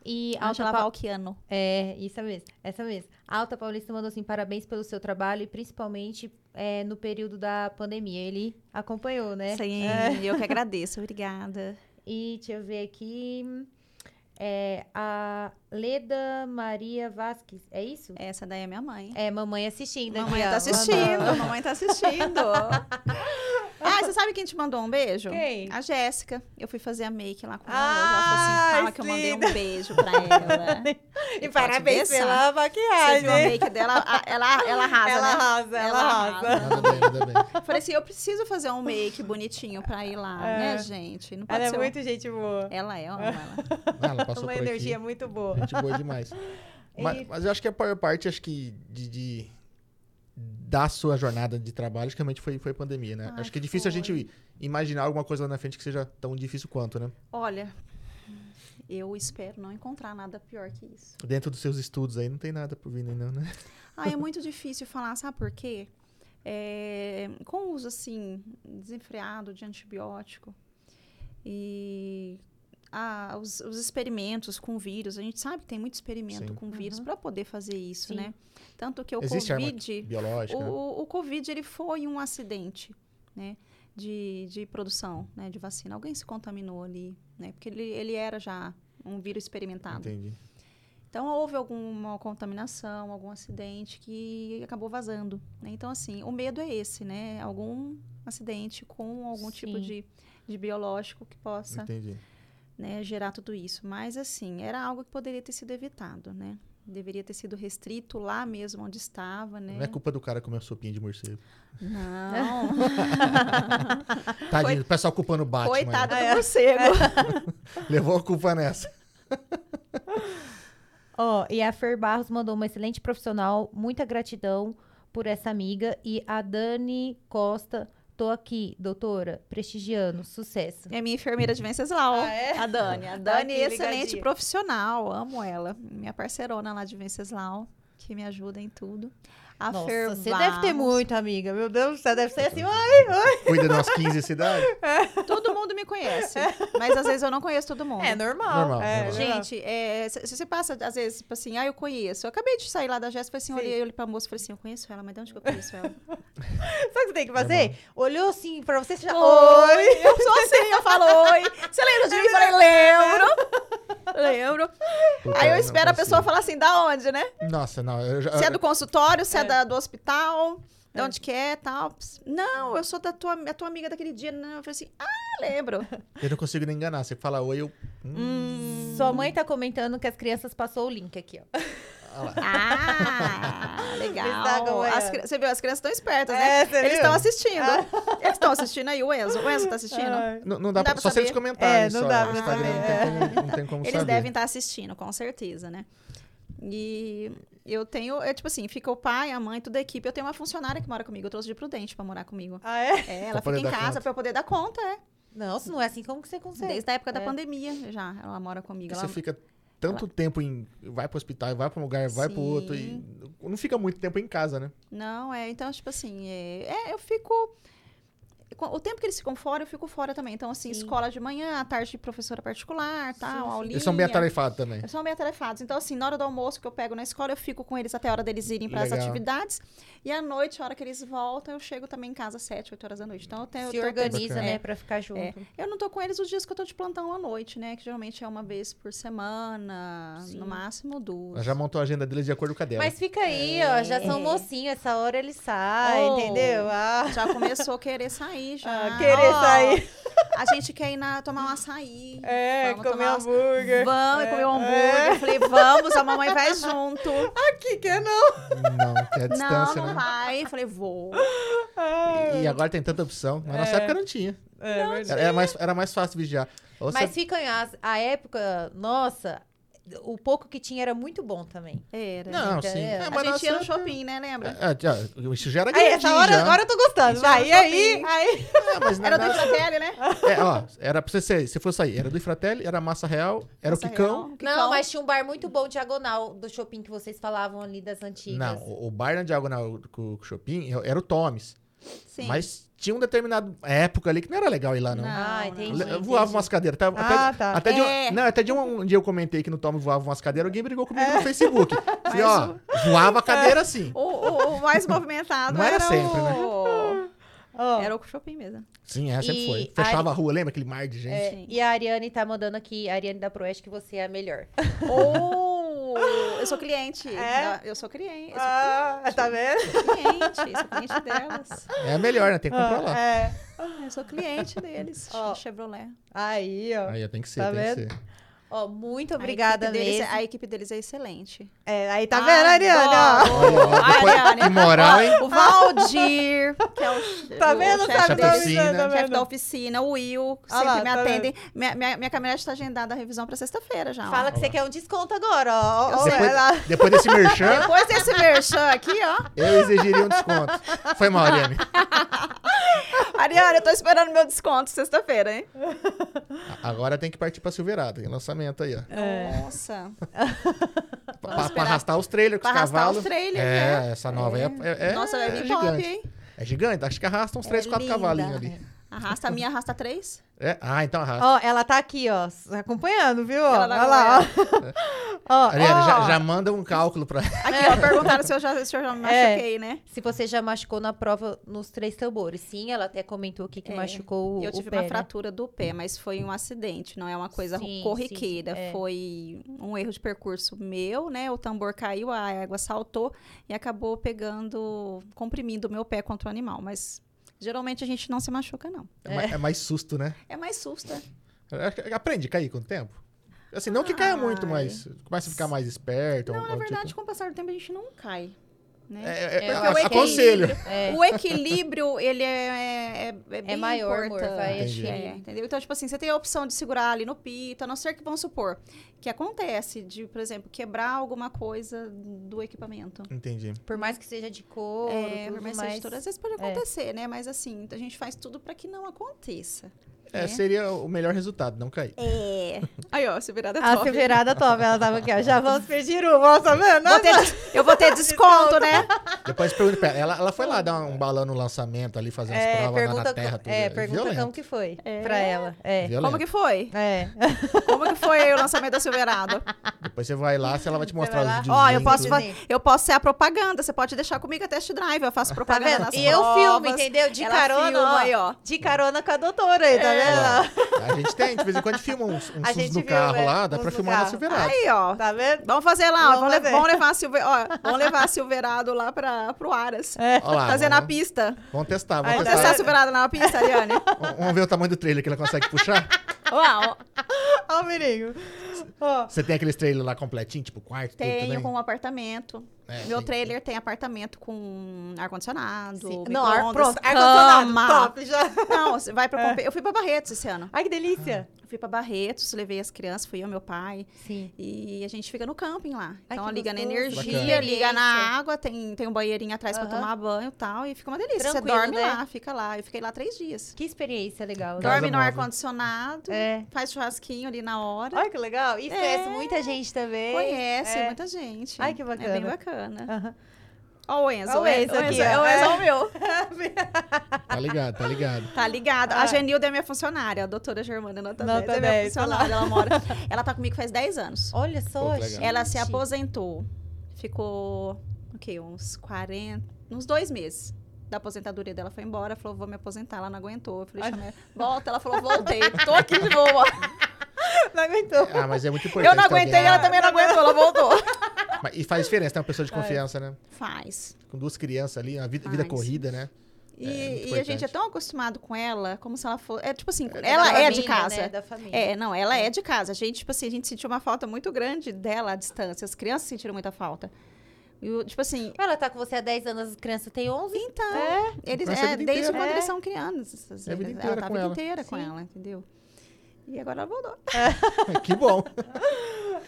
[SPEAKER 1] E Alta
[SPEAKER 3] Ângela
[SPEAKER 1] Pa-
[SPEAKER 3] Valquiano.
[SPEAKER 1] É, isso mesmo, essa mesmo. A Alta Paulista mandou assim, parabéns pelo seu trabalho e principalmente é, no período da pandemia. Ele acompanhou, né?
[SPEAKER 3] Sim, eu que agradeço. Obrigada.
[SPEAKER 1] E deixa eu ver aqui. É, a Leda Maria Vasquez, é isso?
[SPEAKER 3] Essa daí é minha mãe.
[SPEAKER 1] É, mamãe assistindo.
[SPEAKER 3] Mamãe
[SPEAKER 1] aqui, ó.
[SPEAKER 3] tá assistindo,
[SPEAKER 1] Mandou.
[SPEAKER 3] mamãe tá assistindo. ah, você sabe quem te mandou um beijo?
[SPEAKER 5] Quem?
[SPEAKER 3] A Jéssica. Eu fui fazer a make lá com ela.
[SPEAKER 5] Ah,
[SPEAKER 3] ela falou assim, fala que eu mandei um beijo pra ela.
[SPEAKER 5] E parabéns
[SPEAKER 3] beijar.
[SPEAKER 5] pela
[SPEAKER 3] Você viu a
[SPEAKER 5] maquiagem.
[SPEAKER 3] make dela? A- Ela, ela arrasa,
[SPEAKER 5] Ela
[SPEAKER 3] né?
[SPEAKER 5] arrasa, ela arrasa.
[SPEAKER 2] Nada bem, nada bem.
[SPEAKER 3] Eu falei assim, eu preciso fazer um make bonitinho pra ir lá,
[SPEAKER 5] É.
[SPEAKER 3] né, gente? Não pode
[SPEAKER 5] Ela é
[SPEAKER 3] ser um-
[SPEAKER 5] muito gente boa.
[SPEAKER 3] Ela é, eu amo ela.
[SPEAKER 2] Ah, Ela passou
[SPEAKER 5] Uma
[SPEAKER 2] por
[SPEAKER 5] energia
[SPEAKER 2] aqui.
[SPEAKER 5] muito boa.
[SPEAKER 2] Gente boa demais. Mas, mas eu acho que a maior parte, acho que de, de- da sua jornada de trabalho, acho que realmente foi, foi pandemia, né?
[SPEAKER 3] Ai,
[SPEAKER 2] acho que é difícil a
[SPEAKER 3] foi.
[SPEAKER 2] gente imaginar alguma coisa lá na frente que seja tão difícil quanto, né?
[SPEAKER 3] Olha, eu espero não encontrar nada pior que isso.
[SPEAKER 2] Dentro dos seus estudos aí, não tem nada por vir, não, né?
[SPEAKER 3] Ah, é muito difícil falar, sabe por quê? É, com o uso, assim, desenfreado de antibiótico e ah, os, os experimentos com vírus, a gente sabe que tem muito experimento
[SPEAKER 2] Sim.
[SPEAKER 3] com vírus para poder fazer isso,
[SPEAKER 1] Sim.
[SPEAKER 3] né? Tanto que o
[SPEAKER 2] Existe arma
[SPEAKER 3] Covid...
[SPEAKER 2] Biológica. né?
[SPEAKER 3] O, o Covid ele foi um acidente né, de, de produção né, de vacina. Alguém se contaminou ali, né, porque ele, ele era já um vírus experimentado.
[SPEAKER 2] Entendi.
[SPEAKER 3] Então, houve alguma contaminação, algum acidente que acabou vazando. né? Então, assim, o medo é esse, né? Algum acidente com algum tipo
[SPEAKER 1] Sim.
[SPEAKER 3] de, de biológico que possa
[SPEAKER 2] Entendi.
[SPEAKER 3] né, gerar tudo isso. Mas, assim, era algo que poderia ter sido evitado, né? Deveria ter sido restrito lá mesmo onde estava, né?
[SPEAKER 2] Não é culpa do cara comer uma sopinha de morcego.
[SPEAKER 3] Não.
[SPEAKER 2] né? Tadinho, o pessoal culpando o Batman. né?
[SPEAKER 3] Coitada
[SPEAKER 5] Ah,
[SPEAKER 3] do
[SPEAKER 5] é.
[SPEAKER 3] morcego.
[SPEAKER 2] Levou a culpa nessa.
[SPEAKER 1] Ó, e a Fer Barros mandou uma excelente profissional, muita gratidão por essa amiga. E a Dani Costa, tô aqui, doutora, prestigiando, sucesso.
[SPEAKER 3] É minha enfermeira de Venceslau,
[SPEAKER 5] Ah, é?
[SPEAKER 3] a Dani. A
[SPEAKER 5] Tá
[SPEAKER 3] Dani é
[SPEAKER 5] aqui,
[SPEAKER 3] excelente
[SPEAKER 5] ligadinha.
[SPEAKER 3] profissional, amo ela. Minha parceirona lá de Venceslau, que me ajuda em tudo. A
[SPEAKER 5] Nossa,
[SPEAKER 3] Fer
[SPEAKER 5] você
[SPEAKER 3] Barros.
[SPEAKER 5] deve ter muito, amiga. Meu Deus, você deve ser assim. Ai,
[SPEAKER 2] Cuida das 15 cidades.
[SPEAKER 3] Todo mundo me conhece, mas às vezes eu não conheço todo mundo.
[SPEAKER 5] é normal.
[SPEAKER 2] Normal,
[SPEAKER 5] é,
[SPEAKER 2] normal.
[SPEAKER 5] normal.
[SPEAKER 3] Gente, é, se se você passa, às vezes, tipo assim, ah, eu conheço. Eu acabei de sair lá da Jéssica, assim,
[SPEAKER 5] Sim.
[SPEAKER 3] olhei, olhei pra moça e falei assim, eu conheço ela, mas de onde que eu conheço ela?
[SPEAKER 5] Sabe o que você tem que fazer? Olhou assim pra você, você já...
[SPEAKER 3] Oi!
[SPEAKER 5] Oi! É.
[SPEAKER 3] Eu sou assim, eu falo oi. Você lembra de mim? Eu falei, lembro. Lembro.
[SPEAKER 2] Puta,
[SPEAKER 3] Aí eu
[SPEAKER 2] não
[SPEAKER 3] espero a pessoa
[SPEAKER 2] consigo.
[SPEAKER 3] falar assim, da onde, né?
[SPEAKER 2] Nossa, não. Eu já,
[SPEAKER 3] Se é do consultório, se é,
[SPEAKER 5] É.
[SPEAKER 3] da- do hospital, de onde que é tal. Ps, Não, eu sou da tua, a tua amiga daquele dia. Não, eu falei assim, ah, lembro.
[SPEAKER 2] eu não consigo nem enganar. Você fala oi, eu. Hum,
[SPEAKER 1] Sua mãe tá comentando que as crianças passou o link aqui, ó.
[SPEAKER 2] olha lá.
[SPEAKER 3] Ah,
[SPEAKER 5] Está
[SPEAKER 3] legal.
[SPEAKER 5] acompanhando.
[SPEAKER 3] As cri- você viu, as crianças estão espertas, né?
[SPEAKER 5] É, você
[SPEAKER 3] Eles
[SPEAKER 5] viu?
[SPEAKER 3] estão assistindo. Eles estão assistindo aí, o Enzo. O Enzo tá assistindo?
[SPEAKER 1] Ah,
[SPEAKER 5] Ai.
[SPEAKER 2] Não, não dá
[SPEAKER 3] Não dá
[SPEAKER 2] pra,
[SPEAKER 3] pra
[SPEAKER 2] só se eles
[SPEAKER 3] saber.
[SPEAKER 2] comentarem.
[SPEAKER 5] É, não
[SPEAKER 2] só.
[SPEAKER 5] dá
[SPEAKER 2] o
[SPEAKER 5] pra
[SPEAKER 2] Instagram
[SPEAKER 5] saber,
[SPEAKER 2] não tem como, não tem como
[SPEAKER 3] Ah, é. Eles
[SPEAKER 2] saber.
[SPEAKER 3] devem estar assistindo, com certeza, né? E eu tenho, é tipo assim, fica o pai, a mãe, toda a equipe. Eu tenho uma funcionária que mora comigo, eu trouxe de Prudente pra morar comigo.
[SPEAKER 5] Ah, é?
[SPEAKER 3] É, ela
[SPEAKER 2] poder
[SPEAKER 3] fica em
[SPEAKER 2] dar
[SPEAKER 3] casa
[SPEAKER 2] conta.
[SPEAKER 3] pra eu poder dar conta, é.
[SPEAKER 1] Não, se não é assim, como que você consegue?
[SPEAKER 3] Desde a época da
[SPEAKER 1] É.
[SPEAKER 3] pandemia já, ela mora comigo.
[SPEAKER 2] Você
[SPEAKER 3] Ela-
[SPEAKER 2] fica tanto tempo em. Vai pro hospital, vai pra um lugar, vai pro
[SPEAKER 3] Sim.
[SPEAKER 2] outro. E não fica muito tempo em casa, né?
[SPEAKER 3] Não, é, então, tipo assim, é, é, eu fico. com- O tempo que eles ficam fora, eu fico fora também. Então, assim,
[SPEAKER 1] Sim.
[SPEAKER 3] escola de manhã, à tarde de professora particular, tal, aulinha.
[SPEAKER 2] Eles são bem atarefados também.
[SPEAKER 3] Eles são bem atarefados. Então, assim, na hora do almoço que eu pego na escola, eu fico com eles até a hora deles irem para as
[SPEAKER 2] Legal.
[SPEAKER 3] atividades. E à noite, a hora que eles voltam, eu chego também em casa às 7, 8 horas da noite. Então, eu tenho.
[SPEAKER 1] Se
[SPEAKER 3] eu tenho tempo-
[SPEAKER 1] organiza,
[SPEAKER 2] bacana.
[SPEAKER 1] né, pra ficar junto.
[SPEAKER 3] É. Eu não tô com eles os dias que eu tô de plantão à noite, né? Que geralmente é uma vez por semana,
[SPEAKER 1] Sim.
[SPEAKER 3] no máximo
[SPEAKER 2] Ela
[SPEAKER 3] duas.
[SPEAKER 2] já montou a agenda deles de acordo com a dela.
[SPEAKER 1] Mas fica aí, ó, já
[SPEAKER 5] É.
[SPEAKER 1] são mocinhos, essa hora eles saem.
[SPEAKER 5] Ah,
[SPEAKER 3] Oh.
[SPEAKER 5] entendeu? Ah,
[SPEAKER 3] Já começou a querer sair, já.
[SPEAKER 5] Ah, querer
[SPEAKER 3] Ó,
[SPEAKER 5] sair.
[SPEAKER 3] A gente quer ir na, tomar um açaí.
[SPEAKER 6] É,
[SPEAKER 3] vamos tomar
[SPEAKER 6] comer
[SPEAKER 3] um
[SPEAKER 6] hambúrguer.
[SPEAKER 3] Vamos
[SPEAKER 6] É,
[SPEAKER 3] comer um hambúrguer.
[SPEAKER 6] é.
[SPEAKER 3] Eu falei, vamos, a mamãe vai junto.
[SPEAKER 6] Aqui que não.
[SPEAKER 2] Não, que é a
[SPEAKER 3] não,
[SPEAKER 2] distância,
[SPEAKER 3] não
[SPEAKER 2] né?
[SPEAKER 3] vai. Eu falei, vou.
[SPEAKER 2] E agora tem tanta opção. Na nossa época não tinha.
[SPEAKER 6] É verdade.
[SPEAKER 2] Era, era mais, era mais fácil vigiar. Ou você-
[SPEAKER 1] Mas fica em- a, a época, nossa, o pouco que tinha era muito bom também.
[SPEAKER 3] Era.
[SPEAKER 2] Não, sim.
[SPEAKER 1] É,
[SPEAKER 2] É,
[SPEAKER 3] a
[SPEAKER 2] mas
[SPEAKER 3] gente ia no
[SPEAKER 2] nossa-
[SPEAKER 3] shopping, né? Lembra?
[SPEAKER 2] É, é, isso já era
[SPEAKER 6] Aí,
[SPEAKER 2] grandinho
[SPEAKER 6] essa hora,
[SPEAKER 2] já.
[SPEAKER 6] agora eu tô gostando. Vai, e aí? aí?
[SPEAKER 2] É, mas na-
[SPEAKER 3] Era do
[SPEAKER 2] na-
[SPEAKER 3] Infratelli, né?
[SPEAKER 2] é, ó, era pra você ser, se fosse sair, era do Infratelli, era Massa Real, era
[SPEAKER 3] Nossa,
[SPEAKER 2] o Quicão.
[SPEAKER 3] real.
[SPEAKER 6] Então?
[SPEAKER 1] Não, mas tinha um bar muito bom, diagonal, do shopping que vocês falavam ali das antigas.
[SPEAKER 2] Não, o, o bar na diagonal com o Chopin era o Tomes.
[SPEAKER 3] Sim.
[SPEAKER 2] Mas tinha um determinado época ali que não era legal ir lá, não.
[SPEAKER 1] Ah,
[SPEAKER 3] Não, não.
[SPEAKER 1] entendi.
[SPEAKER 2] Le- Voava umas cadeiras. Tá,
[SPEAKER 6] Ah,
[SPEAKER 2] até,
[SPEAKER 6] tá.
[SPEAKER 2] até de um-
[SPEAKER 3] É.
[SPEAKER 2] não, até de um, um dia eu comentei que no Tom voava umas cadeiras, alguém brigou comigo no Facebook. Falei, ó, voava a cadeira assim.
[SPEAKER 3] O, o- o mais movimentado
[SPEAKER 2] Não era sempre, né?
[SPEAKER 3] o...
[SPEAKER 6] Ó,
[SPEAKER 3] Era o shopping mesmo.
[SPEAKER 2] Sim, é, sempre
[SPEAKER 1] E
[SPEAKER 2] foi. Fechava a rua, lembra aquele mar de gente?
[SPEAKER 3] Sim.
[SPEAKER 1] E a Ariane tá mandando aqui, a Ariane da Proeste, que você é a melhor.
[SPEAKER 3] Ou... Oh, Eu sou cliente.
[SPEAKER 6] É?
[SPEAKER 3] da- Eu sou cliente. Eu sou
[SPEAKER 6] ah, tá vendo?
[SPEAKER 3] cliente. Sou cliente delas.
[SPEAKER 2] É melhor, né? Tem que comprar lá.
[SPEAKER 6] É.
[SPEAKER 3] Ah, Eu sou cliente deles.
[SPEAKER 6] Ó.
[SPEAKER 3] Chevrolet.
[SPEAKER 6] Aí, ó.
[SPEAKER 2] Aí ó, tem que ser,
[SPEAKER 6] Tá
[SPEAKER 2] tem
[SPEAKER 6] vendo?
[SPEAKER 2] que ser.
[SPEAKER 1] Ó, muito
[SPEAKER 3] A
[SPEAKER 1] obrigada
[SPEAKER 3] equipe deles é-
[SPEAKER 1] mesmo. Ah,
[SPEAKER 3] a equipe deles é excelente. Ah,
[SPEAKER 6] É, aí tá vendo, Ariane? ó?
[SPEAKER 2] Olha, ó, depois- que moral, hein?
[SPEAKER 3] O Valdir, que é o,
[SPEAKER 6] Tá
[SPEAKER 3] o
[SPEAKER 6] vendo?
[SPEAKER 3] chefe,
[SPEAKER 6] Tá vendo?
[SPEAKER 2] chefe da
[SPEAKER 3] da,
[SPEAKER 2] oficina.
[SPEAKER 6] Tá
[SPEAKER 3] chefe da
[SPEAKER 6] vendo?
[SPEAKER 3] oficina, o Will, que
[SPEAKER 6] Ah
[SPEAKER 3] sempre
[SPEAKER 6] lá,
[SPEAKER 3] me
[SPEAKER 6] tá
[SPEAKER 3] atendem. Minha, minha, minha caminhonete está agendada a revisão para sexta-feira já. ó.
[SPEAKER 1] Fala que você quer um desconto agora, ó.
[SPEAKER 6] Ó, ó,
[SPEAKER 2] Depois-
[SPEAKER 6] vai lá.
[SPEAKER 2] Depois desse merchan,
[SPEAKER 3] Depois desse merchan aqui, ó.
[SPEAKER 2] eu exigiria um desconto. Foi mal, Ariane.
[SPEAKER 3] Ariana, eu tô esperando meu desconto sexta-feira, hein?
[SPEAKER 2] A- Agora tem que partir pra Silverado. Tem lançamento aí, ó.
[SPEAKER 6] É.
[SPEAKER 3] Nossa.
[SPEAKER 2] Pra- Pra,
[SPEAKER 3] esperar.
[SPEAKER 2] arrastar os trailers com
[SPEAKER 3] Pra
[SPEAKER 2] os
[SPEAKER 3] arrastar
[SPEAKER 2] cavalos.
[SPEAKER 3] os trailers,
[SPEAKER 2] É, essa nova aí é, é, é-
[SPEAKER 3] Nossa, vai
[SPEAKER 2] é
[SPEAKER 3] vir top,
[SPEAKER 2] gigante.
[SPEAKER 3] hein? É
[SPEAKER 2] É gigante, acho que arrasta uns 3, 4
[SPEAKER 1] é
[SPEAKER 3] linda.
[SPEAKER 2] cavalinhos ali.
[SPEAKER 3] Arrasta a minha, arrasta três.
[SPEAKER 2] É, Ah, então arrasta.
[SPEAKER 6] Ó, ela tá aqui, ó, s- acompanhando, viu? Ó,
[SPEAKER 3] Ela vai
[SPEAKER 6] olha lá, ó. ó
[SPEAKER 2] É. Ariane, já,
[SPEAKER 6] ó.
[SPEAKER 2] já manda um cálculo pra.
[SPEAKER 3] Aqui, ó, perguntaram se eu já, se eu já me
[SPEAKER 6] É.
[SPEAKER 3] machuquei, né?
[SPEAKER 1] Se você já machucou na prova nos três tambores. Sim, ela até comentou aqui que
[SPEAKER 3] É.
[SPEAKER 1] machucou o,
[SPEAKER 3] eu
[SPEAKER 1] o
[SPEAKER 3] tive
[SPEAKER 1] pé,
[SPEAKER 3] uma
[SPEAKER 1] né?
[SPEAKER 3] fratura do pé, mas foi um acidente, não é uma coisa
[SPEAKER 1] Sim, sim,
[SPEAKER 3] corriqueira.
[SPEAKER 1] sim, é.
[SPEAKER 3] Foi um erro de percurso meu, né? O tambor caiu, a água saltou e acabou pegando, comprimindo o meu pé contra o animal. Mas geralmente a gente não se machuca, não.
[SPEAKER 2] É. mais- é mais susto, né?
[SPEAKER 3] É mais susto. né?
[SPEAKER 2] Acho que Aprende a cair com o tempo. Assim, não que caia muito, mas começa a ficar mais esperto.
[SPEAKER 3] Não,
[SPEAKER 2] ou-
[SPEAKER 3] na
[SPEAKER 2] ou
[SPEAKER 3] verdade,
[SPEAKER 2] tipo-
[SPEAKER 3] com o passar do tempo a gente não cai. Né?
[SPEAKER 2] É, é,
[SPEAKER 1] É,
[SPEAKER 2] a-
[SPEAKER 3] porque o
[SPEAKER 2] aconselho.
[SPEAKER 1] É.
[SPEAKER 3] O equilíbrio, ele é, é, é bem
[SPEAKER 1] maior, tá? amor,
[SPEAKER 3] importante.
[SPEAKER 1] vai
[SPEAKER 2] Entendi.
[SPEAKER 3] É, entendeu? Então, tipo assim, você tem a opção de segurar ali no pito, a não ser que, vamos supor, que acontece de, por exemplo, quebrar alguma coisa do equipamento.
[SPEAKER 2] Entendi.
[SPEAKER 1] Por mais que seja de couro,
[SPEAKER 3] É,
[SPEAKER 1] tudo,
[SPEAKER 3] por mais que seja de touro, às vezes
[SPEAKER 1] É.
[SPEAKER 3] pode acontecer, né? Mas assim, a gente faz tudo pra que não aconteça.
[SPEAKER 2] É,
[SPEAKER 3] É.
[SPEAKER 2] seria o melhor resultado, não cair.
[SPEAKER 3] É. Aí, ó, se virar da
[SPEAKER 6] A Silverada top, ela tava aqui, ó. Já vamos pedir um, ó, tá vendo?
[SPEAKER 3] Vou ter des- eu vou ter desconto, né?
[SPEAKER 2] Depois pergunta pra ela. Ela, ela foi lá dar um balão no lançamento ali, fazer as
[SPEAKER 1] É,
[SPEAKER 2] provas lá
[SPEAKER 1] pergunta,
[SPEAKER 2] na terra. Tudo.
[SPEAKER 1] é, pergunta
[SPEAKER 2] violento,
[SPEAKER 1] como que foi pra ela. É.
[SPEAKER 2] violento.
[SPEAKER 3] Como que foi?
[SPEAKER 6] É.
[SPEAKER 3] Como que foi aí o lançamento da Silverado?
[SPEAKER 2] Depois você vai lá, se ela vai te mostrar
[SPEAKER 1] vai lá.
[SPEAKER 2] os vídeos.
[SPEAKER 3] Ó, eu posso, fa-
[SPEAKER 1] Videozinho.
[SPEAKER 3] eu posso ser a propaganda. Você pode deixar comigo a test drive. Eu faço
[SPEAKER 1] Tá
[SPEAKER 3] propaganda
[SPEAKER 1] vendo?
[SPEAKER 3] nas
[SPEAKER 1] E eu
[SPEAKER 3] provas.
[SPEAKER 1] filmo, entendeu? De
[SPEAKER 3] Ela
[SPEAKER 1] carona,
[SPEAKER 3] filma
[SPEAKER 1] ó.
[SPEAKER 3] aí, ó. É.
[SPEAKER 1] De carona com a doutora aí, tá vendo?
[SPEAKER 2] A gente tem, de vez em quando filma uns, uns
[SPEAKER 6] A
[SPEAKER 2] uns
[SPEAKER 6] gente
[SPEAKER 2] no
[SPEAKER 6] viu,
[SPEAKER 2] carro
[SPEAKER 6] é,
[SPEAKER 2] lá, dá
[SPEAKER 6] uns
[SPEAKER 2] pra
[SPEAKER 6] no
[SPEAKER 2] filmar na
[SPEAKER 6] carro.
[SPEAKER 2] Silverado.
[SPEAKER 3] Aí, ó.
[SPEAKER 6] Tá vendo?
[SPEAKER 3] Vamos fazer lá, ó.
[SPEAKER 6] Vamos
[SPEAKER 3] vamos, le-
[SPEAKER 6] fazer.
[SPEAKER 3] vamos levar a Silve... ó, vamos levar a Silverado lá pra, pro Aras.
[SPEAKER 2] Olha lá,
[SPEAKER 3] Fazer
[SPEAKER 2] vamos,
[SPEAKER 3] na pista.
[SPEAKER 2] Vamos testar, vamos
[SPEAKER 6] Aí,
[SPEAKER 3] Vamos
[SPEAKER 6] tá
[SPEAKER 2] testar.
[SPEAKER 3] testar a Silverado na pista, Ariane?
[SPEAKER 2] Vamos- Vamos ver o tamanho do trailer que ela consegue puxar.
[SPEAKER 3] Uau.
[SPEAKER 6] Ó o menino. Ó.
[SPEAKER 2] Você tem aqueles trailers lá completinho, tipo quarto, tudo
[SPEAKER 3] Tenho
[SPEAKER 2] também?
[SPEAKER 3] com um apartamento.
[SPEAKER 2] É,
[SPEAKER 3] Meu
[SPEAKER 2] tem-
[SPEAKER 3] trailer tem apartamento com ar-condicionado.
[SPEAKER 6] Não, ar,
[SPEAKER 1] é
[SPEAKER 3] micro-ondas,
[SPEAKER 6] pronto, É
[SPEAKER 3] cama.
[SPEAKER 6] ar-condicionado, top, já.
[SPEAKER 3] Não, você vai pra. compe- Eu fui pra Barretos esse ano.
[SPEAKER 6] Ai, que delícia.
[SPEAKER 3] Eu fui pra Barretos, levei as crianças, fui eu, meu pai.
[SPEAKER 1] Sim.
[SPEAKER 3] E a gente fica no camping lá.
[SPEAKER 1] Ai,
[SPEAKER 3] Então
[SPEAKER 1] que
[SPEAKER 3] liga na
[SPEAKER 1] gostoso.
[SPEAKER 3] energia,
[SPEAKER 2] Bacana.
[SPEAKER 3] liga na
[SPEAKER 1] Delícia.
[SPEAKER 3] água, tem, tem um banheirinho atrás pra
[SPEAKER 1] Aham.
[SPEAKER 3] tomar banho e tal. E fica uma delícia.
[SPEAKER 1] Tranquilo,
[SPEAKER 3] Você dorme
[SPEAKER 1] né?
[SPEAKER 3] lá, fica lá. Eu fiquei lá três dias.
[SPEAKER 1] Que experiência legal. né?
[SPEAKER 2] Casa
[SPEAKER 3] dorme no
[SPEAKER 2] móvel.
[SPEAKER 3] ar-condicionado,
[SPEAKER 6] É.
[SPEAKER 3] faz churrasquinho ali na hora.
[SPEAKER 6] Ai, que legal. E
[SPEAKER 3] É.
[SPEAKER 6] conhece muita gente também.
[SPEAKER 3] Conhece
[SPEAKER 6] é.
[SPEAKER 3] muita gente.
[SPEAKER 6] Ai, que
[SPEAKER 3] É bem
[SPEAKER 6] bacana.
[SPEAKER 3] bacana.
[SPEAKER 6] Aham.
[SPEAKER 3] Ó o Enzo.
[SPEAKER 6] Ó o Enzo aqui,
[SPEAKER 3] é
[SPEAKER 6] ó.
[SPEAKER 3] o Enzo é o meu.
[SPEAKER 2] Tá ligado, tá ligado.
[SPEAKER 3] Tá ligado.
[SPEAKER 6] Ah.
[SPEAKER 3] A Genilda é minha funcionária, a doutora Germana Nota
[SPEAKER 6] Nota
[SPEAKER 3] 10. É minha
[SPEAKER 6] 10, tá lá.
[SPEAKER 3] funcionária, ela mora. Ela tá comigo faz 10 anos.
[SPEAKER 1] Olha só,
[SPEAKER 2] Pô, que legal.
[SPEAKER 3] Ela se
[SPEAKER 1] gente.
[SPEAKER 3] aposentou. Ficou, o quê? Uns 40, uns dois meses da aposentadoria dela. Foi embora, falou, vou me aposentar. Ela não aguentou. Eu falei, chama ela. Volta. Ela falou, voltei. Tô aqui de boa.
[SPEAKER 6] Não aguentou.
[SPEAKER 2] Ah, mas é muito importante.
[SPEAKER 3] Eu não
[SPEAKER 2] ter alguém-
[SPEAKER 3] aguentei, ela também não aguentou. Ela voltou.
[SPEAKER 2] Mas- E faz diferença, tem uma pessoa de confiança, né?
[SPEAKER 3] Faz.
[SPEAKER 2] Com duas crianças ali, uma vida, vida
[SPEAKER 3] Faz.
[SPEAKER 2] corrida, né?
[SPEAKER 3] E,
[SPEAKER 2] muito
[SPEAKER 3] e a gente
[SPEAKER 2] importante.
[SPEAKER 3] é tão acostumado com ela, como se ela fosse. É tipo assim, ela é de
[SPEAKER 1] família,
[SPEAKER 3] casa.
[SPEAKER 1] Né? Da família.
[SPEAKER 3] É, não, ela é de casa. A gente, tipo assim, a gente sentiu uma falta muito grande dela à distância. As crianças sentiram muita falta. E, o- tipo assim,
[SPEAKER 1] Ela tá com você há 10 anos, as crianças têm 11.
[SPEAKER 3] então, eles,
[SPEAKER 2] Passa a
[SPEAKER 3] é,
[SPEAKER 2] vida
[SPEAKER 3] desde
[SPEAKER 2] inteira.
[SPEAKER 3] quando
[SPEAKER 1] É.
[SPEAKER 3] eles são crianças. às
[SPEAKER 2] É a vida
[SPEAKER 3] vezes.
[SPEAKER 2] inteira
[SPEAKER 3] ela tá a
[SPEAKER 2] com
[SPEAKER 3] vida
[SPEAKER 2] ela.
[SPEAKER 3] inteira com
[SPEAKER 1] Sim.
[SPEAKER 3] ela, entendeu? E agora ela voltou.
[SPEAKER 2] que bom.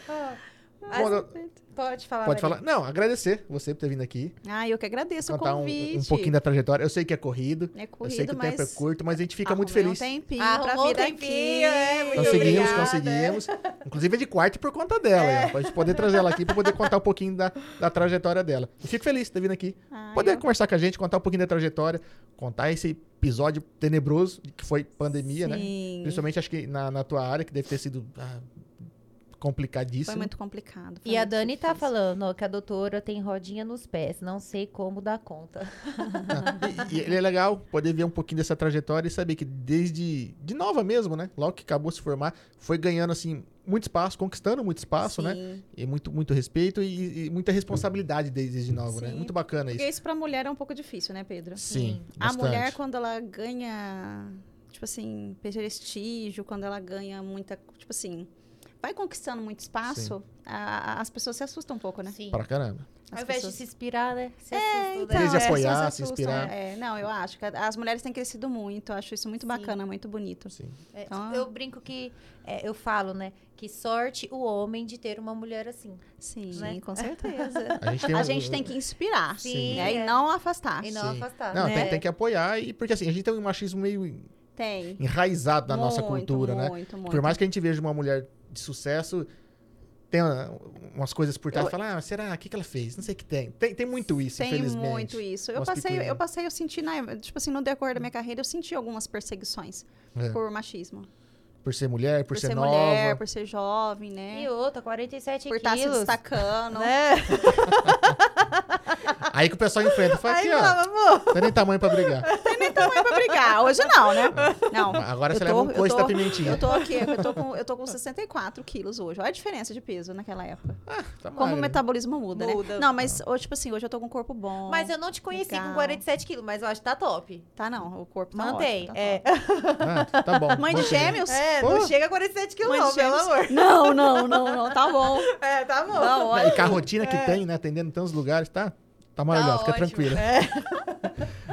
[SPEAKER 1] As-
[SPEAKER 2] Bom, eu-
[SPEAKER 1] Pode falar.
[SPEAKER 2] pode
[SPEAKER 1] Maria.
[SPEAKER 2] falar. Não, agradecer você por ter vindo aqui.
[SPEAKER 3] Ah, eu que agradeço
[SPEAKER 2] contar
[SPEAKER 3] o
[SPEAKER 2] um-
[SPEAKER 3] convite.
[SPEAKER 2] um, pouquinho da trajetória. Eu sei que é corrido.
[SPEAKER 3] É
[SPEAKER 2] eu sei que
[SPEAKER 3] corrido,
[SPEAKER 2] o tempo é
[SPEAKER 3] mas.
[SPEAKER 2] curto, mas a gente fica muito
[SPEAKER 3] arrumei
[SPEAKER 2] feliz.
[SPEAKER 3] Um tempinho pra
[SPEAKER 1] Arrumou
[SPEAKER 3] vir
[SPEAKER 1] um
[SPEAKER 3] daqui.
[SPEAKER 1] tempinho, é, muito
[SPEAKER 2] conseguimos,
[SPEAKER 1] obrigada.
[SPEAKER 2] conseguimos. Inclusive é de quarto por conta dela. aí, ó, pra gente poder trazer ela aqui pra poder contar um pouquinho da, da trajetória dela. E fico feliz de ter vindo aqui.
[SPEAKER 3] Ah,
[SPEAKER 2] Poder
[SPEAKER 3] eu-
[SPEAKER 2] conversar com a gente, contar um pouquinho da trajetória, contar esse episódio tenebroso que foi pandemia, né?
[SPEAKER 3] Sim.
[SPEAKER 2] Principalmente acho que na, na tua área, que deve ter sido ah,
[SPEAKER 3] Foi
[SPEAKER 2] complicadíssimo.
[SPEAKER 3] muito complicado. foi
[SPEAKER 1] E a
[SPEAKER 3] muito
[SPEAKER 1] Dani tá
[SPEAKER 3] difícil.
[SPEAKER 1] falando ó, que a doutora tem rodinha nos pés. Não sei como dar conta.
[SPEAKER 2] E, e ele é legal poder ver um pouquinho dessa trajetória e saber que desde de nova mesmo, né? Logo que acabou de se formar, foi ganhando assim muito espaço, conquistando muito espaço, né?
[SPEAKER 3] Sim.
[SPEAKER 2] E muito, muito respeito e, e muita responsabilidade desde de novo, né?
[SPEAKER 3] Sim.
[SPEAKER 2] Muito bacana
[SPEAKER 3] Porque
[SPEAKER 2] isso.
[SPEAKER 3] isso pra mulher é um pouco difícil, né, Pedro?
[SPEAKER 2] Sim,
[SPEAKER 3] A
[SPEAKER 2] bastante.
[SPEAKER 3] mulher, quando ela ganha, tipo assim, prestígio, quando ela ganha muita, tipo assim, vai conquistando muito espaço, a- a- as pessoas se assustam um pouco, né?
[SPEAKER 1] Sim.
[SPEAKER 2] Pra caramba.
[SPEAKER 3] As
[SPEAKER 1] Ao invés
[SPEAKER 3] pessoas-
[SPEAKER 1] de se inspirar, né? Se assustou,
[SPEAKER 3] Então,
[SPEAKER 2] Desde
[SPEAKER 3] as pessoas
[SPEAKER 2] apoiar, se
[SPEAKER 3] assustam,
[SPEAKER 2] inspirar.
[SPEAKER 3] É, não, eu acho que as mulheres têm crescido muito, eu acho isso muito
[SPEAKER 1] Sim.
[SPEAKER 3] bacana, muito bonito.
[SPEAKER 2] Sim.
[SPEAKER 1] É,
[SPEAKER 3] Então,
[SPEAKER 1] Eu brinco que. é, eu falo, né? Que sorte o homem de ter uma mulher assim.
[SPEAKER 3] Sim,
[SPEAKER 1] Né?
[SPEAKER 3] com certeza.
[SPEAKER 2] A gente tem,
[SPEAKER 3] a
[SPEAKER 2] um-
[SPEAKER 3] gente tem que inspirar,
[SPEAKER 1] Sim. é.
[SPEAKER 3] né? E não afastar.
[SPEAKER 1] E não
[SPEAKER 2] Sim.
[SPEAKER 1] afastar.
[SPEAKER 2] Não,
[SPEAKER 1] né?
[SPEAKER 2] tem, tem que apoiar, e porque assim, a gente tem um machismo meio
[SPEAKER 3] Tem.
[SPEAKER 2] enraizado na nossa
[SPEAKER 3] Muito,
[SPEAKER 2] cultura, né?
[SPEAKER 3] Muito, muito.
[SPEAKER 2] Por mais que a gente veja uma mulher de sucesso, tem ah, umas coisas por trás,
[SPEAKER 3] Eu-
[SPEAKER 2] fala, ah, será? O que, que ela fez? Não sei o que tem. Tem, tem muito isso,
[SPEAKER 3] tem
[SPEAKER 2] infelizmente.
[SPEAKER 3] muito isso. Eu
[SPEAKER 2] Umas
[SPEAKER 3] passei,
[SPEAKER 2] picuinhas.
[SPEAKER 3] eu passei, eu senti, na, tipo assim, no decorrer da minha carreira, eu senti algumas perseguições
[SPEAKER 2] É.
[SPEAKER 3] por machismo. Por,
[SPEAKER 2] Por ser mulher, por, ser, nova.
[SPEAKER 3] mulher, por ser jovem, né?
[SPEAKER 1] E outra, 47
[SPEAKER 3] por estar se
[SPEAKER 1] quilos.
[SPEAKER 3] destacando.
[SPEAKER 1] né?
[SPEAKER 2] Aí que o pessoal enfrenta. Fala
[SPEAKER 1] Aí
[SPEAKER 2] Tá aqui,
[SPEAKER 1] fala,
[SPEAKER 2] ó.
[SPEAKER 1] amor.
[SPEAKER 2] Não tem nem tamanho pra brigar.
[SPEAKER 3] Então é pra brigar. Hoje não, né? Não.
[SPEAKER 2] Agora
[SPEAKER 3] Eu
[SPEAKER 2] você
[SPEAKER 3] tô-
[SPEAKER 2] leva um
[SPEAKER 3] eu
[SPEAKER 2] coice
[SPEAKER 3] tô-
[SPEAKER 2] da pimentinha.
[SPEAKER 3] Eu tô aqui, eu tô, com, eu tô com 64 quilos hoje. Olha a diferença de peso naquela época.
[SPEAKER 2] Tá
[SPEAKER 3] Como
[SPEAKER 2] magro.
[SPEAKER 3] o metabolismo muda,
[SPEAKER 7] Muda.
[SPEAKER 3] né? Não, mas hoje, tipo assim, hoje eu tô com um corpo bom.
[SPEAKER 1] Mas eu não te conheci com
[SPEAKER 3] Legal.
[SPEAKER 1] 47 quilos, mas eu acho que tá top.
[SPEAKER 3] Tá não, o corpo tá
[SPEAKER 1] Mantém.
[SPEAKER 3] ótimo, tá
[SPEAKER 1] é.
[SPEAKER 2] Ah, tá bom.
[SPEAKER 3] top. Mãe de
[SPEAKER 2] Bom,
[SPEAKER 3] gêmeos?
[SPEAKER 1] É,
[SPEAKER 2] Pô.
[SPEAKER 1] não chega a 47 quilos,
[SPEAKER 3] Mãe de
[SPEAKER 1] não, pelo
[SPEAKER 3] gêmeos.
[SPEAKER 1] amor.
[SPEAKER 3] Não, não, não, não. Tá bom.
[SPEAKER 1] É, tá bom.
[SPEAKER 3] Tá
[SPEAKER 2] né, E
[SPEAKER 3] ótimo.
[SPEAKER 2] com a rotina que tem, né? Atendendo tantos lugares, tá? Tá maravilhoso, fica
[SPEAKER 1] ótimo.
[SPEAKER 2] tranquila.
[SPEAKER 1] É.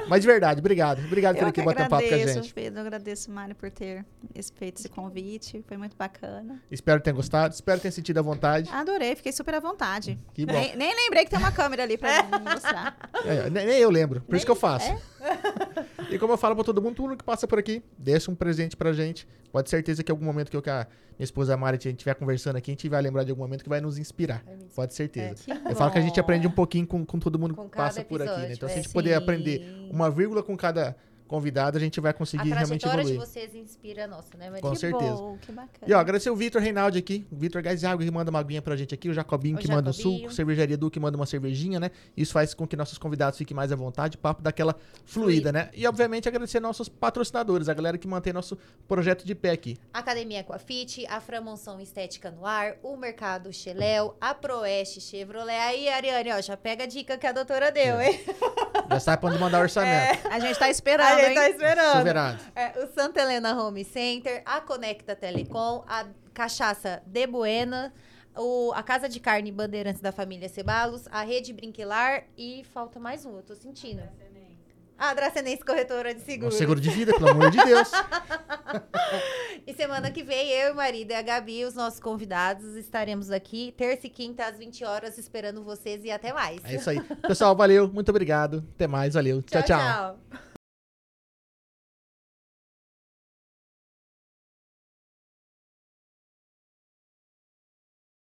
[SPEAKER 2] Mas de verdade, obrigado. Obrigado por
[SPEAKER 3] Eu
[SPEAKER 2] aqui
[SPEAKER 3] que
[SPEAKER 2] bater um papo com a gente.
[SPEAKER 3] agradeço, Pedro. Eu agradeço, Mário, por ter esse- feito esse convite. Foi muito bacana.
[SPEAKER 2] Espero que tenha gostado, espero que tenha sentido a vontade.
[SPEAKER 3] Adorei, fiquei super à vontade.
[SPEAKER 2] Que bom.
[SPEAKER 3] Nem, nem lembrei que tem uma câmera ali pra me mostrar.
[SPEAKER 2] É, nem, nem eu lembro, por isso que eu faço.
[SPEAKER 1] é?
[SPEAKER 2] e como eu falo pra todo mundo, tudo que passa por aqui, deixa um presente pra gente. Pode ter certeza que em algum momento que eu com a minha esposa Mari, a gente estiver conversando aqui, a gente vai lembrar de algum momento que vai nos inspirar. Pode ter
[SPEAKER 1] É,
[SPEAKER 2] certeza. eu falo que a gente aprende um pouquinho com, com todo mundo
[SPEAKER 1] Com
[SPEAKER 2] que passa
[SPEAKER 1] cada
[SPEAKER 2] por aqui, né?
[SPEAKER 1] episódio,
[SPEAKER 2] Então, se
[SPEAKER 1] é.
[SPEAKER 2] a gente puder aprender uma vírgula com cada convidado, a gente vai
[SPEAKER 1] A
[SPEAKER 2] conseguir realmente
[SPEAKER 1] trajetória de
[SPEAKER 2] evoluir.
[SPEAKER 1] vocês inspira a nossa, né, Maria?
[SPEAKER 2] Com
[SPEAKER 3] que
[SPEAKER 2] certeza.
[SPEAKER 3] bom, que bacana.
[SPEAKER 2] E ó, agradecer o Vitor Reinaldi aqui, o Vitor Gaziago que manda uma aguinha pra gente aqui, o Jacobinho
[SPEAKER 1] O
[SPEAKER 2] que manda um
[SPEAKER 1] Jacobinho.
[SPEAKER 2] suco, Cervejaria Du que manda uma cervejinha, né? Isso faz com que nossos convidados fiquem mais à vontade, o papo daquela fluida, né? E obviamente agradecer nossos patrocinadores, a galera que mantém nosso projeto de pé aqui.
[SPEAKER 1] Academia Aquafit, a Framonção Estética no Ar, o Mercado Xeléu, a Proeste Chevrolet. Aí, Ariane, ó, já pega a dica que a doutora deu, hein?
[SPEAKER 2] Já sabe pra onde mandar o orçamento.
[SPEAKER 3] A gente tá
[SPEAKER 1] A
[SPEAKER 3] esperando,
[SPEAKER 1] gente
[SPEAKER 3] hein?
[SPEAKER 1] tá esperando.
[SPEAKER 2] Soberano.
[SPEAKER 1] É, o Santa Helena Home Center, a Conecta Telecom, a Cachaça De Buena, o, a Casa de Carne Bandeirantes da Família Cebalos, a Rede Brinquilar e falta mais um, eu tô sentindo. A Dracenense Corretora de
[SPEAKER 2] Um
[SPEAKER 1] Seguros.
[SPEAKER 2] seguro de vida, pelo amor de Deus.
[SPEAKER 1] E semana que vem, eu, o marido e a Gabi, os nossos convidados, estaremos aqui terça e quinta às 20 horas esperando vocês e até mais.
[SPEAKER 2] É isso aí. Pessoal, valeu, muito obrigado. Até mais, valeu. É tchau. tchau.
[SPEAKER 1] tchau.